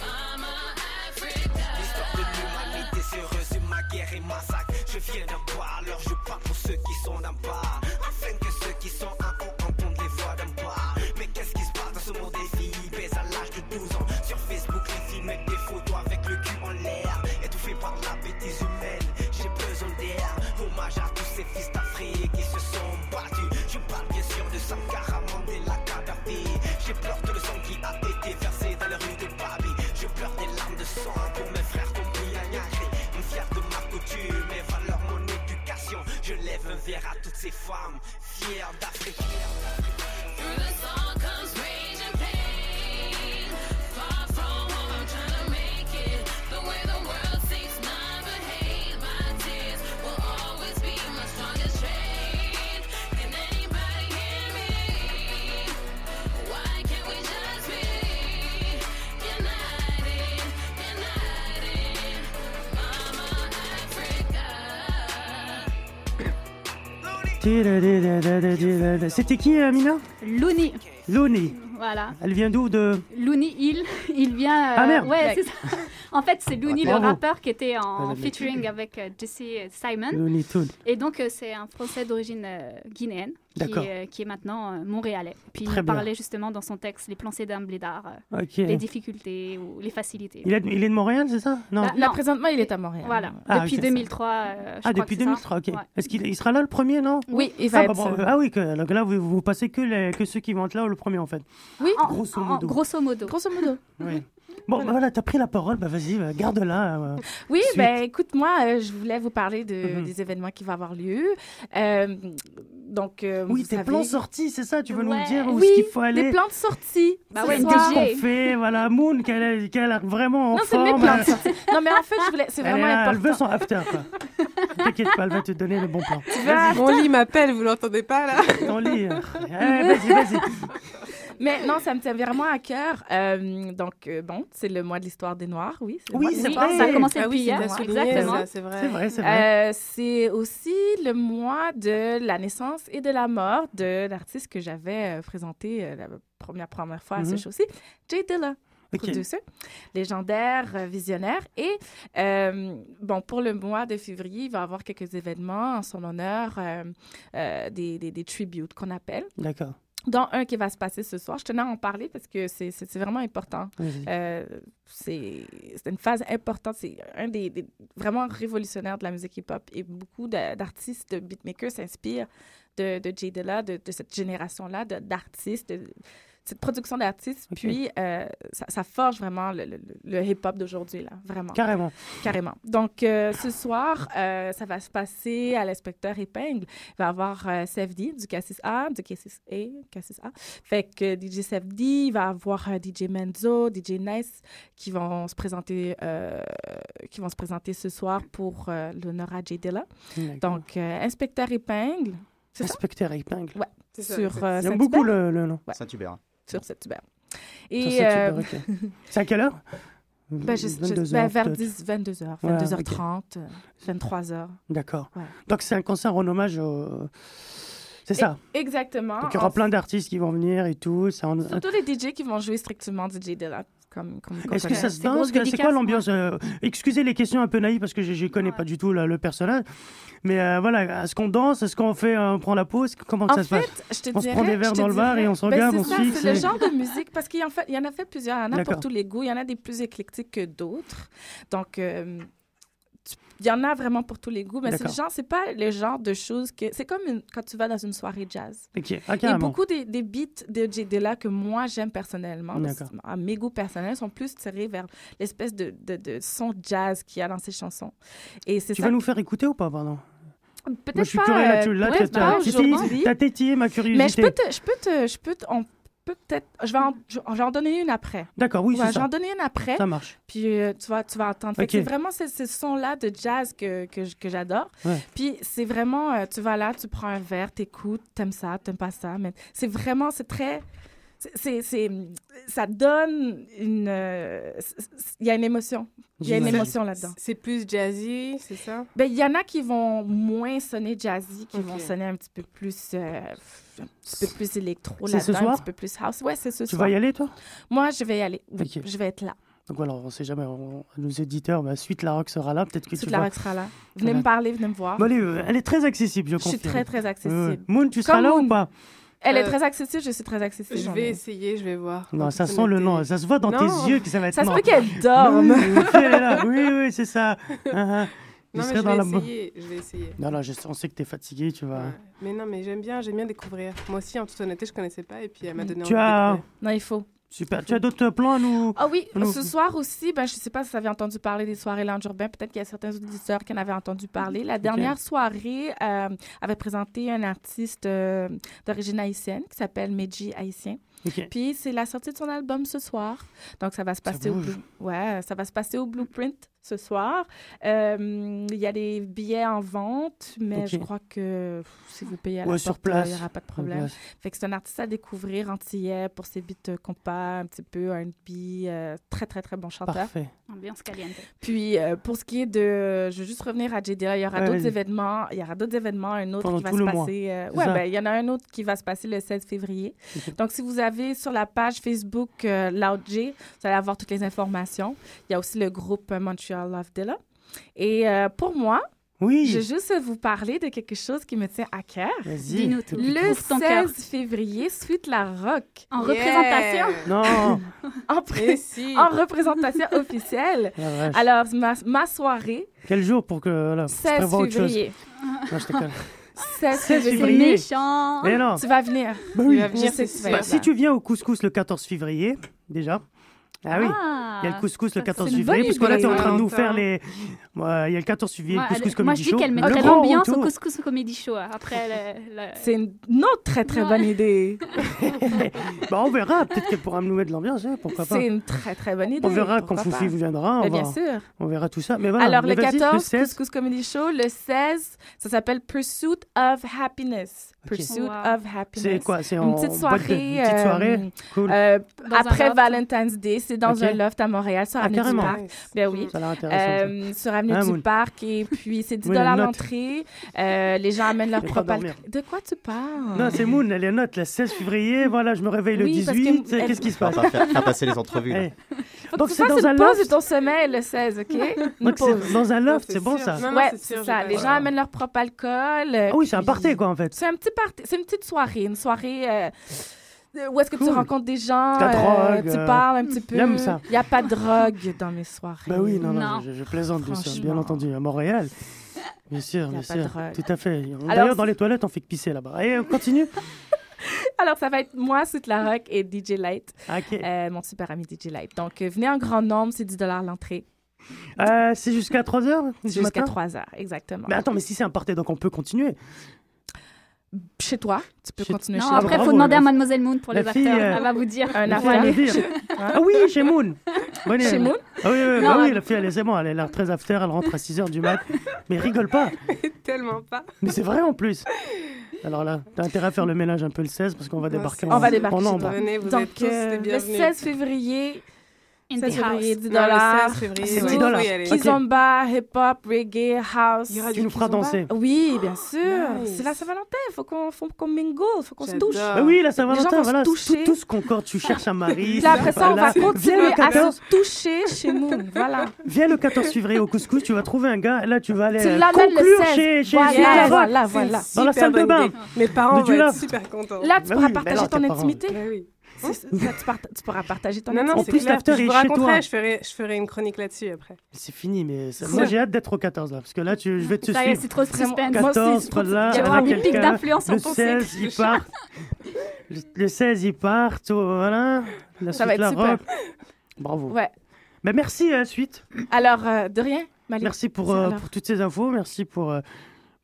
[SPEAKER 11] Mama Africa.
[SPEAKER 10] L'histoire de l'humanité se résume à guerre et massacre. Je viens d'en bas, alors je parle pour ceux qui sont d'en bas. Afin que ceux qui sont en haut entendent les voix d'en bas. Mais qu'est-ce qui se passe dans ce monde des filles baisent à l'âge de 12 ans. Sur Facebook, les filles mettent des photos avec le cul en l'air. Étouffé par la bêtise humaine, j'ai besoin d'air. Hommage à tous ces fils d'Afrique qui se sont battus. Je parle bien sûr de Sankara, Mandela, Kadhafi. J'ai peur de le sang qui a été versé dans les rues de Babi. Je pleure des larmes de sang pour mes frères compris à Niagara. Me fier de ma coutume, mes valeurs, mon éducation. Je lève un verre à toutes ces femmes, fières d'Afrique.
[SPEAKER 11] Through the song comes rage and pain. Far from home, I'm trying to make it. The way the world seeks none but hate. My tears will always be my strongest trait. Can anybody hear me? Why can't we just be united, united, Mama Africa?
[SPEAKER 2] C'était qui, euh, Mina
[SPEAKER 3] Looney,
[SPEAKER 2] Loni.
[SPEAKER 3] voilà.
[SPEAKER 2] Elle vient d'où de...
[SPEAKER 3] Looney Hill, il vient. euh,
[SPEAKER 2] Ah, merde.
[SPEAKER 3] Ouais,
[SPEAKER 2] Ouais.
[SPEAKER 3] c'est ça. (laughs) En fait, c'est Looney, le
[SPEAKER 2] Bravo.
[SPEAKER 3] rappeur, qui était en
[SPEAKER 2] Madame la-
[SPEAKER 3] featuring avec euh, Jesse Simon.
[SPEAKER 2] Looney Tunes.
[SPEAKER 3] Et donc, euh, c'est un Français d'origine euh, guinéenne qui,
[SPEAKER 2] D'accord.
[SPEAKER 3] euh, qui est maintenant euh, montréalais. Puis
[SPEAKER 2] Très
[SPEAKER 3] il
[SPEAKER 2] bien.
[SPEAKER 3] parlait justement dans son texte les plans d'un blédard, euh,
[SPEAKER 2] Ok.
[SPEAKER 3] les difficultés ou les facilités.
[SPEAKER 2] Il, est- il est de Montréal, c'est ça Non.
[SPEAKER 3] Là, présentement, il est à Montréal. Voilà,
[SPEAKER 2] Ah,
[SPEAKER 3] depuis
[SPEAKER 2] ok.
[SPEAKER 3] 2003. euh, je
[SPEAKER 2] ah,
[SPEAKER 3] Bah, crois
[SPEAKER 2] depuis
[SPEAKER 3] que c'est ça.
[SPEAKER 2] 2003, ok.
[SPEAKER 3] Ouais.
[SPEAKER 2] Est-ce qu'il il sera là le premier, non
[SPEAKER 3] Oui, il
[SPEAKER 2] Ah,
[SPEAKER 3] va
[SPEAKER 2] bah,
[SPEAKER 3] être,
[SPEAKER 2] bon,
[SPEAKER 3] euh,
[SPEAKER 2] ah oui, que- donc là, vous, vous passez que, les- que ceux qui vont être là le premier, en fait.
[SPEAKER 3] Oui,
[SPEAKER 2] grosso
[SPEAKER 3] en- en-
[SPEAKER 2] modo.
[SPEAKER 3] grosso modo. Grosso
[SPEAKER 2] (laughs)
[SPEAKER 3] modo.
[SPEAKER 2] Oui. Bon, bah, voilà, t'as pris la parole, bah vas-y, bah, garde-la. euh,
[SPEAKER 5] Oui,
[SPEAKER 2] suite.
[SPEAKER 5] ben écoute, moi, euh, je voulais vous parler de,
[SPEAKER 2] Mhm.
[SPEAKER 5] des événements qui vont avoir lieu. Euh, donc, euh,
[SPEAKER 2] Oui,
[SPEAKER 5] vous
[SPEAKER 2] tes
[SPEAKER 5] savez-
[SPEAKER 2] plans de sortie, c'est ça Tu veux nous
[SPEAKER 5] Ouais.
[SPEAKER 2] dire où
[SPEAKER 5] Oui,
[SPEAKER 2] est-ce qu'il faut aller
[SPEAKER 5] des plans de sortie.
[SPEAKER 2] Bah
[SPEAKER 5] ce
[SPEAKER 2] ouais,
[SPEAKER 5] soir.
[SPEAKER 2] qu'est-ce qu'on fait Voilà, Moon, qu'elle a, qu'elle a l'air vraiment en
[SPEAKER 5] Non, c'est
[SPEAKER 2] forme.
[SPEAKER 5] mes plans de sortie. Non, mais en fait, je voulais. C'est
[SPEAKER 2] Elle, est
[SPEAKER 5] vraiment
[SPEAKER 2] là, elle
[SPEAKER 5] important.
[SPEAKER 2] veut son after,
[SPEAKER 5] (laughs)
[SPEAKER 2] quoi. T'inquiète pas, elle va te donner le bon plan.
[SPEAKER 5] vas-
[SPEAKER 7] Mon lit m'appelle, vous l'entendez pas là
[SPEAKER 2] Ton lit. Eh, vas-y,
[SPEAKER 5] (laughs)
[SPEAKER 2] vas-y.
[SPEAKER 5] Mais non, ça me tient vraiment à cœur. Euh, donc, euh, bon, c'est le mois de l'histoire des Noirs, oui. le
[SPEAKER 2] Oui,
[SPEAKER 5] mois de
[SPEAKER 2] c'est
[SPEAKER 5] l'histoire.
[SPEAKER 2] vrai. Ça a commencé
[SPEAKER 5] Ah oui,
[SPEAKER 2] depuis
[SPEAKER 5] c'est
[SPEAKER 2] hier,
[SPEAKER 5] moi.
[SPEAKER 2] exactement. C'est vrai. C'est vrai, c'est vrai.
[SPEAKER 5] Euh, c'est aussi le mois de la naissance et de la mort de l'artiste que j'avais euh, présenté euh, la première, première fois à ce
[SPEAKER 12] Mhm.
[SPEAKER 5] show-ci, Jay Dilla.
[SPEAKER 12] Ok.
[SPEAKER 5] Producer, légendaire, euh, visionnaire. Et euh, bon, pour le mois de février, il va y avoir quelques événements en son honneur, euh, euh, des, des, des tributes qu'on appelle
[SPEAKER 2] D'accord.
[SPEAKER 5] dont un qui va se passer ce soir. Je tenais à en parler parce que c'est- c'est c'est vraiment important.
[SPEAKER 2] Vas-y.
[SPEAKER 5] Euh, c'est c'est une phase importante. C'est un des, des vraiment révolutionnaires de la musique hip-hop. Et beaucoup d'a- d'artistes, de beatmakers s'inspirent de, de Jay Dilla, de, de cette génération-là de- d'artistes, de, cette production d'artistes. Puis, euh, ça, ça forge vraiment le, le- le hip-hop d'aujourd'hui, là, vraiment.
[SPEAKER 2] Carrément.
[SPEAKER 5] Carrément. Donc, euh, ce soir, euh, ça va se passer à l'inspecteur épingle. Il va y avoir euh, Sefdi du Cassis A, du Cassis A, Cassis A. Fait que DJ Sefdi, il va y avoir euh, DJ Menzo, DJ Nice qui vont se présenter, euh, qui vont se présenter ce soir pour euh, l'honneur à J. Dilla.
[SPEAKER 2] D'accord.
[SPEAKER 5] Donc, euh, inspecteur épingle. c'est ça?
[SPEAKER 2] Inspecteur épingle.
[SPEAKER 5] Ouais.
[SPEAKER 2] C'est ça,
[SPEAKER 5] Sur
[SPEAKER 2] c'est-
[SPEAKER 5] euh,
[SPEAKER 2] J'aime beaucoup
[SPEAKER 5] Saint-Hubert.
[SPEAKER 2] le, le nom.
[SPEAKER 5] Ouais.
[SPEAKER 9] Saint-Hubert.
[SPEAKER 5] Sur Saint-Hubert.
[SPEAKER 2] Ça,
[SPEAKER 5] Et,
[SPEAKER 2] c'est
[SPEAKER 5] euh,
[SPEAKER 2] super, ok. C'est à quelle heure
[SPEAKER 5] ben, je- je-
[SPEAKER 2] 22
[SPEAKER 5] ben,
[SPEAKER 2] heures,
[SPEAKER 5] vers
[SPEAKER 2] peut-être.
[SPEAKER 5] 10, 22h,
[SPEAKER 2] Ouais,
[SPEAKER 5] 22h30, 23h.
[SPEAKER 2] D'accord.
[SPEAKER 5] Ouais.
[SPEAKER 2] Donc c'est un concert en hommage au- C'est ça.
[SPEAKER 5] Exactement.
[SPEAKER 2] Donc il y aura
[SPEAKER 5] En-
[SPEAKER 2] plein d'artistes qui vont venir et tout. Ça en-
[SPEAKER 5] Surtout les DJ qui vont jouer strictement DJ de la. Comme, comme, comme
[SPEAKER 2] Est-ce que ça se danse que- C'est quoi l'ambiance euh, Excusez les questions un peu naïves parce que je ne connais pas du tout là, le personnage. Mais euh, voilà, est-ce qu'on danse Est-ce qu'on fait, euh, on prend la pause Comment que
[SPEAKER 5] en
[SPEAKER 2] ça se
[SPEAKER 5] fait,
[SPEAKER 2] passe
[SPEAKER 5] je te
[SPEAKER 2] On
[SPEAKER 5] dirais,
[SPEAKER 2] se prend des verres
[SPEAKER 5] je te
[SPEAKER 2] dans le bar
[SPEAKER 5] dirais-
[SPEAKER 2] et on se
[SPEAKER 5] Ben,
[SPEAKER 2] regarde,
[SPEAKER 5] c'est
[SPEAKER 2] on
[SPEAKER 5] ça,
[SPEAKER 2] se fixe.
[SPEAKER 5] C'est le
[SPEAKER 2] et-
[SPEAKER 5] genre de musique, parce qu'il y, en fait, il y en a fait plusieurs, il y en a pour
[SPEAKER 2] D'accord.
[SPEAKER 5] tous les goûts, il y en a des plus éclectiques que d'autres. Donc, euh, tu- il y en a vraiment pour tous les goûts, mais c'est le
[SPEAKER 2] D'accord.
[SPEAKER 5] genre, c'est pas le genre de choses que. C'est comme une- quand tu vas dans une soirée jazz.
[SPEAKER 2] Ok, ah,
[SPEAKER 5] Il y a
[SPEAKER 2] carrément.
[SPEAKER 5] beaucoup des, des beats de J. Dilla que moi j'aime personnellement. parce que
[SPEAKER 2] D'accord.
[SPEAKER 5] À mes goûts personnels, sont plus tirés vers l'espèce de, de, de son jazz qu'il y a dans ses chansons. Et c'est
[SPEAKER 2] Tu
[SPEAKER 5] ça
[SPEAKER 2] vas nous faire écouter ou pas, pardon
[SPEAKER 5] Peut-être
[SPEAKER 2] Moi, je suis
[SPEAKER 5] pas,
[SPEAKER 2] curieux
[SPEAKER 5] euh,
[SPEAKER 2] là-dessus. Là,
[SPEAKER 5] peut-être
[SPEAKER 2] t'as-
[SPEAKER 5] pas
[SPEAKER 2] t'as- si, si,
[SPEAKER 5] aujourd'hui.
[SPEAKER 2] t'as tétillé ma curiosité.
[SPEAKER 5] Mais je peux te, je peux te, je peux te- on peut peut-être, je vais en, je, je vais en donner une après.
[SPEAKER 2] D'accord, oui,
[SPEAKER 5] Ouais,
[SPEAKER 2] c'est
[SPEAKER 5] Je vais
[SPEAKER 2] ça.
[SPEAKER 5] en donner une après.
[SPEAKER 2] Ça marche.
[SPEAKER 5] Puis euh, tu vas, tu vas entendre. Fait que
[SPEAKER 2] Ok.
[SPEAKER 5] c'est vraiment ce, ce son-là de jazz que, que, je- que j'adore.
[SPEAKER 2] Ouais.
[SPEAKER 5] Puis c'est vraiment, euh, tu vas là, tu prends un verre, t'écoutes, t'aimes ça, t'aimes pas ça. Mais c'est vraiment, c'est très. c'est- C'est, c'est, ça donne une. euh, c- c- Il y a une émotion. Il y a une
[SPEAKER 7] J'imagine.
[SPEAKER 5] émotion là-dedans.
[SPEAKER 7] C'est plus jazzy, c'est ça?
[SPEAKER 5] Ben, il y en a qui vont moins sonner jazzy, qui vont
[SPEAKER 7] Ok.
[SPEAKER 5] sonner un petit peu plus, euh, un petit peu plus électro
[SPEAKER 2] C'est ce
[SPEAKER 5] là-dedans, un
[SPEAKER 2] soir
[SPEAKER 5] petit peu plus house. Ouais, c'est ce
[SPEAKER 2] Tu
[SPEAKER 5] soir.
[SPEAKER 2] vas y aller, toi
[SPEAKER 5] Moi, je vais y aller. Oui,
[SPEAKER 2] Ok.
[SPEAKER 5] je vais être là.
[SPEAKER 2] Donc voilà, on sait jamais. on- nos éditeurs, bah, suite la rock sera là. Peut-être que
[SPEAKER 5] Toute
[SPEAKER 2] tu
[SPEAKER 5] la
[SPEAKER 2] vas-
[SPEAKER 5] rock sera là. Venez
[SPEAKER 2] Voilà.
[SPEAKER 5] me parler, venez me voir.
[SPEAKER 2] Bon, elle, est, euh, elle est très accessible, je
[SPEAKER 5] Je suis
[SPEAKER 2] confirme.
[SPEAKER 5] très, très accessible.
[SPEAKER 2] Ouais, ouais. Moon, tu seras
[SPEAKER 5] Comme
[SPEAKER 2] là ou
[SPEAKER 5] Moon.
[SPEAKER 2] pas
[SPEAKER 5] Elle est
[SPEAKER 7] Euh,
[SPEAKER 5] très accessible, je suis très accessible.
[SPEAKER 7] Je
[SPEAKER 5] on
[SPEAKER 7] vais
[SPEAKER 5] est-
[SPEAKER 7] essayer, je vais voir.
[SPEAKER 2] Non, ça
[SPEAKER 7] Honnêtement.
[SPEAKER 2] sent le nom. Ça se voit dans
[SPEAKER 7] Non.
[SPEAKER 2] tes yeux que ça va être
[SPEAKER 5] Ça se
[SPEAKER 2] mort.
[SPEAKER 5] peut qu'elle dorme.
[SPEAKER 2] Oui, oui, elle est là. oui, oui, c'est ça. Ah, ah. Je
[SPEAKER 7] Non, mais
[SPEAKER 2] serai
[SPEAKER 7] je
[SPEAKER 2] dans
[SPEAKER 7] vais
[SPEAKER 2] la bo-
[SPEAKER 7] essayer, je vais essayer.
[SPEAKER 2] Non, non, je sais- on sait que t'es fatigué, tu vas.
[SPEAKER 7] Ouais. Mais non, mais j'aime bien, j'aime bien découvrir. Moi aussi, en toute honnêteté, je connaissais pas et puis elle m'a donné
[SPEAKER 2] Tu
[SPEAKER 7] envie de
[SPEAKER 2] as
[SPEAKER 7] découvrir.
[SPEAKER 5] Non, il faut.
[SPEAKER 2] super. Tu as d'autres plans à nous
[SPEAKER 5] Ah oui,
[SPEAKER 2] Non.
[SPEAKER 5] ce soir aussi, ben, je ne sais pas si vous avez entendu parler des soirées Lounge Urbain. Peut-être qu'il y a certains auditeurs qui en avaient entendu parler. La dernière soirée euh, avait présenté un artiste euh, d'origine haïtienne qui s'appelle Meji Haïtien.
[SPEAKER 2] Ok.
[SPEAKER 5] Puis c'est la sortie de son album ce soir. Donc ça va se
[SPEAKER 2] Ça
[SPEAKER 5] passer au
[SPEAKER 2] bouge. Mm.
[SPEAKER 5] Blue- ouais, ça va se passer au Blueprint ce soir. Euh, Il y a des billets en vente, mais
[SPEAKER 2] Ok.
[SPEAKER 5] je crois que pff, si vous payez à la
[SPEAKER 2] Ouais,
[SPEAKER 5] porte,
[SPEAKER 2] sur
[SPEAKER 5] euh,
[SPEAKER 2] place.
[SPEAKER 5] il n'y aura pas de problèmes. Fait que c'est un artiste à découvrir, antillais, pour ses beats euh, compas, un petit peu R&B, euh, très, très, très bon chanteur.
[SPEAKER 2] Parfait.
[SPEAKER 3] Ambiance caliente.
[SPEAKER 5] Puis, euh, pour ce qui est de... Je veux juste revenir à JDA, il y aura
[SPEAKER 2] Ouais,
[SPEAKER 5] d'autres
[SPEAKER 2] vas-y.
[SPEAKER 5] événements. Il y aura d'autres événements, un autre
[SPEAKER 2] Pendant
[SPEAKER 5] qui va
[SPEAKER 2] tout
[SPEAKER 5] se
[SPEAKER 2] le mois.
[SPEAKER 5] passer... euh,
[SPEAKER 2] C'est
[SPEAKER 5] ouais,
[SPEAKER 2] ça.
[SPEAKER 5] ben, il y en a un autre qui va se passer le 16 février.
[SPEAKER 2] Ok.
[SPEAKER 5] Donc, si vous avez sur la page Facebook euh, Loud J, vous allez avoir toutes les informations. Il y a aussi le groupe euh, Montreal Love Dilla. Et euh, pour moi, je vais
[SPEAKER 2] Oui.
[SPEAKER 5] juste vous parler de quelque chose qui me tient à cœur.
[SPEAKER 2] Vas-y.
[SPEAKER 3] Dis-nous tout.
[SPEAKER 5] Le
[SPEAKER 3] Ouvre ton cœur.
[SPEAKER 5] 16 février, Suite La Rock,
[SPEAKER 3] En
[SPEAKER 7] Yeah.
[SPEAKER 3] représentation.
[SPEAKER 2] Non.
[SPEAKER 5] en, pré-
[SPEAKER 7] Et
[SPEAKER 2] Eh
[SPEAKER 7] si.
[SPEAKER 5] en représentation
[SPEAKER 2] (laughs)
[SPEAKER 5] officielle.
[SPEAKER 2] la vache.
[SPEAKER 5] (laughs) Alors, ma, ma soirée,
[SPEAKER 2] Quel jour pour que voilà, pour se
[SPEAKER 5] 16
[SPEAKER 2] prévoir autre chose.
[SPEAKER 5] février.
[SPEAKER 2] Non, je déconne.
[SPEAKER 5] 16
[SPEAKER 2] C'est
[SPEAKER 3] C'est
[SPEAKER 5] février.
[SPEAKER 2] février.
[SPEAKER 3] méchant.
[SPEAKER 2] Mais non.
[SPEAKER 5] Tu vas venir.
[SPEAKER 2] Bah
[SPEAKER 7] Il
[SPEAKER 2] oui.
[SPEAKER 7] va venir,
[SPEAKER 5] Je
[SPEAKER 7] c'est
[SPEAKER 5] sais que tu
[SPEAKER 7] sûr.
[SPEAKER 5] vas
[SPEAKER 2] Bah,
[SPEAKER 5] être
[SPEAKER 2] si tu viens au couscous le 14 février, déjà. Ah oui.
[SPEAKER 3] Ah,
[SPEAKER 2] Il y a le couscous
[SPEAKER 3] ça,
[SPEAKER 2] le 14
[SPEAKER 3] c'est une
[SPEAKER 2] février,
[SPEAKER 3] bonne
[SPEAKER 2] parce que là,
[SPEAKER 3] idée.
[SPEAKER 2] t'es en train de nous
[SPEAKER 7] Valentin.
[SPEAKER 2] faire les. Ouais, il y a le 14 février,
[SPEAKER 3] Moi,
[SPEAKER 2] le couscous
[SPEAKER 3] elle- moi,
[SPEAKER 2] comedy
[SPEAKER 3] je dis
[SPEAKER 2] show.
[SPEAKER 3] qu'elle
[SPEAKER 2] Le
[SPEAKER 3] mettrait
[SPEAKER 2] grand
[SPEAKER 3] l'ambiance au
[SPEAKER 2] retour.
[SPEAKER 3] couscous comedy show hein, après le.
[SPEAKER 2] (laughs)
[SPEAKER 3] le-
[SPEAKER 5] C'est une autre très, très
[SPEAKER 3] Ouais.
[SPEAKER 5] bonne idée.
[SPEAKER 2] Bah, on verra. Peut-être qu'elle pourra nous mettre de l'ambiance, hein, pourquoi pas.
[SPEAKER 5] C'est une très, très bonne idée.
[SPEAKER 2] On verra quand
[SPEAKER 5] Pourquoi
[SPEAKER 2] Foufi
[SPEAKER 5] pas?
[SPEAKER 2] viendra. On,
[SPEAKER 5] Mais
[SPEAKER 2] va-
[SPEAKER 5] bien sûr.
[SPEAKER 2] on verra tout ça. Mais voilà,
[SPEAKER 5] Alors,
[SPEAKER 2] mais
[SPEAKER 5] le
[SPEAKER 2] vas-y,
[SPEAKER 5] 14,
[SPEAKER 2] le 16.
[SPEAKER 5] Couscous Comedy Show. Le 16, ça s'appelle Pursuit of Happiness.
[SPEAKER 2] Ok.
[SPEAKER 5] Pursuit
[SPEAKER 3] Wow.
[SPEAKER 5] of Happiness.
[SPEAKER 2] C'est quoi C'est en
[SPEAKER 5] Une petite
[SPEAKER 2] boîte de-
[SPEAKER 5] soirée.
[SPEAKER 2] une petite
[SPEAKER 5] euh,
[SPEAKER 2] soirée. Cool.
[SPEAKER 5] euh,
[SPEAKER 3] Dans un
[SPEAKER 5] après
[SPEAKER 3] loft.
[SPEAKER 5] Valentine's Day, c'est dans
[SPEAKER 2] Ok.
[SPEAKER 5] un loft à Montréal, sur
[SPEAKER 2] Ah,
[SPEAKER 5] Avenue du
[SPEAKER 2] carrément.
[SPEAKER 5] Parc. Ben oui.
[SPEAKER 2] ça a l'air intéressant. ça.
[SPEAKER 5] Euh, sur Avenue
[SPEAKER 2] Hein,
[SPEAKER 5] du
[SPEAKER 2] Moon?
[SPEAKER 5] Parc. Et puis, c'est
[SPEAKER 2] (laughs)
[SPEAKER 5] 10
[SPEAKER 2] Oui,
[SPEAKER 5] dollars
[SPEAKER 2] note.
[SPEAKER 5] l'entrée. Euh, les gens amènent leur
[SPEAKER 2] Je vais pas
[SPEAKER 5] propre... alcool.
[SPEAKER 2] dormir.
[SPEAKER 5] De quoi tu parles?
[SPEAKER 2] Non, c'est Moon, elle est note, le 16 février. Voilà, je me réveille le
[SPEAKER 5] Oui, parce que
[SPEAKER 2] 18.
[SPEAKER 5] elle-
[SPEAKER 2] Qu'est-ce qui se
[SPEAKER 9] Faire,
[SPEAKER 2] passe
[SPEAKER 9] faire, faire passer les entrevues. là.
[SPEAKER 2] Eh,
[SPEAKER 5] Faut
[SPEAKER 2] Donc,
[SPEAKER 5] que tu
[SPEAKER 2] c'est
[SPEAKER 5] fasses
[SPEAKER 2] dans un
[SPEAKER 5] une pause
[SPEAKER 2] loft.
[SPEAKER 5] de ton sommeil le 16, OK? Une
[SPEAKER 2] Donc,
[SPEAKER 5] pause.
[SPEAKER 2] c'est dans un
[SPEAKER 7] Non,
[SPEAKER 2] loft, c'est bon
[SPEAKER 7] sûr.
[SPEAKER 2] ça
[SPEAKER 7] Non, non,
[SPEAKER 5] ouais,
[SPEAKER 7] c'est
[SPEAKER 5] c'est
[SPEAKER 7] sûr,
[SPEAKER 5] ça.
[SPEAKER 7] je
[SPEAKER 5] Les
[SPEAKER 7] vais
[SPEAKER 5] gens
[SPEAKER 7] pas.
[SPEAKER 5] amènent leur propre alcool. euh,
[SPEAKER 2] Ah oui, c'est un
[SPEAKER 5] puis-
[SPEAKER 2] party quoi en fait.
[SPEAKER 5] C'est un petit party, c'est une petite soirée, une soirée euh, euh, où est-ce que
[SPEAKER 2] Cool.
[SPEAKER 5] tu rencontres des gens,
[SPEAKER 2] De la drogue,
[SPEAKER 5] tu
[SPEAKER 2] euh,
[SPEAKER 5] parles un petit peu.
[SPEAKER 2] j'aime ça.
[SPEAKER 5] Il n'y a pas de drogue dans mes soirées.
[SPEAKER 2] Bah oui, non, non,
[SPEAKER 3] Non.
[SPEAKER 2] je, je plaisante bien sûr, bien
[SPEAKER 5] Franchement.
[SPEAKER 2] entendu, à Montréal. Bien sûr,
[SPEAKER 5] Y a
[SPEAKER 2] bien
[SPEAKER 5] pas de
[SPEAKER 2] sûr,
[SPEAKER 5] drogue.
[SPEAKER 2] tout à fait. D'ailleurs, dans les toilettes, on fait que pisser là-bas. Et on
[SPEAKER 5] (laughs)
[SPEAKER 2] continue
[SPEAKER 5] Alors ça va être moi, Soute la Rock et DJ Light,
[SPEAKER 2] Ah, Ok.
[SPEAKER 5] euh, mon super ami DJ Light. Donc euh, venez en grand nombre, c'est 10 l'entrée.
[SPEAKER 2] Euh, c'est jusqu'à 3h du
[SPEAKER 5] Jusqu'à
[SPEAKER 2] matin Ben,
[SPEAKER 5] 3 heures, exactement.
[SPEAKER 2] Mais attends, mais si c'est un party, donc on peut continuer.
[SPEAKER 5] Chez toi, tu peux
[SPEAKER 2] Chez-
[SPEAKER 5] continuer
[SPEAKER 3] Non,
[SPEAKER 2] Ah,
[SPEAKER 5] chez toi.
[SPEAKER 3] après, il
[SPEAKER 2] bravo,
[SPEAKER 3] faut demander
[SPEAKER 2] la-
[SPEAKER 3] à Mademoiselle Moon pour
[SPEAKER 2] la
[SPEAKER 3] les
[SPEAKER 2] fille,
[SPEAKER 3] acteurs.
[SPEAKER 2] euh,
[SPEAKER 3] Elle va vous dire.
[SPEAKER 5] Un
[SPEAKER 2] Il faut aller
[SPEAKER 5] affaire. (laughs)
[SPEAKER 2] dire. Ah oui, chez Moon. Bonne-
[SPEAKER 5] Chez Moon? hein.
[SPEAKER 2] Ah oui, oui,
[SPEAKER 3] Non,
[SPEAKER 2] bah oui,
[SPEAKER 3] elle-
[SPEAKER 2] la fille, elle est c'est bon, elle a l'air très after, elle rentre à 6h du mat. Mais rigole pas,
[SPEAKER 7] Tellement pas.
[SPEAKER 2] mais c'est vrai en plus. Alors là, t'as intérêt à faire le ménage un peu le 16 parce qu'on va
[SPEAKER 7] Non,
[SPEAKER 2] débarquer
[SPEAKER 7] c'est-
[SPEAKER 2] en
[SPEAKER 5] On va débarquer
[SPEAKER 2] en
[SPEAKER 5] chez
[SPEAKER 2] nombre.
[SPEAKER 5] toi.
[SPEAKER 7] Venez, vous
[SPEAKER 5] Donc
[SPEAKER 7] êtes tous les
[SPEAKER 5] euh, le
[SPEAKER 7] bienvenus.
[SPEAKER 5] 16 euh, février,
[SPEAKER 3] in
[SPEAKER 5] 16
[SPEAKER 3] the
[SPEAKER 5] février,
[SPEAKER 3] house. Non, le 16
[SPEAKER 5] 10 dollars.
[SPEAKER 3] février,
[SPEAKER 5] C'est
[SPEAKER 3] ouais.
[SPEAKER 5] tout.
[SPEAKER 3] 10 dollars. Ok.
[SPEAKER 5] Kizomba, hip-hop, reggae, house.
[SPEAKER 2] Il y aura Tu du nous feras kizomba? danser.
[SPEAKER 5] Oui, bien sûr.
[SPEAKER 2] nice.
[SPEAKER 5] C'est la Saint-Valentin. Faut qu'on faut qu'on mingle, faut qu'on se
[SPEAKER 2] J'adore.
[SPEAKER 5] touche.
[SPEAKER 2] Ah oui, la
[SPEAKER 5] Les gens
[SPEAKER 2] Saint-Valentin,
[SPEAKER 5] vont
[SPEAKER 2] voilà,
[SPEAKER 5] se toucher.
[SPEAKER 2] tout, tout ce qu'on corde, tu cherches un mari.
[SPEAKER 5] Là, après ça, on
[SPEAKER 2] voilà.
[SPEAKER 5] va
[SPEAKER 2] Viens
[SPEAKER 5] continuer
[SPEAKER 2] le
[SPEAKER 5] à
[SPEAKER 2] 14
[SPEAKER 5] se toucher
[SPEAKER 2] (laughs)
[SPEAKER 5] chez Moon. Voilà.
[SPEAKER 2] Viens le 14 février au couscous, tu vas trouver un gars, là tu vas aller
[SPEAKER 5] Tu
[SPEAKER 2] euh,
[SPEAKER 5] l'amènes le
[SPEAKER 2] conclure
[SPEAKER 5] 16.
[SPEAKER 2] chez, chez
[SPEAKER 5] Voilà,
[SPEAKER 2] Jules Lavac,
[SPEAKER 5] voilà, voilà.
[SPEAKER 2] dans la
[SPEAKER 5] Super
[SPEAKER 2] salle de
[SPEAKER 5] bonne
[SPEAKER 2] bain.
[SPEAKER 5] idée. Mes parents
[SPEAKER 2] Mais tu
[SPEAKER 5] vont être
[SPEAKER 2] l'as.
[SPEAKER 5] super
[SPEAKER 7] contents.
[SPEAKER 5] Là, tu
[SPEAKER 2] Bah
[SPEAKER 5] pourras
[SPEAKER 2] oui, bah
[SPEAKER 5] partager
[SPEAKER 2] alors,
[SPEAKER 5] ton
[SPEAKER 2] tes parents.
[SPEAKER 5] intimité. C'est-
[SPEAKER 7] Hein
[SPEAKER 5] là, tu, parta- tu pourras partager ton
[SPEAKER 7] Non, non,
[SPEAKER 5] intimité.
[SPEAKER 7] c'est clair.
[SPEAKER 2] l'after
[SPEAKER 7] Je
[SPEAKER 2] est
[SPEAKER 7] vous
[SPEAKER 2] chez toi.
[SPEAKER 7] raconterai, je ferai, je ferai une chronique là-dessus après.
[SPEAKER 2] C'est fini, mais ça-
[SPEAKER 7] C'est
[SPEAKER 2] moi
[SPEAKER 7] ça.
[SPEAKER 2] j'ai hâte d'être au 14 là, parce que là tu, je vais te
[SPEAKER 7] Ça y est,
[SPEAKER 2] suivre.
[SPEAKER 7] c'est trop de suspense. Moi
[SPEAKER 2] 14,
[SPEAKER 7] aussi, c'est trop de-
[SPEAKER 2] là,
[SPEAKER 7] Il y aura
[SPEAKER 2] avec
[SPEAKER 7] un pic
[SPEAKER 2] quelqu'un.
[SPEAKER 7] d'influence en
[SPEAKER 2] Le
[SPEAKER 7] ton
[SPEAKER 2] 16,
[SPEAKER 7] sexe.
[SPEAKER 2] il part. Le, le 16, il part, tout, voilà. La
[SPEAKER 5] Ça
[SPEAKER 2] suite,
[SPEAKER 5] va être
[SPEAKER 2] la
[SPEAKER 5] super.
[SPEAKER 2] rock. Bravo.
[SPEAKER 5] Ouais.
[SPEAKER 2] Bah, merci, euh, suite.
[SPEAKER 5] Alors, euh, de rien, Malik.
[SPEAKER 2] Merci pour, euh,
[SPEAKER 5] Alors,
[SPEAKER 2] pour toutes ces infos. Merci pour. euh,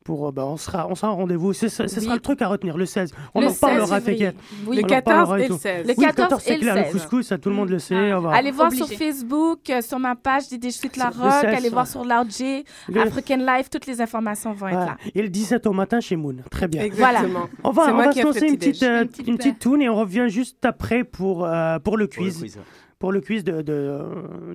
[SPEAKER 2] pour, euh, bah, on sera, on sera en rendez-vous. Ce, ce- ce sera le truc à retenir, le 16. On
[SPEAKER 5] Le
[SPEAKER 2] en reparlera,
[SPEAKER 5] 16 février.
[SPEAKER 2] t'inquiète.
[SPEAKER 5] Oui.
[SPEAKER 2] On
[SPEAKER 5] Le
[SPEAKER 2] en reparlera
[SPEAKER 5] 14 et
[SPEAKER 2] tout.
[SPEAKER 5] le 16.
[SPEAKER 2] Oui,
[SPEAKER 5] Le
[SPEAKER 2] le 14,
[SPEAKER 5] 14 et
[SPEAKER 2] c'est
[SPEAKER 5] le Mm. Ah,
[SPEAKER 2] clair. Le
[SPEAKER 5] 16.
[SPEAKER 2] couscous, ça, tout le monde le sait. on va-
[SPEAKER 5] Allez voir
[SPEAKER 2] Obligé.
[SPEAKER 5] sur Facebook, euh, sur ma page Dédé Suite La
[SPEAKER 2] C'est-
[SPEAKER 5] Rock.
[SPEAKER 2] le seize, ça.
[SPEAKER 5] Allez voir sur l'OutJ,
[SPEAKER 2] Le-
[SPEAKER 5] African Life. Toutes les informations vont être
[SPEAKER 2] Voilà.
[SPEAKER 5] là.
[SPEAKER 2] Et le 17 au matin chez Moon. Très bien.
[SPEAKER 5] Exactement. Voilà.
[SPEAKER 2] On va,
[SPEAKER 5] C'est
[SPEAKER 2] on
[SPEAKER 5] moi
[SPEAKER 2] va se
[SPEAKER 5] qui ai fait
[SPEAKER 2] lancer
[SPEAKER 5] le
[SPEAKER 2] une
[SPEAKER 5] petit
[SPEAKER 2] petite, euh,
[SPEAKER 5] déj.
[SPEAKER 2] une petite toune et on revient juste après pour, euh, pour le quiz.
[SPEAKER 9] quiz, ouais.
[SPEAKER 2] Pour le quiz de, de,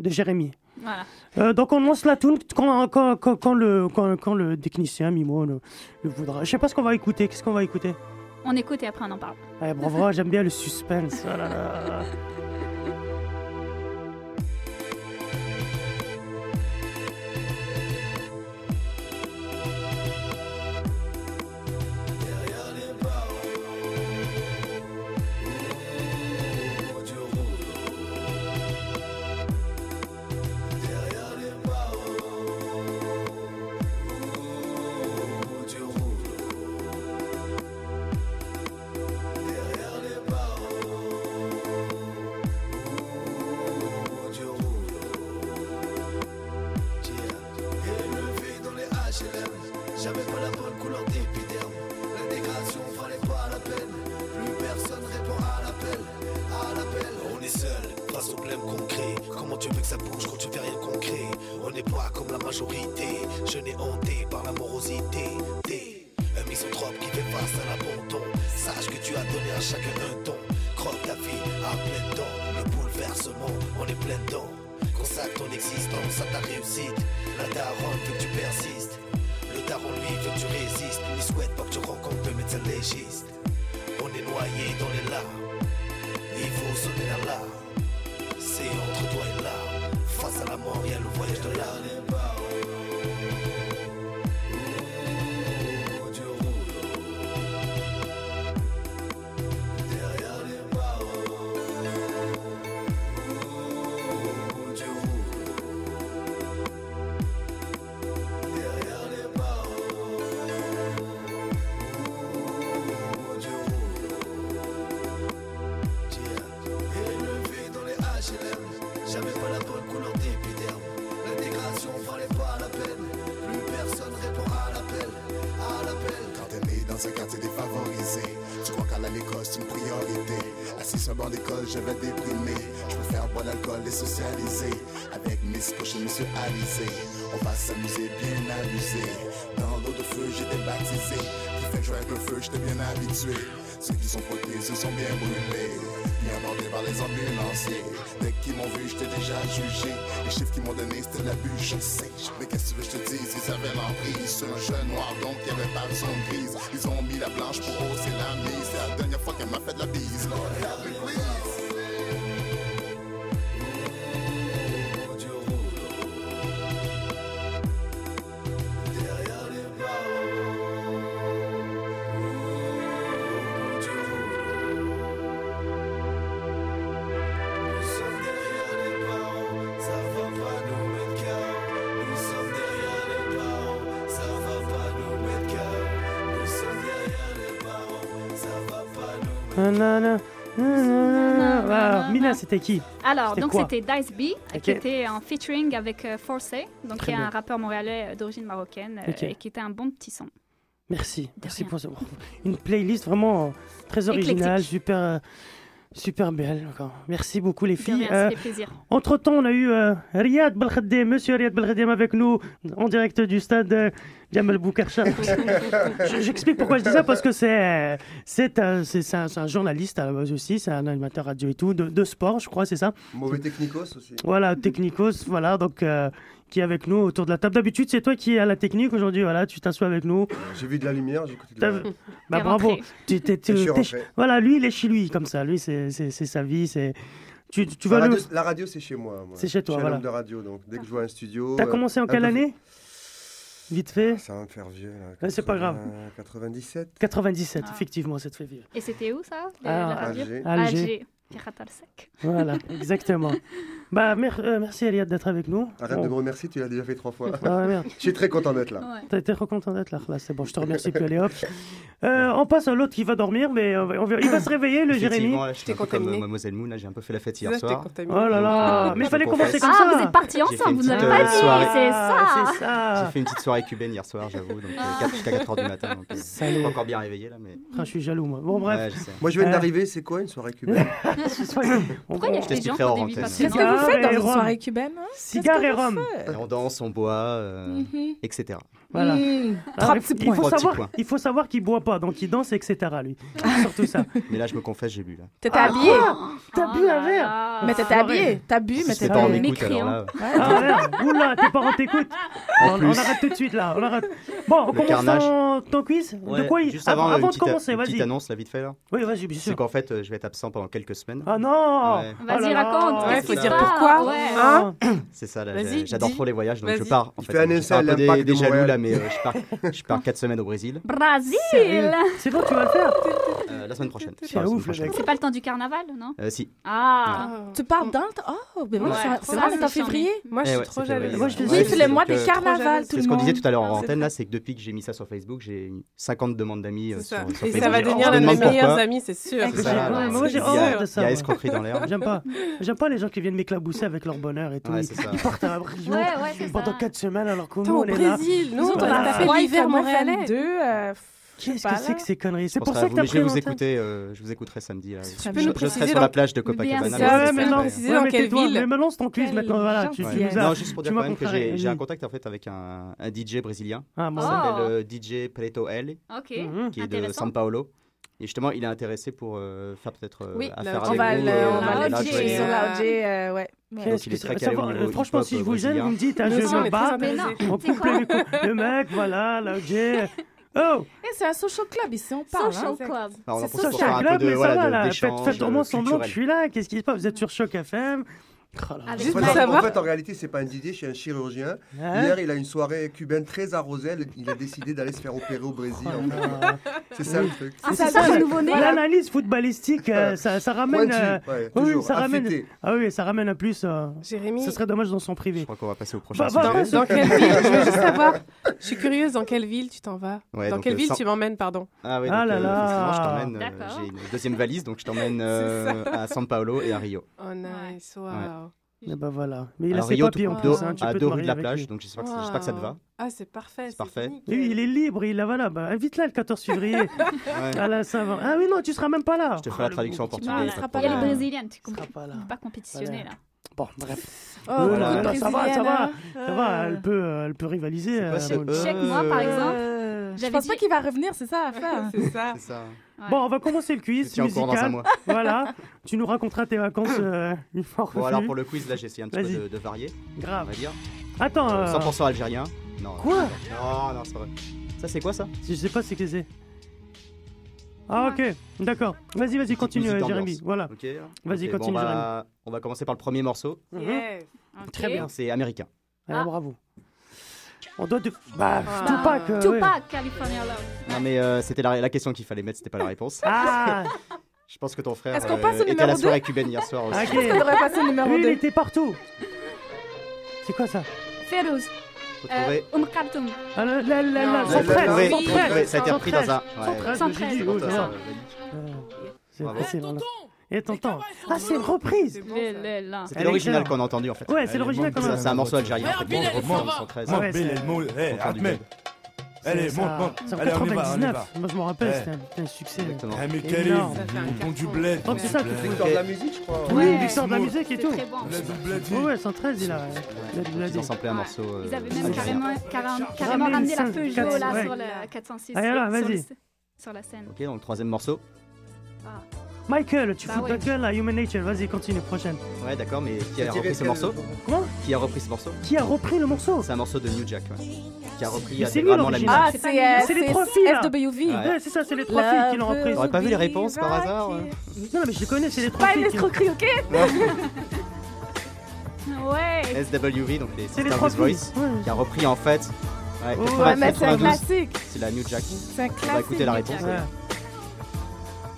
[SPEAKER 2] de Jérémy.
[SPEAKER 3] Voilà.
[SPEAKER 2] Euh, donc on lance la toune quand, quand, quand, quand le, quand, quand le technicien Mimo le, le voudra. Je sais pas ce qu'on va écouter. Qu'est-ce qu'on va écouter Eh,
[SPEAKER 3] On écoute et après on en parle.
[SPEAKER 2] Ouais, bravo, j'aime bien le suspense. Oh là là.
[SPEAKER 12] Élevé dans les HLM, j'avais pas la bonne couleur d'épiderme. L'intégration valait pas la peine, plus personne répond à l'appel, à l'appel. On est seul face au blême concret. Comment tu veux que ça bouge quand tu fais rien de concret On n'est pas comme la majorité, je n'ai hanté par la morosité. T'es un misanthrope qui fait face à l'abandon. Sache que tu as donné à chacun un ton. Croque ta vie à plein temps, le bouleversement, on est plein dedans. Consacre ton existence à ta réussite. La daronne veut que tu persistes. Le daron, lui, veut que tu résistes. Il souhaite pas que tu rencontres le médecin légiste. On est noyé dans les larmes. Il faut sonner la larme. C'est entre toi et là. Face à la mort, il y a le voyage de l'âme. Élevé dans les HLM, j'avais pas la bonne couleur d'épiderme. L'intégration valait pas la peine, plus personne répond à l'appel, à l'appel.
[SPEAKER 13] Quand t'es né dans un quartier défavorisé, tu crois qu'à l'école c'est une priorité. Assis sur un banc d'école, je vais déprimer. Je préfère boire de l'alcool et socialiser. Avec Miss Couche et Monsieur Alizé, on va s'amuser, bien amuser. Dans l'eau de feu, j'étais baptisé. Qui fait que jouer avec le feu, j'étais bien habitué. Ceux qui sont frottés se sont bien brûlés. Bien abordés par les ambulanciers. Dès qu'ils m'ont vu, j'étais déjà jugé. Les chiffres qu'ils m'ont donné, c'était de l'abus, je sais. Mais qu'est-ce que tu veux que je te dise? Ils avaient l'emprise sur un jeune noir, donc il n'y avait pas besoin de grise. Ils ont mis la blanche pour hausser la mise. C'est la dernière fois qu'elle m'a fait de la bise. Regarde les prises.
[SPEAKER 12] Nous sommes derrière les parents, ça va pas nous mettre KO. Nous sommes derrière les parents, ça va pas nous mettre KO. Nous sommes derrière les parents, ça va pas nous
[SPEAKER 2] Nanana, nanana. Voilà. Mina, c'était qui
[SPEAKER 3] Alors, donc
[SPEAKER 2] quoi
[SPEAKER 3] c'était Dice B,
[SPEAKER 2] Ok.
[SPEAKER 3] qui était en featuring avec euh, Forcé, donc
[SPEAKER 2] Très
[SPEAKER 3] qui est
[SPEAKER 2] bien.
[SPEAKER 3] un rappeur montréalais euh, d'origine marocaine euh,
[SPEAKER 2] Ok.
[SPEAKER 3] et qui était un bon petit son.
[SPEAKER 2] (laughs) Merci. Merci pour ce- Une playlist vraiment euh, très originale,
[SPEAKER 3] Éclectique.
[SPEAKER 2] super. euh, Super belle, encore. Merci beaucoup les filles. Euh,
[SPEAKER 3] rien, ça fait plaisir.
[SPEAKER 2] entre temps, on a eu euh, Riyad Belkhadem, Monsieur Riyad Belkhadem avec nous en direct du stade euh, Jamal Boukarcha. Je- J'explique pourquoi je dis ça parce que c'est euh, c'est un, c'est- c'est un, c'est un journaliste à la base aussi, c'est un animateur radio et tout de, de sport, je crois, c'est ça.
[SPEAKER 14] Mauvais technicos aussi.
[SPEAKER 2] Voilà, Technicos, voilà donc. euh, qui est avec nous autour de la table. D'habitude, c'est toi qui es à la technique. Aujourd'hui, voilà, tu t'assois avec nous.
[SPEAKER 14] J'ai vu de la lumière, j'ai écouté de
[SPEAKER 2] T'as-
[SPEAKER 14] la
[SPEAKER 2] Bah, bravo. Tu, t'es- tu-
[SPEAKER 14] Je suis
[SPEAKER 2] t'es-
[SPEAKER 14] rentré.
[SPEAKER 2] voilà, lui, il est chez lui, comme ça. Lui, c'est c'est- c'est sa vie. C'est tu, tu vas
[SPEAKER 14] la,
[SPEAKER 2] le-
[SPEAKER 14] radio, la radio, c'est chez moi. moi.
[SPEAKER 2] C'est chez toi,
[SPEAKER 14] Je suis un
[SPEAKER 2] voilà.
[SPEAKER 14] homme de radio, donc dès que je vois un studio.
[SPEAKER 2] T'as
[SPEAKER 14] euh,
[SPEAKER 2] commencé en
[SPEAKER 14] un
[SPEAKER 2] quelle
[SPEAKER 14] peu-
[SPEAKER 2] année Vite fait.
[SPEAKER 14] Ça va me faire vieux, là.
[SPEAKER 2] Ouais, c'est pas grave.
[SPEAKER 14] 80, 97.
[SPEAKER 2] 97, effectivement, cette fait vivre.
[SPEAKER 3] Et c'était où ça le-
[SPEAKER 2] Ah,
[SPEAKER 3] la radio
[SPEAKER 2] Alger. Alger.
[SPEAKER 3] Alger. Pirate Sec.
[SPEAKER 2] Voilà, exactement. Bah, mer- euh, merci Eliade d'être avec nous.
[SPEAKER 14] Arrête
[SPEAKER 2] On-
[SPEAKER 14] de me remercier, tu l'as déjà fait trois fois. (laughs)
[SPEAKER 2] Ah, merde.
[SPEAKER 14] Je suis très content d'être là.
[SPEAKER 9] Ah.
[SPEAKER 2] T'as été trop content d'être là. Là, c'est bon, je te remercie. puis
[SPEAKER 9] (laughs)
[SPEAKER 2] allez, hop. Euh, on passe à l'autre qui va dormir, mais euh, on va- on va- il va se réveiller, le Jérémy.
[SPEAKER 9] Effectivement, là, je suis un peu comme euh, Mademoiselle Moon, là, j'ai un peu fait la fête hier
[SPEAKER 2] Ça, t'es
[SPEAKER 9] soir.
[SPEAKER 2] contaminé. Oh là là, mais
[SPEAKER 9] Je
[SPEAKER 2] fallait
[SPEAKER 9] vous
[SPEAKER 2] commencer
[SPEAKER 9] confesse.
[SPEAKER 2] comme Ah, ça. Ah,
[SPEAKER 3] vous êtes partis
[SPEAKER 9] J'ai fait
[SPEAKER 3] ensemble,
[SPEAKER 9] une
[SPEAKER 3] vous ne
[SPEAKER 9] petite,
[SPEAKER 3] l'avez pas
[SPEAKER 9] euh,
[SPEAKER 3] dit,
[SPEAKER 9] soirée.
[SPEAKER 3] c'est ça.
[SPEAKER 2] c'est ça.
[SPEAKER 9] J'ai fait une petite soirée cubaine hier soir, j'avoue, donc
[SPEAKER 3] Ah.
[SPEAKER 9] 4 jusqu'à 4h du matin. Donc, euh, je
[SPEAKER 2] Ça
[SPEAKER 9] suis
[SPEAKER 2] y est.
[SPEAKER 9] pas encore bien réveillé là, mais.
[SPEAKER 2] Ah, je suis jaloux, moi. Bon, bref.
[SPEAKER 9] Ouais, je sais.
[SPEAKER 14] Moi, je viens
[SPEAKER 2] Euh,
[SPEAKER 14] d'arriver, c'est quoi une
[SPEAKER 2] (laughs)
[SPEAKER 14] soirée cubaine
[SPEAKER 2] Pourquoi
[SPEAKER 9] il y a Je des gens t'expliquerai qui hors ont des antenne. vies
[SPEAKER 5] Qu'est-ce que vous faites dans une soirée cubaine hein
[SPEAKER 2] Cigare
[SPEAKER 5] Qu'est-ce
[SPEAKER 2] et
[SPEAKER 5] que vous
[SPEAKER 2] rhum.
[SPEAKER 5] faites
[SPEAKER 9] Et on danse, on boit, euh,
[SPEAKER 5] Mhm.
[SPEAKER 9] etc.
[SPEAKER 2] Voilà.
[SPEAKER 5] Mmh.
[SPEAKER 2] Alors,
[SPEAKER 5] Trois
[SPEAKER 2] il-
[SPEAKER 5] petits
[SPEAKER 2] il,
[SPEAKER 5] points.
[SPEAKER 2] faut
[SPEAKER 9] Trois petits
[SPEAKER 2] savoir,
[SPEAKER 9] points.
[SPEAKER 2] il faut savoir qu'il boit pas, donc il danse, etc. Lui, surtout ça.
[SPEAKER 9] Mais là, je me confesse, j'ai bu là.
[SPEAKER 5] T'étais habillé.
[SPEAKER 2] T'as
[SPEAKER 3] Oh
[SPEAKER 2] bu un
[SPEAKER 5] verre. Mais t'étais
[SPEAKER 2] Soirée.
[SPEAKER 5] habillé. T'as bu, mais
[SPEAKER 9] Si c'est
[SPEAKER 5] t'étais
[SPEAKER 9] pas en
[SPEAKER 5] habillé.
[SPEAKER 9] écoute, alors là. euh,
[SPEAKER 2] Ah ouais. Oula, tes parents t'écoutent.
[SPEAKER 9] En
[SPEAKER 2] On, on
[SPEAKER 9] plus.
[SPEAKER 2] arrête tout de suite là. On arrête. Bon, on
[SPEAKER 9] Le
[SPEAKER 2] commence
[SPEAKER 9] carnage.
[SPEAKER 2] ton, ton quiz. de
[SPEAKER 9] ouais,
[SPEAKER 2] quoi il...
[SPEAKER 9] Juste avant,
[SPEAKER 2] avant
[SPEAKER 9] une
[SPEAKER 2] de
[SPEAKER 9] petite,
[SPEAKER 2] commencer,
[SPEAKER 9] une petite
[SPEAKER 2] vas-y.
[SPEAKER 9] annonce, là, vite fait là.
[SPEAKER 2] Oui, vas-y, bien
[SPEAKER 9] C'est qu'en fait, euh, je vais être absent pendant quelques semaines.
[SPEAKER 2] Ah non
[SPEAKER 9] Ouais.
[SPEAKER 2] Oh là là.
[SPEAKER 5] Ouais,
[SPEAKER 9] qu'est-ce
[SPEAKER 5] faut
[SPEAKER 9] qui
[SPEAKER 5] dire
[SPEAKER 9] se passe
[SPEAKER 5] pourquoi.
[SPEAKER 3] Ouais.
[SPEAKER 2] Ah.
[SPEAKER 5] Hein
[SPEAKER 9] C'est ça, là,
[SPEAKER 5] Vas-y,
[SPEAKER 9] j'ai- j'adore
[SPEAKER 5] dis.
[SPEAKER 9] trop les voyages, donc je
[SPEAKER 5] Vas-y.
[SPEAKER 9] pars. En
[SPEAKER 14] Il
[SPEAKER 9] fait,
[SPEAKER 14] fait un
[SPEAKER 9] Je suis
[SPEAKER 14] essai à
[SPEAKER 9] peu
[SPEAKER 14] l'impact
[SPEAKER 9] des,
[SPEAKER 14] de
[SPEAKER 9] des jaloux
[SPEAKER 14] Montréal.
[SPEAKER 9] là, mais euh, je, pars, je pars 4 semaines au Brésil
[SPEAKER 3] Brésil
[SPEAKER 2] C'est bon, tu vas le faire
[SPEAKER 9] euh, la semaine prochaine.
[SPEAKER 2] C'est
[SPEAKER 9] Enfin, la semaine
[SPEAKER 2] ouf, le
[SPEAKER 9] prochaine.
[SPEAKER 2] mec.
[SPEAKER 3] C'est pas le temps du carnaval, non
[SPEAKER 9] Euh, si.
[SPEAKER 3] Ah
[SPEAKER 5] Tu parles dans le temps. Oh, mais moi,
[SPEAKER 3] Ouais,
[SPEAKER 5] je suis-
[SPEAKER 3] trop
[SPEAKER 5] c'est vrai,
[SPEAKER 3] bien,
[SPEAKER 5] c'est en
[SPEAKER 3] j'en ai.
[SPEAKER 5] février.
[SPEAKER 7] Moi,
[SPEAKER 9] Eh
[SPEAKER 7] je suis
[SPEAKER 9] ouais,
[SPEAKER 7] trop
[SPEAKER 9] c'est février.
[SPEAKER 7] jalouse.
[SPEAKER 5] Moi, je te
[SPEAKER 9] Ouais,
[SPEAKER 5] dis, c'est le mois
[SPEAKER 9] donc,
[SPEAKER 5] des
[SPEAKER 9] euh,
[SPEAKER 5] carnavals, tout
[SPEAKER 9] C'est
[SPEAKER 5] le
[SPEAKER 9] ce qu'on
[SPEAKER 5] monde.
[SPEAKER 9] disait tout à l'heure en
[SPEAKER 5] C'est
[SPEAKER 9] antenne, là, c'est que depuis que j'ai mis ça sur Facebook, j'ai eu 50 demandes d'amis euh,
[SPEAKER 7] C'est
[SPEAKER 9] sur,
[SPEAKER 7] ça.
[SPEAKER 9] sur
[SPEAKER 7] Et
[SPEAKER 9] Facebook.
[SPEAKER 7] ça va
[SPEAKER 9] Je
[SPEAKER 7] devenir
[SPEAKER 9] me
[SPEAKER 7] l'un de
[SPEAKER 9] demande
[SPEAKER 7] mes meilleurs
[SPEAKER 9] pourquoi.
[SPEAKER 7] amis, c'est sûr.
[SPEAKER 9] C'est
[SPEAKER 7] C'est
[SPEAKER 9] ça,
[SPEAKER 7] sûr.
[SPEAKER 9] là,
[SPEAKER 7] Ouais,
[SPEAKER 9] c'est-
[SPEAKER 7] moi,
[SPEAKER 2] j'ai
[SPEAKER 9] il y a-
[SPEAKER 2] horreur de ça,
[SPEAKER 9] Il y a
[SPEAKER 2] moi.
[SPEAKER 9] escroquerie dans l'air.
[SPEAKER 2] J'aime pas. J'aime pas les gens qui viennent m'éclabousser avec leur bonheur et tout.
[SPEAKER 9] Ouais,
[SPEAKER 2] ils,
[SPEAKER 9] c'est ça.
[SPEAKER 2] ils partent à Rio
[SPEAKER 3] Ouais, ouais, c'est
[SPEAKER 2] pendant
[SPEAKER 3] ça.
[SPEAKER 2] 4 semaines alors que
[SPEAKER 5] Putain,
[SPEAKER 2] nous on
[SPEAKER 5] au
[SPEAKER 2] est là.
[SPEAKER 5] Brésil, nous, on
[SPEAKER 2] Voilà.
[SPEAKER 5] a tapé
[SPEAKER 7] Ouais,
[SPEAKER 5] l'hiver
[SPEAKER 7] il fait
[SPEAKER 5] Montréal
[SPEAKER 7] fallait.
[SPEAKER 5] 2. euh,
[SPEAKER 2] Qu'est-ce
[SPEAKER 5] pas
[SPEAKER 2] que
[SPEAKER 5] là.
[SPEAKER 2] c'est que ces conneries C'est
[SPEAKER 9] Je
[SPEAKER 2] pour
[SPEAKER 9] penserai
[SPEAKER 2] ça
[SPEAKER 9] à
[SPEAKER 2] que
[SPEAKER 9] vous,
[SPEAKER 2] t'as
[SPEAKER 9] mais je
[SPEAKER 2] pris
[SPEAKER 9] vais vous
[SPEAKER 2] l'antenne.
[SPEAKER 9] écouter, euh, je vous écouterai samedi. là.
[SPEAKER 5] peux
[SPEAKER 9] Je-
[SPEAKER 5] nous
[SPEAKER 9] Je
[SPEAKER 5] préciser
[SPEAKER 9] serai sur
[SPEAKER 5] dans-
[SPEAKER 9] la plage de
[SPEAKER 3] Bien
[SPEAKER 9] Copacabana.
[SPEAKER 3] sûr.
[SPEAKER 9] là,
[SPEAKER 2] Ouais,
[SPEAKER 9] c'est
[SPEAKER 2] mais
[SPEAKER 9] pas
[SPEAKER 2] non,
[SPEAKER 9] vrai.
[SPEAKER 7] préciser dans
[SPEAKER 2] mais
[SPEAKER 7] quelle
[SPEAKER 2] tais-toi,
[SPEAKER 7] ville.
[SPEAKER 2] mais me lance ton quiz
[SPEAKER 5] Quelle
[SPEAKER 2] maintenant. Voilà, tu, tu
[SPEAKER 9] Ouais.
[SPEAKER 2] nous as-
[SPEAKER 9] Non, juste pour
[SPEAKER 2] tu
[SPEAKER 9] dire quand
[SPEAKER 2] m'as
[SPEAKER 9] même que
[SPEAKER 2] contrarié,
[SPEAKER 9] j'ai j'ai un
[SPEAKER 2] vas-y.
[SPEAKER 9] contact en fait avec un, un DJ brésilien.
[SPEAKER 2] Ah,
[SPEAKER 9] qui
[SPEAKER 2] bon.
[SPEAKER 9] s'appelle euh, DJ Preto L,
[SPEAKER 3] Ok,
[SPEAKER 2] Mhm.
[SPEAKER 9] qui est de
[SPEAKER 3] intéressant.
[SPEAKER 9] São Paulo. Et justement, il est intéressé pour euh, faire peut-être euh,
[SPEAKER 5] Oui,
[SPEAKER 9] affaire
[SPEAKER 5] on
[SPEAKER 9] avec
[SPEAKER 5] va
[SPEAKER 9] vous.
[SPEAKER 5] le
[SPEAKER 9] euh,
[SPEAKER 5] on va
[SPEAKER 9] et là,
[SPEAKER 5] l'audier,
[SPEAKER 9] je vais-
[SPEAKER 5] sur l'audier, euh, ouais. Ouais.
[SPEAKER 2] Qu'est-ce
[SPEAKER 9] il
[SPEAKER 2] que
[SPEAKER 9] est très
[SPEAKER 2] c'est-
[SPEAKER 9] calé au
[SPEAKER 2] savoir-
[SPEAKER 9] niveau
[SPEAKER 2] euh, Franchement,
[SPEAKER 9] hip-hop
[SPEAKER 2] si je vous gêne,
[SPEAKER 9] brésilien.
[SPEAKER 2] vous me dites, ah, je
[SPEAKER 7] Nous aussi, on
[SPEAKER 2] me
[SPEAKER 7] est
[SPEAKER 2] bats,
[SPEAKER 7] très intéressés.
[SPEAKER 2] on coupe les cou- le mec, voilà, là, j'ai. Oh!
[SPEAKER 5] Eh, C'est un social club ici, on parle.
[SPEAKER 3] Social
[SPEAKER 5] hein.
[SPEAKER 3] club.
[SPEAKER 9] Alors, on en
[SPEAKER 5] C'est
[SPEAKER 9] profite
[SPEAKER 2] Ça,
[SPEAKER 9] pour
[SPEAKER 2] c'est
[SPEAKER 9] faire
[SPEAKER 2] un
[SPEAKER 9] un
[SPEAKER 2] club,
[SPEAKER 9] peu de,
[SPEAKER 2] mais ça
[SPEAKER 9] voilà,
[SPEAKER 2] va,
[SPEAKER 9] de-
[SPEAKER 2] là. Faites,
[SPEAKER 9] d'échange,
[SPEAKER 2] faites au moins
[SPEAKER 9] euh,
[SPEAKER 2] semblant que je
[SPEAKER 9] culturel.
[SPEAKER 2] suis là. Qu'est-ce qui se passe? Vous êtes sur Choc FM. Oh là là.
[SPEAKER 3] Avec
[SPEAKER 14] En fait,
[SPEAKER 3] Mike.
[SPEAKER 14] en, en
[SPEAKER 5] savoir.
[SPEAKER 14] fait, en réalité, c'est pas un Didier, je suis un chirurgien.
[SPEAKER 2] Hein
[SPEAKER 14] Hier, il a une soirée cubaine très arrosée. elle- Il a décidé d'aller se faire opérer au Brésil. en fait.
[SPEAKER 2] Ah,
[SPEAKER 14] C'est ça le truc.
[SPEAKER 3] Ah, c'est ça, le nouveau-né
[SPEAKER 2] L'analyse footballistique, euh, ça, ça ramène.
[SPEAKER 14] Pointu,
[SPEAKER 2] euh,
[SPEAKER 14] ouais,
[SPEAKER 2] oui,
[SPEAKER 14] toujours,
[SPEAKER 2] ça ramène.
[SPEAKER 14] affûté.
[SPEAKER 2] Ah oui, ça ramène un plus. euh,
[SPEAKER 7] Jérémy,
[SPEAKER 2] Ce serait dommage dans son
[SPEAKER 9] Je
[SPEAKER 2] privé.
[SPEAKER 9] crois qu'on va passer au
[SPEAKER 2] Va-
[SPEAKER 9] prochain
[SPEAKER 2] va-
[SPEAKER 9] sujet.
[SPEAKER 7] dans, dans quelle ville Je veux juste savoir. Je suis curieuse, dans quelle ville tu t'en vas
[SPEAKER 9] Ouais,
[SPEAKER 7] Dans
[SPEAKER 9] donc,
[SPEAKER 7] quelle
[SPEAKER 9] euh,
[SPEAKER 7] ville
[SPEAKER 9] sans-
[SPEAKER 7] tu m'emmènes, pardon
[SPEAKER 9] Ah ouais,
[SPEAKER 2] Ah
[SPEAKER 9] donc,
[SPEAKER 2] là
[SPEAKER 9] euh,
[SPEAKER 2] là.
[SPEAKER 9] forcément, je t'emmène, euh,
[SPEAKER 3] D'accord.
[SPEAKER 9] j'ai une deuxième valise, donc je t'emmène euh, à São Paulo et à Rio.
[SPEAKER 7] Oh nice, wow.
[SPEAKER 9] Ouais.
[SPEAKER 2] Et ben voilà. Mais il a
[SPEAKER 9] Alors,
[SPEAKER 2] ses
[SPEAKER 9] Rio, tout
[SPEAKER 2] papiers en
[SPEAKER 9] compte
[SPEAKER 2] plus.
[SPEAKER 9] d'eau,
[SPEAKER 2] hein, tu
[SPEAKER 9] à
[SPEAKER 2] peux te
[SPEAKER 9] deux rues
[SPEAKER 2] marier
[SPEAKER 9] de la
[SPEAKER 2] avec
[SPEAKER 9] plage,
[SPEAKER 2] lui.
[SPEAKER 9] donc j'espère que, j'espère que ça te va.
[SPEAKER 7] Wow. Ah, c'est parfait.
[SPEAKER 9] C'est parfait.
[SPEAKER 7] nickel.
[SPEAKER 2] Oui, il est libre, il est voilà. Bah, invite-la le 14 (laughs) février.
[SPEAKER 9] Ouais.
[SPEAKER 2] à la Saint-Valentin. Ah oui, non, tu seras même pas là.
[SPEAKER 9] Je te ferai la
[SPEAKER 2] le
[SPEAKER 9] traduction en
[SPEAKER 2] pauvre petit
[SPEAKER 9] portugais.
[SPEAKER 3] Ah,
[SPEAKER 9] pas de
[SPEAKER 3] elle Il
[SPEAKER 5] sera pas
[SPEAKER 9] problème.
[SPEAKER 3] y a
[SPEAKER 5] là.
[SPEAKER 3] les brésiliennes, tu comprends.
[SPEAKER 2] sera pas là.
[SPEAKER 3] On peut pas compétitionner
[SPEAKER 2] Voilà.
[SPEAKER 3] là.
[SPEAKER 2] Bon, bref.
[SPEAKER 5] Oh,
[SPEAKER 9] Voilà.
[SPEAKER 5] la
[SPEAKER 2] Ça va, ça
[SPEAKER 5] brésilienne,
[SPEAKER 2] va,
[SPEAKER 5] hein.
[SPEAKER 2] Ça va, elle peut, euh, elle peut rivaliser.
[SPEAKER 9] C'est quoi,
[SPEAKER 2] euh,
[SPEAKER 9] c'est
[SPEAKER 2] bon.
[SPEAKER 9] eux
[SPEAKER 3] Check moi par
[SPEAKER 9] Euh,
[SPEAKER 3] exemple.
[SPEAKER 5] Euh, Je
[SPEAKER 3] J'avais
[SPEAKER 5] pense
[SPEAKER 3] dit-
[SPEAKER 5] pas qu'il va revenir, c'est ça l'affaire.
[SPEAKER 7] Ah, C'est ça.
[SPEAKER 9] C'est ça.
[SPEAKER 2] Bon, on va commencer le
[SPEAKER 9] Je te
[SPEAKER 2] quiz
[SPEAKER 9] tiens au courant dans un
[SPEAKER 2] musical.
[SPEAKER 9] mois.
[SPEAKER 2] Voilà, tu nous raconteras tes vacances euh, une fois
[SPEAKER 9] Bon, alors pour
[SPEAKER 2] revenues.
[SPEAKER 9] le quiz, là, j'ai essayé un petit peu
[SPEAKER 2] Vas-y.
[SPEAKER 9] de, de varier, on
[SPEAKER 2] Grave.
[SPEAKER 9] va dire.
[SPEAKER 2] Attends,
[SPEAKER 9] Euh,
[SPEAKER 2] euh,
[SPEAKER 9] 100% algérien. Non.
[SPEAKER 2] quoi
[SPEAKER 9] Non, non, c'est pas vrai. Ça, c'est quoi ça
[SPEAKER 2] Je sais pas ce que c'est. Ah ok, d'accord. Vas-y, vas-y, continue,
[SPEAKER 9] musique
[SPEAKER 2] euh,
[SPEAKER 9] d'ambiance.
[SPEAKER 2] Jérémy. Voilà.
[SPEAKER 9] Ok. Vas-y,
[SPEAKER 2] Vas-y, continue,
[SPEAKER 9] on, va... on va commencer par le premier morceau.
[SPEAKER 2] (laughs) Mhm.
[SPEAKER 7] Yeah.
[SPEAKER 3] Ok.
[SPEAKER 2] Très bien.
[SPEAKER 9] C'est américain.
[SPEAKER 2] Ah,
[SPEAKER 3] Ah.
[SPEAKER 2] bravo. On doit de... Bah,
[SPEAKER 7] Ah.
[SPEAKER 2] Tupac. euh, ouais.
[SPEAKER 3] Tupac, California Love.
[SPEAKER 9] Non, mais euh, c'était la, la question qu'il fallait mettre, c'était pas la réponse.
[SPEAKER 2] Ah,
[SPEAKER 9] Je pense que ton frère
[SPEAKER 5] Est-ce qu'on passe au
[SPEAKER 9] était à
[SPEAKER 5] numéro
[SPEAKER 9] la
[SPEAKER 5] deux
[SPEAKER 9] soirée cubaine hier soir aussi.
[SPEAKER 2] ok.
[SPEAKER 5] On devrait passer au numéro
[SPEAKER 2] Lui, il
[SPEAKER 5] 2.
[SPEAKER 2] était partout. C'est quoi ça
[SPEAKER 3] Feroz,
[SPEAKER 9] Faut
[SPEAKER 3] euh,
[SPEAKER 9] trouver.
[SPEAKER 3] Um Kartum.
[SPEAKER 2] Ah, là, là, là, là,
[SPEAKER 7] Non.
[SPEAKER 9] Faut
[SPEAKER 2] sans
[SPEAKER 9] trouver.
[SPEAKER 2] presse,
[SPEAKER 9] Faut
[SPEAKER 2] sans
[SPEAKER 9] trouver.
[SPEAKER 2] presse,
[SPEAKER 9] Ça a été
[SPEAKER 2] sans
[SPEAKER 9] repris dans un.
[SPEAKER 2] presse.
[SPEAKER 9] ouais.
[SPEAKER 2] Sans presse, j'ai dit,
[SPEAKER 3] 113.
[SPEAKER 9] Pour
[SPEAKER 2] oh,
[SPEAKER 9] toi,
[SPEAKER 2] merde.
[SPEAKER 9] ça, Valérie.
[SPEAKER 2] Euh, C'est
[SPEAKER 9] Bravo.
[SPEAKER 2] vrai, c'est vrai. Et t'entends Ah, c'est une reprise
[SPEAKER 7] C'est bon,
[SPEAKER 3] Le-
[SPEAKER 7] ça.
[SPEAKER 3] le- là.
[SPEAKER 9] C'était l'original
[SPEAKER 2] excellente.
[SPEAKER 9] qu'on a entendu en fait.
[SPEAKER 2] Ouais, c'est l'original quand
[SPEAKER 9] Ça,
[SPEAKER 2] même.
[SPEAKER 9] c'est un morceau algérien. en fait.
[SPEAKER 15] Bon, bon, bon,
[SPEAKER 2] Ah Ouais, c'est-
[SPEAKER 15] Mobil El Moul, hey,
[SPEAKER 9] Contraire du
[SPEAKER 15] Ahmed. Allez,
[SPEAKER 2] Ça-
[SPEAKER 15] monte, monte.
[SPEAKER 2] C'est en
[SPEAKER 15] Allez, on y va, on y
[SPEAKER 2] 99.
[SPEAKER 15] va.
[SPEAKER 2] Moi, je me rappelle,
[SPEAKER 15] Ouais.
[SPEAKER 2] c'était un- c'était un succès.
[SPEAKER 15] Exactement. Ah, mais
[SPEAKER 2] énorme.
[SPEAKER 15] quel est le bon du bled,
[SPEAKER 2] Oh, c'est ça,
[SPEAKER 15] s'il vous plaît.
[SPEAKER 2] le truc.
[SPEAKER 15] Victor de la musique, je crois.
[SPEAKER 2] Oui,
[SPEAKER 15] Ouais.
[SPEAKER 2] Victor de la musique et
[SPEAKER 15] C'est
[SPEAKER 2] tout.
[SPEAKER 15] très bon. La doublette.
[SPEAKER 2] Ouais, ouais, 113, il a. il a
[SPEAKER 9] Ils
[SPEAKER 2] doubladé.
[SPEAKER 9] ont samplé un morceau. euh,
[SPEAKER 3] Ils avaient même
[SPEAKER 9] algérien.
[SPEAKER 3] carrément, carrément, carrément ramené la Ah, Peugeot là sur la 406.
[SPEAKER 9] Allez,
[SPEAKER 3] sur
[SPEAKER 9] alors,
[SPEAKER 3] le-
[SPEAKER 9] vas-y.
[SPEAKER 3] Sur la scène.
[SPEAKER 9] Ok, donc troisième morceau.
[SPEAKER 2] Michael, tu
[SPEAKER 3] Bah
[SPEAKER 2] fous ta
[SPEAKER 3] ouais.
[SPEAKER 2] gueule à Human Nature. Vas-y, continue, prochaine.
[SPEAKER 9] Ouais, d'accord, mais qui a
[SPEAKER 2] tiré
[SPEAKER 9] repris ce
[SPEAKER 2] quel-
[SPEAKER 9] morceau
[SPEAKER 2] Comment
[SPEAKER 9] Qui a repris ce morceau
[SPEAKER 2] Qui a repris le morceau
[SPEAKER 9] C'est un morceau de New Jack, ouais. Qui a repris
[SPEAKER 2] Mais c'est lui
[SPEAKER 9] intégralement la musique.
[SPEAKER 2] l'original.
[SPEAKER 5] Ah, c'est, euh,
[SPEAKER 2] c'est les
[SPEAKER 5] c'est
[SPEAKER 2] trois filles. là.
[SPEAKER 5] SWV.
[SPEAKER 2] Ouais,
[SPEAKER 9] Ouais.
[SPEAKER 2] c'est ça, c'est les trois filles qui l'ont
[SPEAKER 5] Love
[SPEAKER 2] repris.
[SPEAKER 9] T'aurais pas vu les réponses par hasard euh
[SPEAKER 2] Non, mais je les connais, c'est les trois
[SPEAKER 5] Pas une
[SPEAKER 2] filles. qui l'ont-
[SPEAKER 5] escroquerie, ok
[SPEAKER 3] Ah.
[SPEAKER 5] Ouais
[SPEAKER 9] SWV, donc les
[SPEAKER 5] les
[SPEAKER 9] Sisters
[SPEAKER 5] trois
[SPEAKER 9] with Voice,
[SPEAKER 5] filles. Ouais.
[SPEAKER 9] qui a repris en fait. Ouais,
[SPEAKER 5] Ouais,
[SPEAKER 9] 80,
[SPEAKER 5] mais c'est un
[SPEAKER 9] 92.
[SPEAKER 5] classique.
[SPEAKER 9] C'est la New Jack.
[SPEAKER 5] C'est un
[SPEAKER 9] On va
[SPEAKER 5] classique,
[SPEAKER 9] écouter la
[SPEAKER 5] New
[SPEAKER 9] réponse.
[SPEAKER 5] Jack.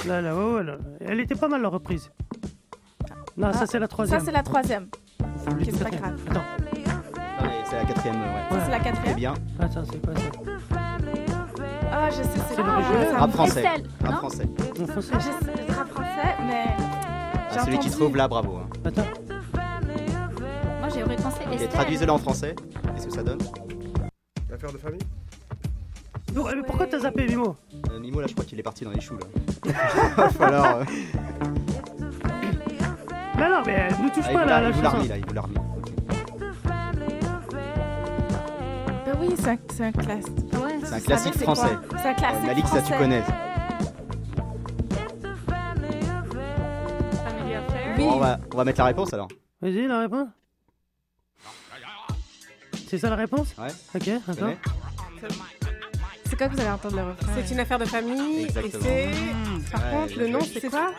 [SPEAKER 2] Là, là, ouais, ouais, là. Elle était pas mal la reprise. Non, ça
[SPEAKER 5] Ah,
[SPEAKER 2] c'est la troisième.
[SPEAKER 5] Ça, c'est la troisième.
[SPEAKER 2] Ok,
[SPEAKER 5] c'est pas grave.
[SPEAKER 9] Ouais, c'est la quatrième, ouais.
[SPEAKER 5] Ça, c'est la
[SPEAKER 9] Très
[SPEAKER 5] quatrième.
[SPEAKER 9] bien.
[SPEAKER 2] Attends, c'est quoi ça
[SPEAKER 5] Ah, je sais, c'est
[SPEAKER 9] l'original.
[SPEAKER 5] Ah,
[SPEAKER 9] Rap français.
[SPEAKER 5] Estelle,
[SPEAKER 9] Rap
[SPEAKER 5] non
[SPEAKER 9] français.
[SPEAKER 5] Ah, je sais, c'est rap français, mais.
[SPEAKER 9] Ah,
[SPEAKER 5] j'ai
[SPEAKER 9] celui qui
[SPEAKER 5] entendu.
[SPEAKER 9] trouve là, bravo. hein.
[SPEAKER 3] Moi j'aurais pensé
[SPEAKER 9] Ok,
[SPEAKER 3] Estelle.
[SPEAKER 9] traduisez-le en français. Qu'est-ce que ça donne
[SPEAKER 14] Affaire de famille
[SPEAKER 2] Non, mais euh, pourquoi t'as zappé Mimo
[SPEAKER 9] Euh, Mimo, là, (laughs) je crois qu'il est parti dans les choux, là. Va falloir. euh,
[SPEAKER 2] Mais non, mais euh, ne touche
[SPEAKER 9] ah,
[SPEAKER 2] pas
[SPEAKER 9] il vous
[SPEAKER 2] Oh là,
[SPEAKER 9] l'a-
[SPEAKER 2] la
[SPEAKER 9] Il vous l'a
[SPEAKER 2] chanson.
[SPEAKER 9] remis, là, il vous l'a remis.
[SPEAKER 5] Ben oui, c'est un, c'est un classique.
[SPEAKER 9] C'est un classique
[SPEAKER 5] c'est
[SPEAKER 9] français.
[SPEAKER 5] quoi Ah, C'est un classique
[SPEAKER 9] Euh, Malik, ça tu
[SPEAKER 5] français.
[SPEAKER 9] connais. Bon, bah. on, va, on va mettre la réponse alors.
[SPEAKER 2] Vas-y, la réponse. C'est ça la réponse
[SPEAKER 9] Ouais.
[SPEAKER 2] Ok, attends.
[SPEAKER 9] connais.
[SPEAKER 5] C'est quoi que vous allez entendre le refrain
[SPEAKER 7] C'est une affaire de famille
[SPEAKER 9] Exactement.
[SPEAKER 7] et c'est. Par
[SPEAKER 9] Ouais,
[SPEAKER 7] contre, le nom,
[SPEAKER 9] je-
[SPEAKER 7] c'est quoi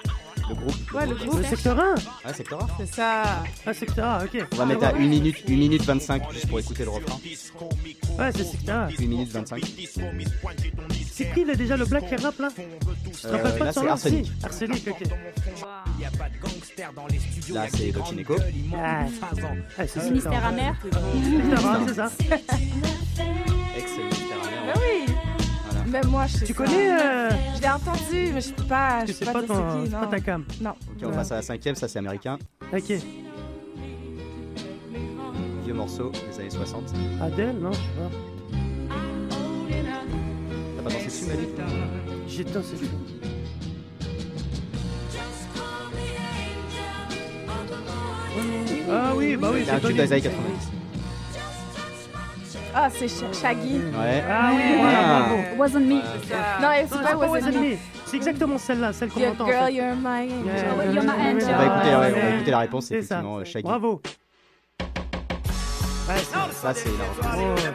[SPEAKER 9] Le groupe.
[SPEAKER 7] Ouais, le groupe.
[SPEAKER 2] Le secteur 1
[SPEAKER 9] Ouais, secteur A.
[SPEAKER 7] C'est ça.
[SPEAKER 2] Ah, secteur A, ok.
[SPEAKER 9] On va mettre à 1 minute, 1 minute 25 juste pour écouter le refrain.
[SPEAKER 2] Ouais, c'est secteur A.
[SPEAKER 9] 1 minute 25.
[SPEAKER 2] C'est qui là, déjà le black qui rappe là Je te
[SPEAKER 9] Euh,
[SPEAKER 2] rappelle pas
[SPEAKER 9] là,
[SPEAKER 2] de son
[SPEAKER 9] c'est
[SPEAKER 2] nom
[SPEAKER 9] Arsenic.
[SPEAKER 2] si. Arsenic, ok.
[SPEAKER 9] Là, c'est Dotineco.
[SPEAKER 2] Ah, Ah, c'est ça.
[SPEAKER 3] Mystère amer.
[SPEAKER 2] Secteur A, c'est ça.
[SPEAKER 9] Excellent.
[SPEAKER 5] Ben oui
[SPEAKER 9] Voilà.
[SPEAKER 5] Même moi, je sais
[SPEAKER 2] Tu
[SPEAKER 5] ça.
[SPEAKER 2] connais, euh,
[SPEAKER 5] Je l'ai entendu, mais je peux pas. Je
[SPEAKER 2] que
[SPEAKER 5] sais
[SPEAKER 2] c'est
[SPEAKER 5] pas,
[SPEAKER 2] pas
[SPEAKER 5] dire
[SPEAKER 2] ton-
[SPEAKER 5] c'est qui,
[SPEAKER 2] c'est
[SPEAKER 5] non.
[SPEAKER 2] pas ta cam.
[SPEAKER 5] Non.
[SPEAKER 9] Ok, on passe à la cinquième, ça c'est américain.
[SPEAKER 2] Ok.
[SPEAKER 9] Vieux morceau des années 60.
[SPEAKER 2] Adèle, non je sais pas.
[SPEAKER 9] T'as pas dansé dessus, Malik
[SPEAKER 2] J'ai dansé dessus. Ah oui, bah oui,
[SPEAKER 9] C'est un
[SPEAKER 2] c'est
[SPEAKER 9] tube des années
[SPEAKER 2] connu.
[SPEAKER 9] 90.
[SPEAKER 5] Ah, c'est Sha- Shaggy.
[SPEAKER 9] Ouais.
[SPEAKER 2] Ah oui, voilà, bravo.
[SPEAKER 5] Wasn't me. Non, et c'est
[SPEAKER 2] Non,
[SPEAKER 5] pas Wasn't me.
[SPEAKER 2] C'est exactement celle-là, celle qu'on
[SPEAKER 5] Your
[SPEAKER 2] entend. en
[SPEAKER 5] girl,
[SPEAKER 2] fait.
[SPEAKER 5] you're my angel.
[SPEAKER 2] Ouais,
[SPEAKER 5] You're my
[SPEAKER 2] ouais,
[SPEAKER 5] angel.
[SPEAKER 9] On va écouter, Bah, ouais, on va
[SPEAKER 2] ouais.
[SPEAKER 9] écouter la réponse,
[SPEAKER 2] Ah, C'est ça.
[SPEAKER 9] effectivement, euh, Shaggy.
[SPEAKER 2] Bravo. Ouais, c'est-
[SPEAKER 9] Ça c'est la réponse.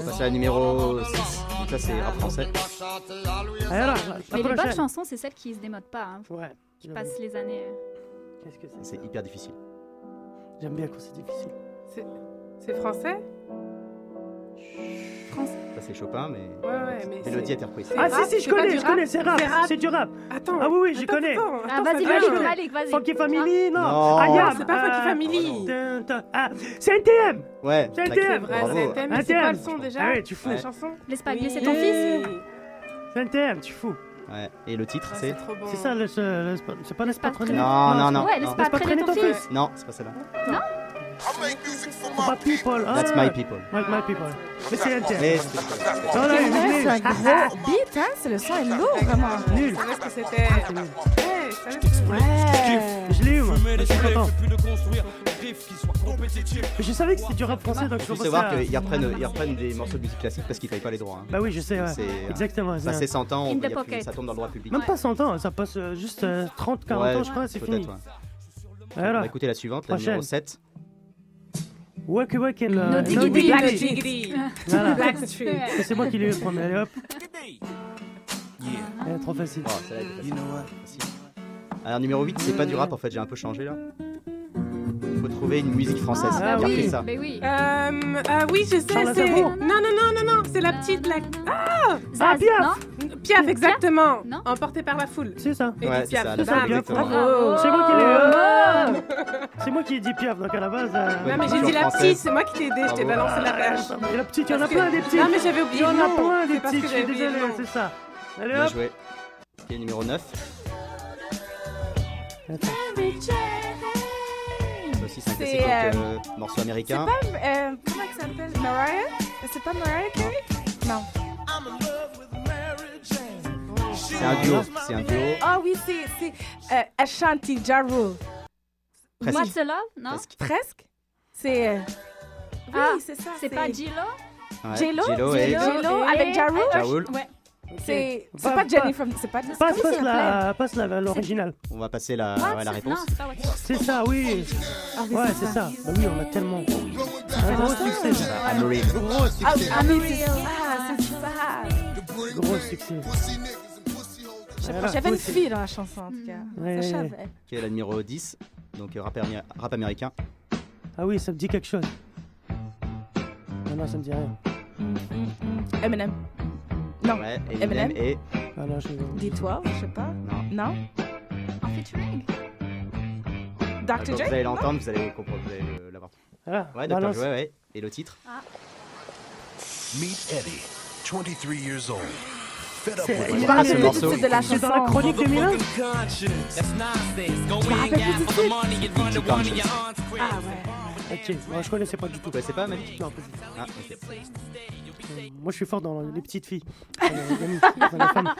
[SPEAKER 9] On passe à la numéro 6. Donc ça c'est rap français.
[SPEAKER 2] Allez, alors,
[SPEAKER 3] Mais
[SPEAKER 2] la
[SPEAKER 3] les bonnes
[SPEAKER 2] prochaine.
[SPEAKER 3] chansons, c'est celles qui se démodent pas. Hein.
[SPEAKER 2] Ouais.
[SPEAKER 3] Qui passent les années. euh.
[SPEAKER 2] Qu'est-ce que c'est
[SPEAKER 9] C'est hyper difficile.
[SPEAKER 2] J'aime bien quand c'est difficile.
[SPEAKER 7] C'est- C'est français
[SPEAKER 9] Ça c'est Chopin, mais.
[SPEAKER 7] Ouais, ouais, mais.
[SPEAKER 9] Mélodie
[SPEAKER 7] c'est-
[SPEAKER 9] interprétée.
[SPEAKER 7] c'est
[SPEAKER 2] Ah
[SPEAKER 7] rap,
[SPEAKER 2] si si, je
[SPEAKER 7] c'est pas
[SPEAKER 2] connais,
[SPEAKER 7] du
[SPEAKER 2] je connais,
[SPEAKER 7] rap,
[SPEAKER 2] c'est rap, c'est du rap.
[SPEAKER 7] Attends.
[SPEAKER 2] Ah oui oui, je
[SPEAKER 7] attends,
[SPEAKER 2] connais.
[SPEAKER 7] attends,
[SPEAKER 3] Ah,
[SPEAKER 7] attends,
[SPEAKER 3] vas-y,
[SPEAKER 7] ça
[SPEAKER 3] Malik,
[SPEAKER 7] vient.
[SPEAKER 3] Malik, vas-y.
[SPEAKER 2] Funky Family, non.
[SPEAKER 9] Non.
[SPEAKER 2] I am,
[SPEAKER 7] C'est pas Funky
[SPEAKER 2] euh,
[SPEAKER 7] Family.
[SPEAKER 2] dun, dun, ah, c'est NTM.
[SPEAKER 9] Ouais.
[SPEAKER 2] C'est
[SPEAKER 9] la clé,
[SPEAKER 2] NTM.
[SPEAKER 7] Vrai,
[SPEAKER 9] Bravo.
[SPEAKER 7] c'est un thème, mais c'est
[SPEAKER 2] Un
[SPEAKER 7] quoi
[SPEAKER 2] thème.
[SPEAKER 7] le son déjà
[SPEAKER 2] Ah ouais, tu fous.
[SPEAKER 7] La chanson
[SPEAKER 3] Laisse pas glisser ton fils.
[SPEAKER 2] C'est NTM, tu fous.
[SPEAKER 9] Ouais. Et le titre
[SPEAKER 7] Ah,
[SPEAKER 9] c'est.
[SPEAKER 7] C'est trop bon.
[SPEAKER 2] C'est ça le, le- le- c'est pas laisse pas traîner.
[SPEAKER 9] Non, non, non.
[SPEAKER 3] Ouais, laisse
[SPEAKER 9] non.
[SPEAKER 3] pas
[SPEAKER 2] Laisse pas
[SPEAKER 3] traîner ton fils.
[SPEAKER 9] Non, c'est pas celle-là.
[SPEAKER 2] My people. ah.
[SPEAKER 9] That's my people.
[SPEAKER 2] Like my people. Mais c'est
[SPEAKER 9] Mais
[SPEAKER 2] NTM.
[SPEAKER 9] c'est-
[SPEAKER 2] Non, non, il est
[SPEAKER 5] C'est
[SPEAKER 2] nul.
[SPEAKER 5] un gros beat, hein? C'est le son est lourd, vraiment.
[SPEAKER 2] Nul.
[SPEAKER 7] Je savais que c'était. Ouais, je savais que c'était-
[SPEAKER 5] Ouais.
[SPEAKER 2] Je l'ai eu, moi. Je suis content.
[SPEAKER 16] plus de construire un riff qui soit compétitif.
[SPEAKER 2] Mais Je savais que c'était du rap français, donc je
[SPEAKER 9] faut
[SPEAKER 2] pensais
[SPEAKER 9] savoir
[SPEAKER 2] à-
[SPEAKER 9] qu'ils reprennent, ils reprennent des morceaux de musique classique parce qu'ils payent pas les droits. hein.
[SPEAKER 2] Bah oui, je sais, ouais.
[SPEAKER 9] C'est-
[SPEAKER 2] Exactement.
[SPEAKER 9] Ça
[SPEAKER 2] c'est-
[SPEAKER 9] c'est 100 ans,
[SPEAKER 3] In
[SPEAKER 9] on
[SPEAKER 3] the
[SPEAKER 9] peut y
[SPEAKER 3] pocket.
[SPEAKER 9] appuyer, ça tombe dans le droit public.
[SPEAKER 2] Même pas 100 ans, ça passe euh, juste euh, 30, 40
[SPEAKER 9] Ouais,
[SPEAKER 2] ans, je crois, c'est
[SPEAKER 9] peut-être,
[SPEAKER 2] fini.
[SPEAKER 9] ouais. On
[SPEAKER 2] Voilà.
[SPEAKER 9] va écouter la suivante, la
[SPEAKER 2] Prochaine.
[SPEAKER 9] numéro 7.
[SPEAKER 2] Wake Wake and euh, No
[SPEAKER 3] No diggity,
[SPEAKER 2] Diggity.
[SPEAKER 3] Black
[SPEAKER 7] Diggity.
[SPEAKER 2] Voilà.
[SPEAKER 7] Blackstreet.
[SPEAKER 2] Et C'est moi qui l'ai eu le premier, allez hop.
[SPEAKER 7] Ah.
[SPEAKER 2] Eh, trop facile.
[SPEAKER 9] Oh, celle-là, elle était facile. Facile. Alors numéro 8, c'est pas du rap en fait, j'ai un peu changé là. Il faut trouver une musique française.
[SPEAKER 3] Ah,
[SPEAKER 2] bah
[SPEAKER 9] J'ai
[SPEAKER 2] oui.
[SPEAKER 9] appris ça.
[SPEAKER 3] Mais oui.
[SPEAKER 7] Euh, ah oui, je
[SPEAKER 2] Charles
[SPEAKER 7] sais, c'est.
[SPEAKER 2] Aznavour.
[SPEAKER 7] Non, non, non, non, non, c'est la petite. La...
[SPEAKER 2] Ah,
[SPEAKER 3] Zaz,
[SPEAKER 2] Piaf.
[SPEAKER 3] non
[SPEAKER 7] Piaf, exactement.
[SPEAKER 3] Non.
[SPEAKER 7] Emportée par la foule.
[SPEAKER 2] C'est ça.
[SPEAKER 7] Et
[SPEAKER 9] Ouais,
[SPEAKER 7] dit
[SPEAKER 9] c'est ça,
[SPEAKER 7] Piaf.
[SPEAKER 9] la
[SPEAKER 2] C'est ça,
[SPEAKER 7] Bam.
[SPEAKER 9] foule,
[SPEAKER 2] Piaf.
[SPEAKER 9] exactement.
[SPEAKER 7] Bravo.
[SPEAKER 2] Oh. C'est moi qui
[SPEAKER 3] Oh.
[SPEAKER 2] l'ai eu. C'est moi qui ai dit Piaf, donc à la base. euh,
[SPEAKER 7] Non, mais j'ai
[SPEAKER 9] Culture
[SPEAKER 7] dit la
[SPEAKER 9] française.
[SPEAKER 7] petite, c'est moi qui t'ai
[SPEAKER 5] Ah
[SPEAKER 7] aidé, je t'ai
[SPEAKER 9] Bravo.
[SPEAKER 7] balancé la perche.
[SPEAKER 2] Et la petite, il y en a
[SPEAKER 7] Parce que-
[SPEAKER 2] plein des petits.
[SPEAKER 7] Non, mais j'avais oublié
[SPEAKER 2] Il y en a
[SPEAKER 7] le nom.
[SPEAKER 2] plein des
[SPEAKER 7] C'est parce
[SPEAKER 2] petits, je
[SPEAKER 7] que
[SPEAKER 2] suis
[SPEAKER 7] j'avais oublié
[SPEAKER 2] désolé,
[SPEAKER 7] le nom.
[SPEAKER 2] c'est ça. Allez
[SPEAKER 9] Bien
[SPEAKER 2] hop.
[SPEAKER 9] joué. Ok, numéro 9.
[SPEAKER 2] Attends.
[SPEAKER 9] Ça aussi, c'est un
[SPEAKER 5] C'est,
[SPEAKER 9] classique rock,
[SPEAKER 5] euh,
[SPEAKER 9] euh, morceau américain.
[SPEAKER 5] C'est pas. euh, comment elle s'appelle Mariah C'est pas Mariah Carey Non.
[SPEAKER 9] C'est un duo, c'est un duo.
[SPEAKER 5] Ah oui, c'est c'est, euh, Ashanti Ja Rule.
[SPEAKER 9] Presque. What's
[SPEAKER 3] the love Non
[SPEAKER 5] Presque. C'est. euh, Oui,
[SPEAKER 3] Ah,
[SPEAKER 5] c'est ça.
[SPEAKER 3] c'est pas J-Lo
[SPEAKER 9] Ouais,
[SPEAKER 5] J-Lo
[SPEAKER 9] J-Lo et-
[SPEAKER 5] J-Lo avec Ja Rule
[SPEAKER 9] Ja Rule.
[SPEAKER 3] Ouais.
[SPEAKER 2] Ok.
[SPEAKER 5] C'est c'est
[SPEAKER 2] Pas-
[SPEAKER 5] pas
[SPEAKER 2] pas-
[SPEAKER 5] Jenny from. C'est pas comment
[SPEAKER 2] Passe,
[SPEAKER 5] ça
[SPEAKER 2] passe,
[SPEAKER 5] s'appelle?
[SPEAKER 2] la, passe la- l'original.
[SPEAKER 9] On va passer la, Ah, ouais, la réponse.
[SPEAKER 7] Oh.
[SPEAKER 2] C'est ça, oui.
[SPEAKER 7] Ah,
[SPEAKER 5] oui,
[SPEAKER 2] ouais,
[SPEAKER 5] c'est
[SPEAKER 2] c'est
[SPEAKER 5] ça.
[SPEAKER 2] ça. Bah oui, on a tellement. Un gros succès.
[SPEAKER 9] Ah, I'm real.
[SPEAKER 2] Gros
[SPEAKER 5] Ah,
[SPEAKER 2] succès.
[SPEAKER 5] ah, mais c'est ça, Ah, c'est ça.
[SPEAKER 2] Gros succès.
[SPEAKER 5] Je sais pas,
[SPEAKER 2] Voilà.
[SPEAKER 5] J'avais une
[SPEAKER 2] Oui, c'est-
[SPEAKER 5] fille dans la chanson, en tout cas.
[SPEAKER 2] Ah, Ouais,
[SPEAKER 5] Ça, je
[SPEAKER 2] ouais, ouais.
[SPEAKER 5] savais.
[SPEAKER 9] Qui est la numéro 10, donc euh, rap, améri- rap américain.
[SPEAKER 2] Ah oui, ça me dit quelque chose. Non, non, ça me dit rien.
[SPEAKER 5] Eminem. Non.
[SPEAKER 9] Ouais, Eminem
[SPEAKER 5] Eminem.
[SPEAKER 9] et.
[SPEAKER 2] Ah non, je...
[SPEAKER 5] D12, je sais pas.
[SPEAKER 9] Non.
[SPEAKER 5] Non.
[SPEAKER 3] En featuring
[SPEAKER 2] Ah,
[SPEAKER 9] Quand
[SPEAKER 5] Dr.
[SPEAKER 9] euh, vous
[SPEAKER 5] Dre
[SPEAKER 9] allez
[SPEAKER 5] non
[SPEAKER 9] l'entendre, vous allez comprendre, vous allez le- l'avoir.
[SPEAKER 2] Voilà.
[SPEAKER 9] Ouais, Dr.
[SPEAKER 2] balance.
[SPEAKER 9] Dre, ouais, ouais. Et le titre
[SPEAKER 12] Meet Eddie, 23 years old. Fed up
[SPEAKER 2] C'est-
[SPEAKER 12] with
[SPEAKER 2] il
[SPEAKER 12] life.
[SPEAKER 2] parle Ah, ce du morceau. titre de la C'est dans la chanson. chronique de Milan
[SPEAKER 16] Je
[SPEAKER 2] me rappelle plus du
[SPEAKER 16] Ah
[SPEAKER 2] Ok, moi je connaissais pas du tout.
[SPEAKER 9] Vous connaissez pas, Malik
[SPEAKER 2] Non, pas du tout.
[SPEAKER 9] Ah, ok.
[SPEAKER 2] Moi je suis fort dans les petites filles. Dans les amis, dans les
[SPEAKER 5] (laughs)
[SPEAKER 2] femmes.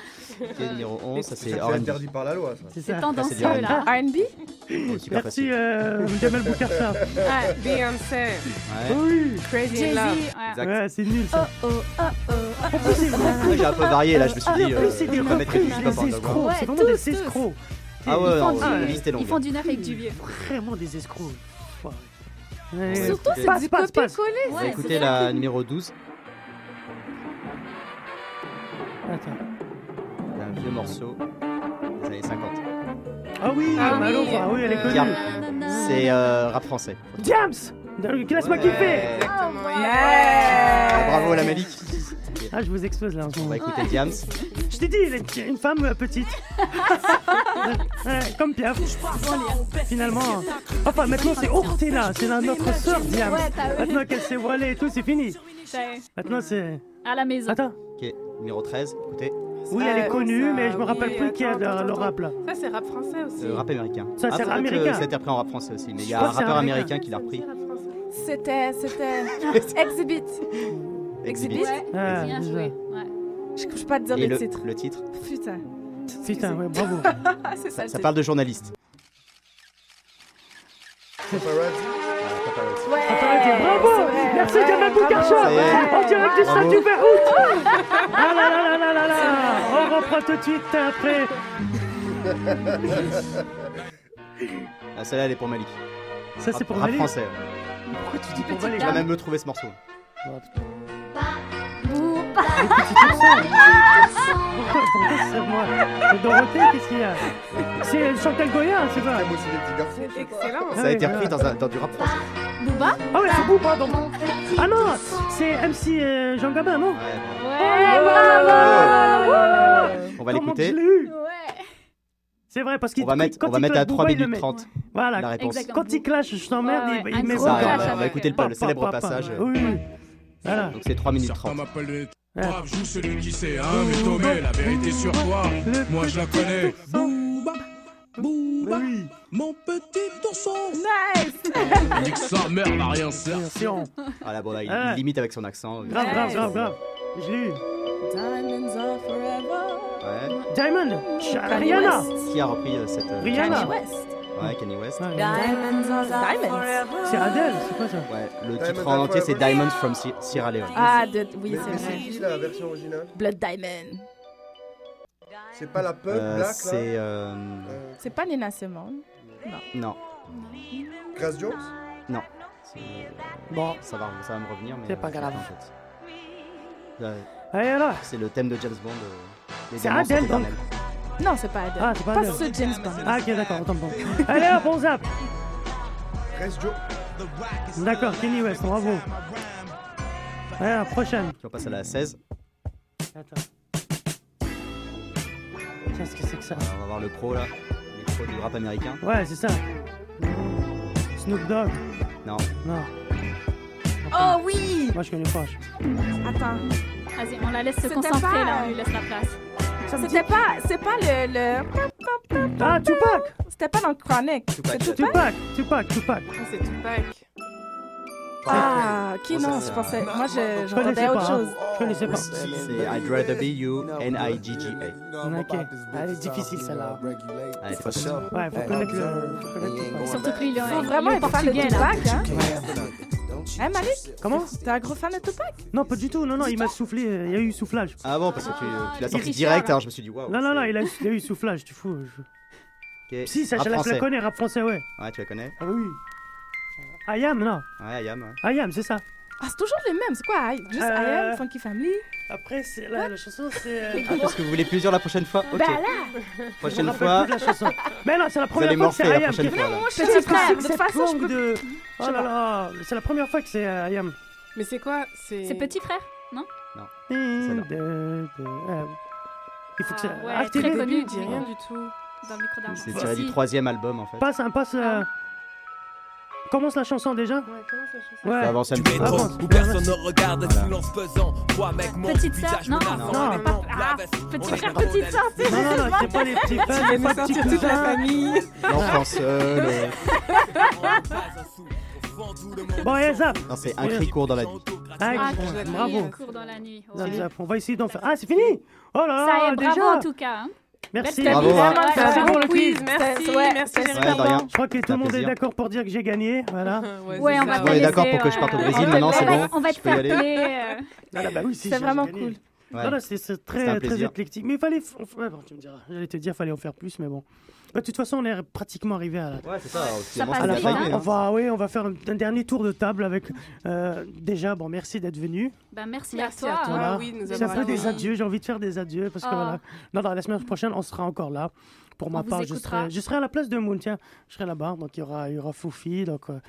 [SPEAKER 9] Qui est numéro 11, ça c'est
[SPEAKER 14] c'est
[SPEAKER 9] R&B.
[SPEAKER 14] interdit par la loi, ça.
[SPEAKER 2] C'est ça.
[SPEAKER 9] tendancieux,
[SPEAKER 3] euh,
[SPEAKER 9] c'est du là.
[SPEAKER 5] R&B
[SPEAKER 9] Oh, super
[SPEAKER 2] Merci,
[SPEAKER 9] facile.
[SPEAKER 2] euh, Jamel
[SPEAKER 9] (laughs)
[SPEAKER 2] Boukarta.
[SPEAKER 7] Ah, Beyoncé.
[SPEAKER 9] Ouais.
[SPEAKER 2] Oui.
[SPEAKER 7] Crazy in
[SPEAKER 5] Jay-Z.
[SPEAKER 7] Love.
[SPEAKER 5] ouais.
[SPEAKER 9] Exact.
[SPEAKER 2] Ouais, c'est nul ça.
[SPEAKER 5] Oh, oh, oh, oh.
[SPEAKER 9] Ouais, J'ai un peu varié là, je me suis dit.
[SPEAKER 2] En
[SPEAKER 9] euh,
[SPEAKER 2] plus, Ah, c'est
[SPEAKER 9] je
[SPEAKER 2] des
[SPEAKER 9] vais pas mettre les
[SPEAKER 2] reprises,
[SPEAKER 9] trucs
[SPEAKER 2] des
[SPEAKER 9] dans le
[SPEAKER 2] escrocs.
[SPEAKER 9] coin.
[SPEAKER 2] C'est
[SPEAKER 5] Ouais,
[SPEAKER 2] vraiment
[SPEAKER 5] tous,
[SPEAKER 2] des
[SPEAKER 5] tous.
[SPEAKER 2] escrocs.
[SPEAKER 9] Ah ouais,
[SPEAKER 3] Ils font
[SPEAKER 9] non,
[SPEAKER 3] du-
[SPEAKER 9] la liste est
[SPEAKER 3] Ils
[SPEAKER 9] longue.
[SPEAKER 3] font du neuf avec du vieux.
[SPEAKER 2] Vraiment des escrocs. Enfoirés.
[SPEAKER 9] Ouais,
[SPEAKER 2] Ouais.
[SPEAKER 5] Surtout,
[SPEAKER 9] écoutez-
[SPEAKER 5] c'est du
[SPEAKER 2] passe, passe.
[SPEAKER 5] copier-coller.
[SPEAKER 9] On va
[SPEAKER 3] Ouais,
[SPEAKER 9] écouter
[SPEAKER 3] c'est
[SPEAKER 9] la numéro 12,
[SPEAKER 2] Attends.
[SPEAKER 9] un vieux morceau des années 50.
[SPEAKER 2] Ah oui,
[SPEAKER 7] Ah
[SPEAKER 2] bah
[SPEAKER 7] oui.
[SPEAKER 2] alors, ah oui, elle est
[SPEAKER 9] Diam.
[SPEAKER 2] connue.
[SPEAKER 3] Ah.
[SPEAKER 9] C'est euh, rap français.
[SPEAKER 2] Diams Classe-moi qui fait
[SPEAKER 7] Exactement.
[SPEAKER 9] Ah, Bravo la Malik.
[SPEAKER 2] Ah, je vous explose là en ce
[SPEAKER 9] On
[SPEAKER 2] moment.
[SPEAKER 9] va écouter Diams.
[SPEAKER 2] Je t'ai dit, il est une femme euh, petite. Ouais, comme Piaf. Finalement. Enfin, maintenant, c'est Ortena. C'est la- notre sœur, Diams.
[SPEAKER 3] Ouais, t'as-
[SPEAKER 2] Maintenant qu'elle s'est voilée et tout, c'est fini.
[SPEAKER 3] Ça y est.
[SPEAKER 2] Maintenant, c'est.
[SPEAKER 3] À la maison.
[SPEAKER 2] Attends.
[SPEAKER 9] Ok, numéro 13, écoutez. euh,
[SPEAKER 2] Oui, elle
[SPEAKER 7] Ah,
[SPEAKER 2] est connue,
[SPEAKER 7] ça,
[SPEAKER 2] mais je me rappelle
[SPEAKER 7] oui,
[SPEAKER 2] plus qui est
[SPEAKER 7] attends,
[SPEAKER 2] dans
[SPEAKER 7] attends,
[SPEAKER 2] le
[SPEAKER 7] attends.
[SPEAKER 2] rap là.
[SPEAKER 7] Ça, c'est rap français aussi.
[SPEAKER 9] Euh, rap américain.
[SPEAKER 2] Ça, c'est rap
[SPEAKER 9] peut-être que
[SPEAKER 2] américain.
[SPEAKER 9] Ça a été repris en rap français aussi, mais il y
[SPEAKER 2] Je
[SPEAKER 9] a
[SPEAKER 2] crois
[SPEAKER 9] un
[SPEAKER 2] que c'est
[SPEAKER 9] rappeur
[SPEAKER 2] américain.
[SPEAKER 9] américain qui l'a repris.
[SPEAKER 5] C'était, c'était
[SPEAKER 2] (laughs)
[SPEAKER 5] Exhibit.
[SPEAKER 9] Exhibit.
[SPEAKER 5] Exhibit.
[SPEAKER 3] Ouais,
[SPEAKER 2] Ah,
[SPEAKER 3] bien
[SPEAKER 2] c'est
[SPEAKER 3] joué.
[SPEAKER 2] ça.
[SPEAKER 3] Ouais.
[SPEAKER 5] Je ne peux pas te dire
[SPEAKER 9] Et
[SPEAKER 5] le,
[SPEAKER 9] le,
[SPEAKER 5] titre.
[SPEAKER 9] le titre,
[SPEAKER 5] Putain.
[SPEAKER 2] Putain, ouais, bravo.
[SPEAKER 5] Ah, c'est ça,
[SPEAKER 9] ça
[SPEAKER 5] le
[SPEAKER 9] parle de journaliste. Ah,
[SPEAKER 5] titre.
[SPEAKER 9] paparazzi.
[SPEAKER 5] Ouais,
[SPEAKER 2] Bravo
[SPEAKER 5] c'est vrai.
[SPEAKER 2] Merci
[SPEAKER 5] Ouais,
[SPEAKER 2] Jamel Boukarcha
[SPEAKER 9] Ça y est.
[SPEAKER 2] En direct du
[SPEAKER 9] Bravo.
[SPEAKER 2] stade du Beyrouth Ah là là là là là là On reprend tout de suite après.
[SPEAKER 9] Ah, Celle-là, elle est pour Malik.
[SPEAKER 2] Ça, c'est
[SPEAKER 9] Rap-
[SPEAKER 2] pour
[SPEAKER 9] Rap
[SPEAKER 2] Malik.
[SPEAKER 9] français. ouais.
[SPEAKER 2] Pourquoi tu dis pour
[SPEAKER 3] Petite
[SPEAKER 2] Malik
[SPEAKER 9] Il va même me trouver ce morceau.
[SPEAKER 2] Pourquoi pourquoi c'est moi C'est Dorothée, qu'est-ce qu'il y a C'est Chantal Goya, c'est pas
[SPEAKER 14] T'aimes aussi les petits garçons.
[SPEAKER 7] C'est excellent.
[SPEAKER 9] Ça a été
[SPEAKER 2] Ah oui,
[SPEAKER 9] repris dans, un- dans du rap français.
[SPEAKER 3] Booba
[SPEAKER 2] Ah ouais, c'est Booba, pardon. Ah non, c'est MC euh, Jean Gabin, non
[SPEAKER 9] Ouais, bon.
[SPEAKER 3] Ouais,
[SPEAKER 9] On va l'écouter.
[SPEAKER 2] Comment que je l'ai eu
[SPEAKER 3] ouais.
[SPEAKER 2] C'est vrai, parce qu'il
[SPEAKER 9] On va mettre,
[SPEAKER 2] quand
[SPEAKER 9] on va
[SPEAKER 2] il
[SPEAKER 9] mettre à
[SPEAKER 2] clash
[SPEAKER 9] 3
[SPEAKER 2] Booba, il le
[SPEAKER 9] minutes
[SPEAKER 2] met.
[SPEAKER 9] 30.
[SPEAKER 2] Voilà,
[SPEAKER 9] La réponse.
[SPEAKER 3] Exactement.
[SPEAKER 2] quand il clash, je t'emmerde,
[SPEAKER 3] Ouais,
[SPEAKER 2] il-
[SPEAKER 3] ouais,
[SPEAKER 2] il met
[SPEAKER 3] un
[SPEAKER 9] Ça,
[SPEAKER 3] gros
[SPEAKER 2] Booba.
[SPEAKER 9] on
[SPEAKER 3] clash
[SPEAKER 9] va- on va
[SPEAKER 3] avec-
[SPEAKER 9] écouter le, pa- le célèbre passage.
[SPEAKER 2] Oui, oui. Voilà.
[SPEAKER 9] Donc c'est 3 minutes
[SPEAKER 16] Certains
[SPEAKER 9] 30.
[SPEAKER 16] m'appellent le
[SPEAKER 2] Ouais.
[SPEAKER 16] Brave, joue celui qui sait, hein, mais Tomé, la vérité sur toi,
[SPEAKER 2] Le
[SPEAKER 16] moi je la connais.
[SPEAKER 2] petit
[SPEAKER 16] Booba, Booba, mon petit ourson.
[SPEAKER 5] Nice.
[SPEAKER 16] Nique sa mère, va rien sert.
[SPEAKER 2] Attention.
[SPEAKER 9] Ah là, bon, là, il,
[SPEAKER 2] Ouais.
[SPEAKER 9] il limite avec son accent. Ouais.
[SPEAKER 2] Grave, grave, grave, grave. Je l'ai eu.
[SPEAKER 5] Diamonds are forever.
[SPEAKER 2] Diamond Ch-
[SPEAKER 5] Kanye
[SPEAKER 2] Rihanna
[SPEAKER 5] West.
[SPEAKER 9] Qui a repris euh, cette. euh,
[SPEAKER 2] Rihanna.
[SPEAKER 5] Kanye West.
[SPEAKER 9] Ouais, Kanye West.
[SPEAKER 2] Ouais.
[SPEAKER 5] Diamonds Diamonds.
[SPEAKER 2] C'est Adele, c'est quoi ça
[SPEAKER 9] Ouais, le
[SPEAKER 14] Diamonds
[SPEAKER 9] titre
[SPEAKER 14] are
[SPEAKER 9] en entier c'est
[SPEAKER 14] forever.
[SPEAKER 9] Diamonds from Si- Sierra Leone.
[SPEAKER 5] Ah, de... oui,
[SPEAKER 14] Mais
[SPEAKER 5] c'est
[SPEAKER 14] mais c'est
[SPEAKER 5] vrai.
[SPEAKER 14] qui la version originale
[SPEAKER 5] Blood Diamond.
[SPEAKER 14] C'est pas la pub
[SPEAKER 9] Euh,
[SPEAKER 14] black là
[SPEAKER 9] c'est. euh,
[SPEAKER 14] Euh,
[SPEAKER 5] C'est pas Nina Simone.
[SPEAKER 9] Non.
[SPEAKER 14] Grace Jones
[SPEAKER 9] C'est, euh,
[SPEAKER 2] Bon.
[SPEAKER 9] Ça va, ça va me revenir, mais.
[SPEAKER 2] C'est pas
[SPEAKER 9] euh,
[SPEAKER 2] grave.
[SPEAKER 9] en fait. Euh,
[SPEAKER 2] Allez, là
[SPEAKER 9] c'est le thème de James Bond. euh, les
[SPEAKER 2] C'est
[SPEAKER 9] diamants sont
[SPEAKER 2] Adele, donc.
[SPEAKER 9] éternels.
[SPEAKER 5] Non, c'est pas Adele.
[SPEAKER 2] Ah, c'est pas Adele.
[SPEAKER 5] ce James Bond.
[SPEAKER 2] Ah, ok, d'accord, autant pour moi. Allez, hop, on zappe
[SPEAKER 14] Grace Jones
[SPEAKER 2] D'accord, Kenny West, bravo. Allez, la prochaine.
[SPEAKER 9] Puis on passe à la 16.
[SPEAKER 2] Attends. Qu'est-ce que c'est que ça
[SPEAKER 9] Alors, on va voir le pro là. Les pros du rap américain.
[SPEAKER 2] Ouais, c'est ça. Snoop Dogg
[SPEAKER 9] Non.
[SPEAKER 2] Non,
[SPEAKER 5] Oh oui!
[SPEAKER 2] moi je connais pas. je-
[SPEAKER 5] Attends.
[SPEAKER 3] Vas-y, on la laisse se
[SPEAKER 5] C'était
[SPEAKER 3] concentrer
[SPEAKER 5] pas-
[SPEAKER 3] là, on lui laisse la place.
[SPEAKER 5] C'était pas... C'est pas le... le...
[SPEAKER 2] Ah, Tupac
[SPEAKER 5] C'était pas dans le Chronic. C'est
[SPEAKER 2] Tupac, Tupac, Tupac.
[SPEAKER 7] C'est Tupac.
[SPEAKER 5] Ah, ok, non, je pensais. Moi, je- j'entendais ben, autre chose.
[SPEAKER 2] hein. Je connaissais
[SPEAKER 14] Oh,
[SPEAKER 2] pas.
[SPEAKER 9] C'est I'd rather be you, N-I-G-G-A.
[SPEAKER 2] Ok, elle est difficile
[SPEAKER 14] euh,
[SPEAKER 2] celle-là.
[SPEAKER 9] Allez, c'est pas ça.
[SPEAKER 2] Ouais, faut connaître le. faut connaître Tupac.
[SPEAKER 5] Surtout
[SPEAKER 3] qu'il
[SPEAKER 5] Faut vraiment être fan de Tupac, hein. Hein, Malik
[SPEAKER 2] Comment
[SPEAKER 5] T'es un gros fan de Tupac
[SPEAKER 2] Non, pas du tout. Non, non, il m'a soufflé. euh, Il y a eu soufflage.
[SPEAKER 9] Ah bon, parce que tu, tu l'as
[SPEAKER 2] C'est
[SPEAKER 9] sorti
[SPEAKER 2] Richard,
[SPEAKER 9] direct,
[SPEAKER 2] là.
[SPEAKER 9] alors je me suis dit waouh.
[SPEAKER 2] Non, non, non, il a eu- il y a eu soufflage, tu fous. je-
[SPEAKER 9] Ok,
[SPEAKER 2] Si, ça,
[SPEAKER 9] rap
[SPEAKER 2] je la- je la
[SPEAKER 9] français.
[SPEAKER 2] connais, rap français, ouais.
[SPEAKER 9] Ouais, tu la connais
[SPEAKER 2] Ah oui. I am, non
[SPEAKER 9] Ouais, Ayam. ouais.
[SPEAKER 2] I am, c'est ça.
[SPEAKER 5] Ah, c'est toujours le même. C'est quoi I- Juste I
[SPEAKER 2] Euh,
[SPEAKER 5] am, Funky Family
[SPEAKER 2] Après, c'est la, la chanson, c'est. euh,
[SPEAKER 9] Ah, parce que vous voulez plusieurs la prochaine fois Ok.
[SPEAKER 5] Bah là
[SPEAKER 2] Je me
[SPEAKER 9] Prochaine
[SPEAKER 2] rappelle
[SPEAKER 9] fois.
[SPEAKER 2] plus de la chanson. Mais non, c'est la
[SPEAKER 9] Vous
[SPEAKER 2] première
[SPEAKER 9] allez
[SPEAKER 2] fois que c'est
[SPEAKER 9] morfler la
[SPEAKER 2] I am.
[SPEAKER 9] prochaine
[SPEAKER 2] qui-
[SPEAKER 9] fois, là.
[SPEAKER 5] moi, je
[SPEAKER 2] Qu'est-ce
[SPEAKER 5] sais
[SPEAKER 2] que
[SPEAKER 5] pas,
[SPEAKER 2] c'est
[SPEAKER 5] de
[SPEAKER 2] que
[SPEAKER 5] toute
[SPEAKER 2] cette
[SPEAKER 5] façon, je
[SPEAKER 2] langue
[SPEAKER 5] peux-
[SPEAKER 2] de.
[SPEAKER 5] Je
[SPEAKER 2] Oh
[SPEAKER 5] sais
[SPEAKER 2] là
[SPEAKER 5] pas.
[SPEAKER 2] là, c'est la première fois que c'est euh, I am.
[SPEAKER 7] Mais c'est quoi C'est
[SPEAKER 3] C'est Petit Frère, non
[SPEAKER 9] Non.
[SPEAKER 2] De- de- euh, Il faut que ça.
[SPEAKER 3] Ah, ouais,
[SPEAKER 2] Ah,
[SPEAKER 3] très
[SPEAKER 2] Thierry,
[SPEAKER 3] connu.
[SPEAKER 7] dit rien du tout.
[SPEAKER 3] Dans le micro d'argent.
[SPEAKER 9] C'est tiré
[SPEAKER 3] Si.
[SPEAKER 9] du troisième album en fait.
[SPEAKER 2] Passe, hein, passe. euh, Commence la chanson déjà Ouais,
[SPEAKER 9] Ça avance un
[SPEAKER 2] Tu
[SPEAKER 9] petit peu.
[SPEAKER 2] m'étonnes.
[SPEAKER 9] Avance.
[SPEAKER 17] Où personne ne regarde, silence pesant. Toi, mec, mon
[SPEAKER 3] Petite sœur, non,
[SPEAKER 2] non,
[SPEAKER 17] non,
[SPEAKER 2] non.
[SPEAKER 3] Petit Frère, Ah, Petite Sœur, c'est
[SPEAKER 2] Non, non, non, c'est pas les petits fans, c'est pas petits cousins.
[SPEAKER 9] L'enfant seul. euh,
[SPEAKER 2] Bon, et zap
[SPEAKER 9] Non, c'est un cri court dans la vie.
[SPEAKER 2] Ah,
[SPEAKER 3] Ah, qui
[SPEAKER 2] bravo.
[SPEAKER 3] court dans la nuit.
[SPEAKER 2] Zap, zap, on va essayer d'en faire. Ah, c'est fini Oh là
[SPEAKER 3] Ça y
[SPEAKER 2] là,
[SPEAKER 3] est,
[SPEAKER 2] déjà
[SPEAKER 3] bravo en tout cas. hein.
[SPEAKER 2] Merci.
[SPEAKER 3] Belle
[SPEAKER 9] Bravo, hein.
[SPEAKER 3] famille.
[SPEAKER 2] Merci
[SPEAKER 5] Ah,
[SPEAKER 3] Ouais.
[SPEAKER 2] pour le quiz.
[SPEAKER 7] Merci,
[SPEAKER 5] Ouais,
[SPEAKER 7] merci.
[SPEAKER 5] c'est
[SPEAKER 7] Jérémy.
[SPEAKER 9] Ouais, de rien.
[SPEAKER 2] Je crois que tout
[SPEAKER 9] Un
[SPEAKER 2] le monde est
[SPEAKER 9] plaisir.
[SPEAKER 2] d'accord pour dire que j'ai gagné.
[SPEAKER 7] (laughs)
[SPEAKER 2] Voilà.
[SPEAKER 7] Ouais,
[SPEAKER 3] Ouais,
[SPEAKER 7] c'est
[SPEAKER 3] on va
[SPEAKER 7] ça.
[SPEAKER 3] te
[SPEAKER 9] Ouais,
[SPEAKER 3] laisser,
[SPEAKER 9] d'accord pour que je
[SPEAKER 3] ouais.
[SPEAKER 9] parte au Brésil, maintenant, c'est
[SPEAKER 3] On va-
[SPEAKER 9] bon,
[SPEAKER 3] On va
[SPEAKER 9] je
[SPEAKER 3] te
[SPEAKER 9] peux y
[SPEAKER 3] faire
[SPEAKER 9] aller.
[SPEAKER 3] plaisir.
[SPEAKER 2] Ah, là, bah oui, si,
[SPEAKER 5] C'est
[SPEAKER 2] j'ai
[SPEAKER 5] vraiment
[SPEAKER 2] gagné.
[SPEAKER 5] cool.
[SPEAKER 9] Ouais.
[SPEAKER 2] Non, non, c'est- c'est
[SPEAKER 9] C'était un
[SPEAKER 2] très, très
[SPEAKER 9] plaisir.
[SPEAKER 2] éclectique. Mais il fallait. f- f- ouais, bon, tu me diras. J'allais te dire, fallait en faire plus, mais bon. Bah, de toute façon, on est pratiquement arrivé à la,
[SPEAKER 9] Ouais, c'est ça. hein.
[SPEAKER 3] Ça
[SPEAKER 9] Finalement,
[SPEAKER 3] passe
[SPEAKER 2] à
[SPEAKER 3] hein.
[SPEAKER 9] c'est de
[SPEAKER 2] la
[SPEAKER 9] la
[SPEAKER 2] fin.
[SPEAKER 9] taille.
[SPEAKER 2] On va, oui, on va faire un, un dernier tour de table avec. euh, déjà, bon, merci d'être venu.
[SPEAKER 3] Bah, merci,
[SPEAKER 7] Merci
[SPEAKER 3] à
[SPEAKER 7] à
[SPEAKER 3] toi.
[SPEAKER 7] toi.
[SPEAKER 2] Voilà.
[SPEAKER 7] oui, nous
[SPEAKER 2] C'est un
[SPEAKER 7] avons
[SPEAKER 2] peu
[SPEAKER 7] adoré.
[SPEAKER 2] des adieux. J'ai envie de faire des adieux parce que
[SPEAKER 3] Oh.
[SPEAKER 2] voilà. Non, non, la semaine prochaine, on sera encore là. Pour ma
[SPEAKER 3] vous
[SPEAKER 2] part, je
[SPEAKER 3] écoutera.
[SPEAKER 2] serai, je serai à la place de Moon. Tiens, je serai là-bas. Donc, il y aura, il y aura Foufi. Donc, euh,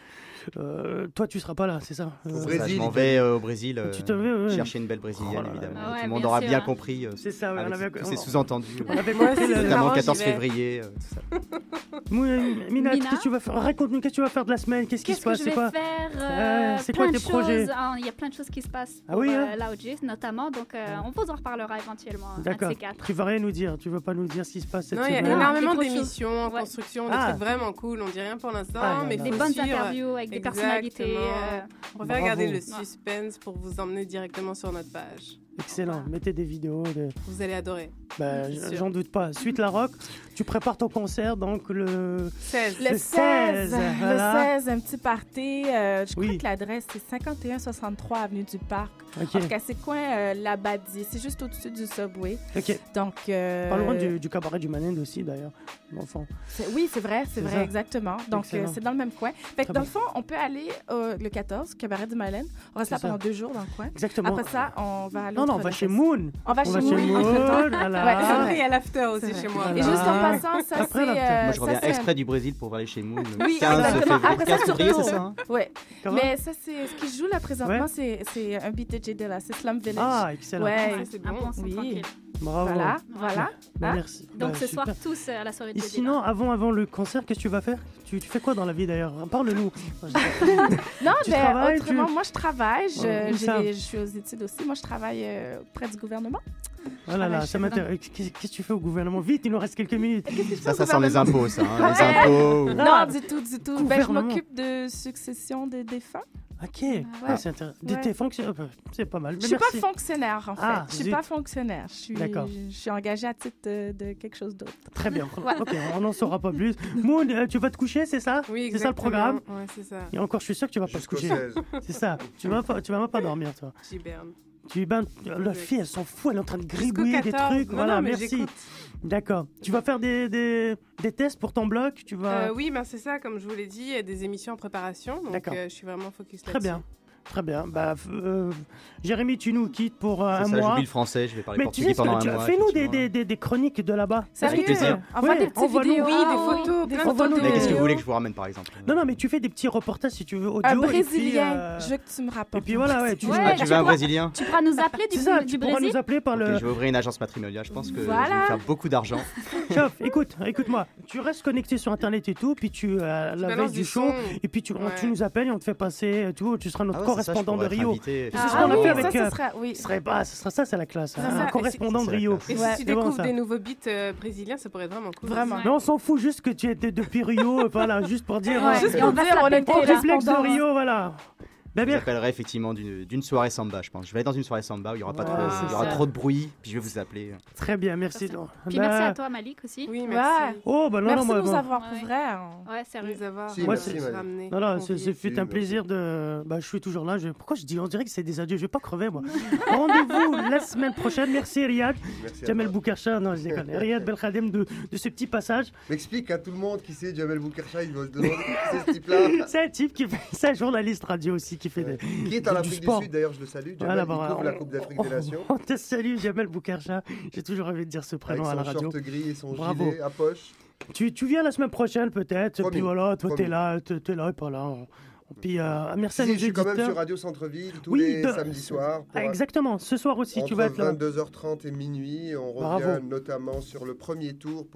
[SPEAKER 2] euh, toi, tu seras pas là, c'est ça
[SPEAKER 9] C'est
[SPEAKER 2] Euh,
[SPEAKER 9] ça,
[SPEAKER 14] Brésil,
[SPEAKER 9] Je m'en vais euh, au Brésil. euh,
[SPEAKER 2] Tu te veux, ouais.
[SPEAKER 9] Chercher une belle
[SPEAKER 2] Oh là
[SPEAKER 9] brésilienne,
[SPEAKER 2] là.
[SPEAKER 9] évidemment.
[SPEAKER 3] Ah ouais,
[SPEAKER 9] Tout le monde
[SPEAKER 3] bien
[SPEAKER 9] aura
[SPEAKER 3] sûr.
[SPEAKER 9] bien compris. euh,
[SPEAKER 2] C'est ça, ouais,
[SPEAKER 9] avec
[SPEAKER 2] on avait-
[SPEAKER 9] tous
[SPEAKER 2] on-
[SPEAKER 9] ces sous-entendus.
[SPEAKER 2] On avait
[SPEAKER 9] (laughs)
[SPEAKER 7] Moi
[SPEAKER 2] compris le-
[SPEAKER 7] aussi, c'est
[SPEAKER 2] (laughs)
[SPEAKER 9] euh, Notamment
[SPEAKER 7] Marrant, j'y
[SPEAKER 9] 14
[SPEAKER 7] vais.
[SPEAKER 9] février. euh, tout ça.
[SPEAKER 2] Mouna, Mina,
[SPEAKER 3] Mina.
[SPEAKER 2] qu'est-ce que tu vas faire Raconte-nous qu'est-ce que tu vas faire de la semaine. Qu'est-ce qui
[SPEAKER 3] Qu'est-ce
[SPEAKER 2] se
[SPEAKER 3] que
[SPEAKER 2] passe
[SPEAKER 3] je
[SPEAKER 2] C'est
[SPEAKER 3] vais
[SPEAKER 2] quoi
[SPEAKER 3] faire
[SPEAKER 2] Euh,
[SPEAKER 3] euh,
[SPEAKER 2] c'est quoi
[SPEAKER 3] plein
[SPEAKER 2] tes
[SPEAKER 3] de
[SPEAKER 2] projets
[SPEAKER 3] choses. Ah, Il y a plein de choses qui se passent
[SPEAKER 2] Ah
[SPEAKER 3] pour
[SPEAKER 2] oui, hein
[SPEAKER 3] euh, l'AOG, notamment. Donc, euh, on vous en reparlera éventuellement. un de
[SPEAKER 2] D'accord.
[SPEAKER 3] ces quatre.
[SPEAKER 2] Tu vas rien nous dire. Tu vas pas nous dire ce qui se passe cette
[SPEAKER 7] Non, il y a
[SPEAKER 2] semaine.
[SPEAKER 3] Non,
[SPEAKER 7] énormément
[SPEAKER 3] des grosses
[SPEAKER 7] d'émissions en
[SPEAKER 3] Ouais.
[SPEAKER 7] construction, des
[SPEAKER 2] Ah.
[SPEAKER 7] trucs vraiment cool. On dit rien pour l'instant,
[SPEAKER 2] Ah, là,
[SPEAKER 7] mais
[SPEAKER 2] là.
[SPEAKER 7] faut
[SPEAKER 3] Des bonnes
[SPEAKER 7] suivre.
[SPEAKER 3] interviews avec des personnalités. euh,
[SPEAKER 7] Exactement. On va faire
[SPEAKER 2] Bravo.
[SPEAKER 7] garder le suspense pour vous emmener directement sur notre page.
[SPEAKER 2] Excellent. Mettez des vidéos. De...
[SPEAKER 7] Vous allez adorer.
[SPEAKER 2] Bah,
[SPEAKER 7] C'est sûr.
[SPEAKER 2] j'en doute pas. Suite la rock. Tu prépares ton concert donc le.
[SPEAKER 7] 16.
[SPEAKER 2] Le
[SPEAKER 5] Le 16,
[SPEAKER 2] 16, voilà.
[SPEAKER 5] le 16, un petit party. euh, je crois
[SPEAKER 2] Oui.
[SPEAKER 5] que l'adresse, c'est 5163 Avenue du Parc.
[SPEAKER 2] Ok.
[SPEAKER 5] En tout cas, c'est coin euh, l'Abadie. C'est juste au-dessus du Subway.
[SPEAKER 2] Ok.
[SPEAKER 5] Donc, euh,
[SPEAKER 2] Pas loin du, du cabaret du Manend aussi d'ailleurs. Bon, Enfin,
[SPEAKER 5] c'est- Oui, c'est vrai, c'est
[SPEAKER 2] C'est
[SPEAKER 5] vrai,
[SPEAKER 2] ça.
[SPEAKER 5] exactement. Donc, euh,
[SPEAKER 2] Excellent.
[SPEAKER 5] c'est dans le même coin. Fait que
[SPEAKER 2] Très
[SPEAKER 5] dans
[SPEAKER 2] bon.
[SPEAKER 5] le fond, on peut aller euh, le 14, au cabaret du Malène. On reste
[SPEAKER 2] C'est
[SPEAKER 5] là
[SPEAKER 2] ça.
[SPEAKER 5] pendant deux jours dans le coin.
[SPEAKER 2] exactement.
[SPEAKER 5] Après ça, on va aller
[SPEAKER 2] non, non, on va chez Moon.
[SPEAKER 5] On va
[SPEAKER 2] On
[SPEAKER 5] chez
[SPEAKER 2] va
[SPEAKER 5] Moon.
[SPEAKER 2] chez Moon. Oh
[SPEAKER 5] (laughs) Ouais, c'est
[SPEAKER 2] voilà.
[SPEAKER 5] vrai.
[SPEAKER 7] Après, il y a l'after aussi
[SPEAKER 5] vrai.
[SPEAKER 7] chez moi.
[SPEAKER 5] Et juste en
[SPEAKER 2] Voilà.
[SPEAKER 5] passant, ça, c'est.
[SPEAKER 2] Ah. Après, l'after.
[SPEAKER 5] euh,
[SPEAKER 9] Moi, je
[SPEAKER 5] ça,
[SPEAKER 9] reviens
[SPEAKER 5] c'est-
[SPEAKER 9] exprès du Brésil pour aller chez Moon le
[SPEAKER 5] Oui,
[SPEAKER 9] 15
[SPEAKER 5] exactement.
[SPEAKER 9] février.
[SPEAKER 5] Après ça,
[SPEAKER 9] 15
[SPEAKER 5] tu
[SPEAKER 9] février, c'est
[SPEAKER 5] retournes.
[SPEAKER 9] ça hein
[SPEAKER 5] Ouais.
[SPEAKER 2] Comment
[SPEAKER 5] Mais ça, c'est ce qui joue là présentement,
[SPEAKER 2] Ouais.
[SPEAKER 5] c'est- c'est un beat de J. Dilla, c'est Slum Village.
[SPEAKER 2] Ah, excellent.
[SPEAKER 5] ouais,
[SPEAKER 7] c'est
[SPEAKER 3] un
[SPEAKER 7] bon.
[SPEAKER 3] bon son
[SPEAKER 5] Oui.
[SPEAKER 3] tranquille.
[SPEAKER 2] Bravo.
[SPEAKER 5] voilà, voilà.
[SPEAKER 2] Bah,
[SPEAKER 5] Hein
[SPEAKER 2] merci.
[SPEAKER 3] Donc,
[SPEAKER 2] Bah,
[SPEAKER 3] ce soir,
[SPEAKER 2] super.
[SPEAKER 3] tous euh, à la soirée de
[SPEAKER 2] Et
[SPEAKER 3] Dédé.
[SPEAKER 2] sinon, avant, avant le concert, qu'est-ce que tu vas faire tu, tu fais quoi dans la vie d'ailleurs Parle-nous.
[SPEAKER 5] Non,
[SPEAKER 2] Tu
[SPEAKER 5] mais
[SPEAKER 2] travailles,
[SPEAKER 5] autrement,
[SPEAKER 2] tu-
[SPEAKER 5] moi, je travaille. Je,
[SPEAKER 2] Ouais, où
[SPEAKER 5] j'ai
[SPEAKER 2] ça
[SPEAKER 5] des- je suis aux études aussi. Moi, je travaille euh, auprès du gouvernement.
[SPEAKER 2] Oh là
[SPEAKER 5] travaille
[SPEAKER 2] là,
[SPEAKER 5] chez
[SPEAKER 2] ça m'intéresse. Qu'est-ce qu'est-ce que tu fais au gouvernement Vite, il nous reste quelques minutes.
[SPEAKER 9] Ça, ça sent les impôts, ça. hein, Les impôts. ou-
[SPEAKER 5] Non, du tout, du tout. Ben, je
[SPEAKER 2] Gouvernement.
[SPEAKER 5] m'occupe de succession des défunts.
[SPEAKER 2] Ok, Ah, c'est intéressant. Des-
[SPEAKER 5] Ouais.
[SPEAKER 2] tes fonctionnaires, euh, c'est pas mal.
[SPEAKER 5] Je
[SPEAKER 2] Mais
[SPEAKER 5] suis
[SPEAKER 2] merci.
[SPEAKER 5] pas fonctionnaire, en fait.
[SPEAKER 2] Ah,
[SPEAKER 5] je suis
[SPEAKER 2] zut.
[SPEAKER 5] pas fonctionnaire. Je suis,
[SPEAKER 2] D'accord.
[SPEAKER 5] je suis engagée à titre de, de quelque chose d'autre.
[SPEAKER 2] Très bien. Ok, on n'en saura pas plus. Moon, euh, tu vas te coucher, c'est ça
[SPEAKER 7] Oui,
[SPEAKER 2] C'est ça le programme
[SPEAKER 7] exactement. Ouais, c'est ça.
[SPEAKER 2] Et encore, je suis sûr que tu vas pas te
[SPEAKER 14] Jusqu'au
[SPEAKER 2] coucher.
[SPEAKER 14] 16.
[SPEAKER 2] (laughs) C'est ça. Tu vas pas, tu vas même pas dormir, toi.
[SPEAKER 7] J'hiberne.
[SPEAKER 2] Tu ben, la fille, elle s'en fout, elle est en train de
[SPEAKER 7] Jusqu'au
[SPEAKER 2] gribouiller des
[SPEAKER 7] 14.
[SPEAKER 2] trucs.
[SPEAKER 7] Non,
[SPEAKER 2] voilà,
[SPEAKER 7] non, mais
[SPEAKER 2] merci.
[SPEAKER 7] j'écoute.
[SPEAKER 2] D'accord. Tu vas faire des, des, des tests pour ton blog. Tu vas.
[SPEAKER 7] Euh, oui, ben c'est ça, comme je vous l'ai dit, il y a des émissions en préparation, donc
[SPEAKER 2] D'accord.
[SPEAKER 7] euh, je suis vraiment focus là-dessus.
[SPEAKER 2] Très bien. Très bien. Bah, f- euh, Jérémy, tu nous quittes pour euh, un
[SPEAKER 9] C'est ça,
[SPEAKER 2] mois.
[SPEAKER 9] j'oublie le français, je vais parler
[SPEAKER 2] Mais tu sais,
[SPEAKER 9] portugais
[SPEAKER 2] ce que-
[SPEAKER 9] pendant un
[SPEAKER 2] tu-
[SPEAKER 9] mois.
[SPEAKER 2] fais-nous des,
[SPEAKER 9] effectivement.
[SPEAKER 2] des, des, des chroniques de là-bas.
[SPEAKER 9] fait plaisir.
[SPEAKER 5] Sérieux? Enfin,
[SPEAKER 2] Ouais,
[SPEAKER 5] des petites
[SPEAKER 2] envoie-nous-
[SPEAKER 5] vidéos. Ah,
[SPEAKER 7] Oui, des photos,
[SPEAKER 5] Des
[SPEAKER 7] plein de
[SPEAKER 5] photos. euh,
[SPEAKER 2] Envoie-nous
[SPEAKER 9] Mais qu'est-ce que
[SPEAKER 2] des- euh,
[SPEAKER 9] vous voulez que je vous ramène, par exemple
[SPEAKER 2] Non, non, mais tu fais des petits reportages si tu veux audio.
[SPEAKER 5] Un
[SPEAKER 2] et puis,
[SPEAKER 5] brésilien.
[SPEAKER 2] euh,
[SPEAKER 5] Je veux que tu me
[SPEAKER 2] Et
[SPEAKER 5] rapportes.
[SPEAKER 2] puis voilà, ouais, tu,
[SPEAKER 3] Ouais,
[SPEAKER 9] Ah, tu
[SPEAKER 3] tu
[SPEAKER 9] veux un
[SPEAKER 3] pourras-
[SPEAKER 9] Brésilien
[SPEAKER 3] Tu pourras nous appeler du,
[SPEAKER 2] C'est ça,
[SPEAKER 3] du
[SPEAKER 2] tu pourras
[SPEAKER 3] Brésil
[SPEAKER 2] nous appeler par
[SPEAKER 9] Ok,
[SPEAKER 2] le. Ah
[SPEAKER 9] Je vais ouvrir une agence matrimoniale, je pense que je vais
[SPEAKER 5] Voilà.
[SPEAKER 9] me faire beaucoup d'argent.
[SPEAKER 2] Chef, écoute, écoute-moi. Tu restes connecté sur Internet et tout, puis tu euh, la veille
[SPEAKER 7] balances
[SPEAKER 2] du
[SPEAKER 7] du
[SPEAKER 2] show,
[SPEAKER 7] son.
[SPEAKER 2] et puis tu, on-
[SPEAKER 7] Ouais.
[SPEAKER 2] tu nous appelles et on te fait passer et tout. Tu seras notre
[SPEAKER 9] Ah ouais,
[SPEAKER 2] correspondant
[SPEAKER 9] je
[SPEAKER 2] de
[SPEAKER 9] pourrais être
[SPEAKER 2] Rio.
[SPEAKER 9] invité.
[SPEAKER 2] C'est
[SPEAKER 9] Ah,
[SPEAKER 2] ce qu'on a
[SPEAKER 9] oui,
[SPEAKER 2] fait
[SPEAKER 9] ça,
[SPEAKER 2] avec.
[SPEAKER 9] ce
[SPEAKER 2] euh,
[SPEAKER 7] serait- oui.
[SPEAKER 2] ce serait pas- ce sera ça, c'est la classe. hein,
[SPEAKER 7] ça.
[SPEAKER 2] Un
[SPEAKER 7] Et
[SPEAKER 2] correspondant
[SPEAKER 7] si-
[SPEAKER 2] de Rio. Ouais.
[SPEAKER 7] Et si tu
[SPEAKER 2] C'est bon,
[SPEAKER 7] découvres
[SPEAKER 2] ça.
[SPEAKER 7] des nouveaux beats euh, brésiliens, ça pourrait être vraiment cool.
[SPEAKER 2] Mais on s'en fout juste que tu étais depuis Rio, euh, voilà, juste pour dire.
[SPEAKER 7] Ouais.
[SPEAKER 2] euh,
[SPEAKER 7] Juste pour dire, on était
[SPEAKER 2] au réflexe de
[SPEAKER 7] correspondant.
[SPEAKER 2] Rio, voilà. Ben,
[SPEAKER 9] Je vous appellerai effectivement d'une d'une soirée samba, je pense. Je vais aller dans une soirée samba où il y aura pas
[SPEAKER 2] Voilà,
[SPEAKER 9] trop, il
[SPEAKER 2] c'est
[SPEAKER 9] y aura
[SPEAKER 2] ça.
[SPEAKER 9] trop de bruit, puis je vais vous appeler.
[SPEAKER 2] Très bien, merci. donc.
[SPEAKER 3] Puis
[SPEAKER 2] Bah,
[SPEAKER 3] merci à toi, Malik, aussi.
[SPEAKER 7] Oui,
[SPEAKER 5] merci.
[SPEAKER 2] Oh, bah non,
[SPEAKER 5] Merci
[SPEAKER 2] non, moi,
[SPEAKER 5] de nous
[SPEAKER 2] bon.
[SPEAKER 5] avoir pour vrai. hein.
[SPEAKER 3] Ouais, sérieux.
[SPEAKER 7] avoir.
[SPEAKER 2] Moi, c'est- non, non, c'est- ce fut un plaisir de. Bah, je suis toujours là. Je... Pourquoi je dis On dirait que c'est des adieux. Je vais pas crever, moi. (laughs) Rendez-vous la semaine prochaine. Merci, Riyad.
[SPEAKER 14] Merci à
[SPEAKER 2] Jamel Boukarcha. Non, je déconne. Riyad Belkhadem de, de ce petit passage.
[SPEAKER 14] M'explique à tout le monde qui c'est Jamel Boukarcha, il va se demander qui c'est ce
[SPEAKER 2] (laughs)
[SPEAKER 14] type-là.
[SPEAKER 2] C'est un type qui fait. (laughs) C'est un journaliste radio aussi qui fait des.
[SPEAKER 14] Qui est en
[SPEAKER 2] du
[SPEAKER 14] Afrique du
[SPEAKER 2] sport.
[SPEAKER 14] Sud, d'ailleurs, je le salue.
[SPEAKER 2] Voilà,
[SPEAKER 14] Jamel, il
[SPEAKER 2] voilà. Oh.
[SPEAKER 14] couvre la Coupe d'Afrique
[SPEAKER 2] (laughs)
[SPEAKER 14] des Nations.
[SPEAKER 2] On te salue, Jamel Boukarcha. J'ai toujours envie de dire ce
[SPEAKER 14] Avec
[SPEAKER 2] prénom à
[SPEAKER 14] son
[SPEAKER 2] la radio.
[SPEAKER 14] short gris et son
[SPEAKER 2] Bravo.
[SPEAKER 14] gilet à poche.
[SPEAKER 2] Tu, tu viens la semaine prochaine, peut-être. Puis voilà, toi, t'es là, t'es t'es là et pas là. Puis, euh, merci à
[SPEAKER 14] Si,
[SPEAKER 2] nos
[SPEAKER 14] je suis quand même
[SPEAKER 2] auditeurs.
[SPEAKER 14] sur Radio Centre-Ville tous
[SPEAKER 2] Oui,
[SPEAKER 14] les
[SPEAKER 2] de-
[SPEAKER 14] samedis soirs. pour-
[SPEAKER 2] Ah, Exactement, ce soir aussi,
[SPEAKER 14] Entre
[SPEAKER 2] tu vas être là.
[SPEAKER 14] 22h30 et minuit, on revient
[SPEAKER 2] Bravo.
[SPEAKER 14] notamment sur le premier tour pour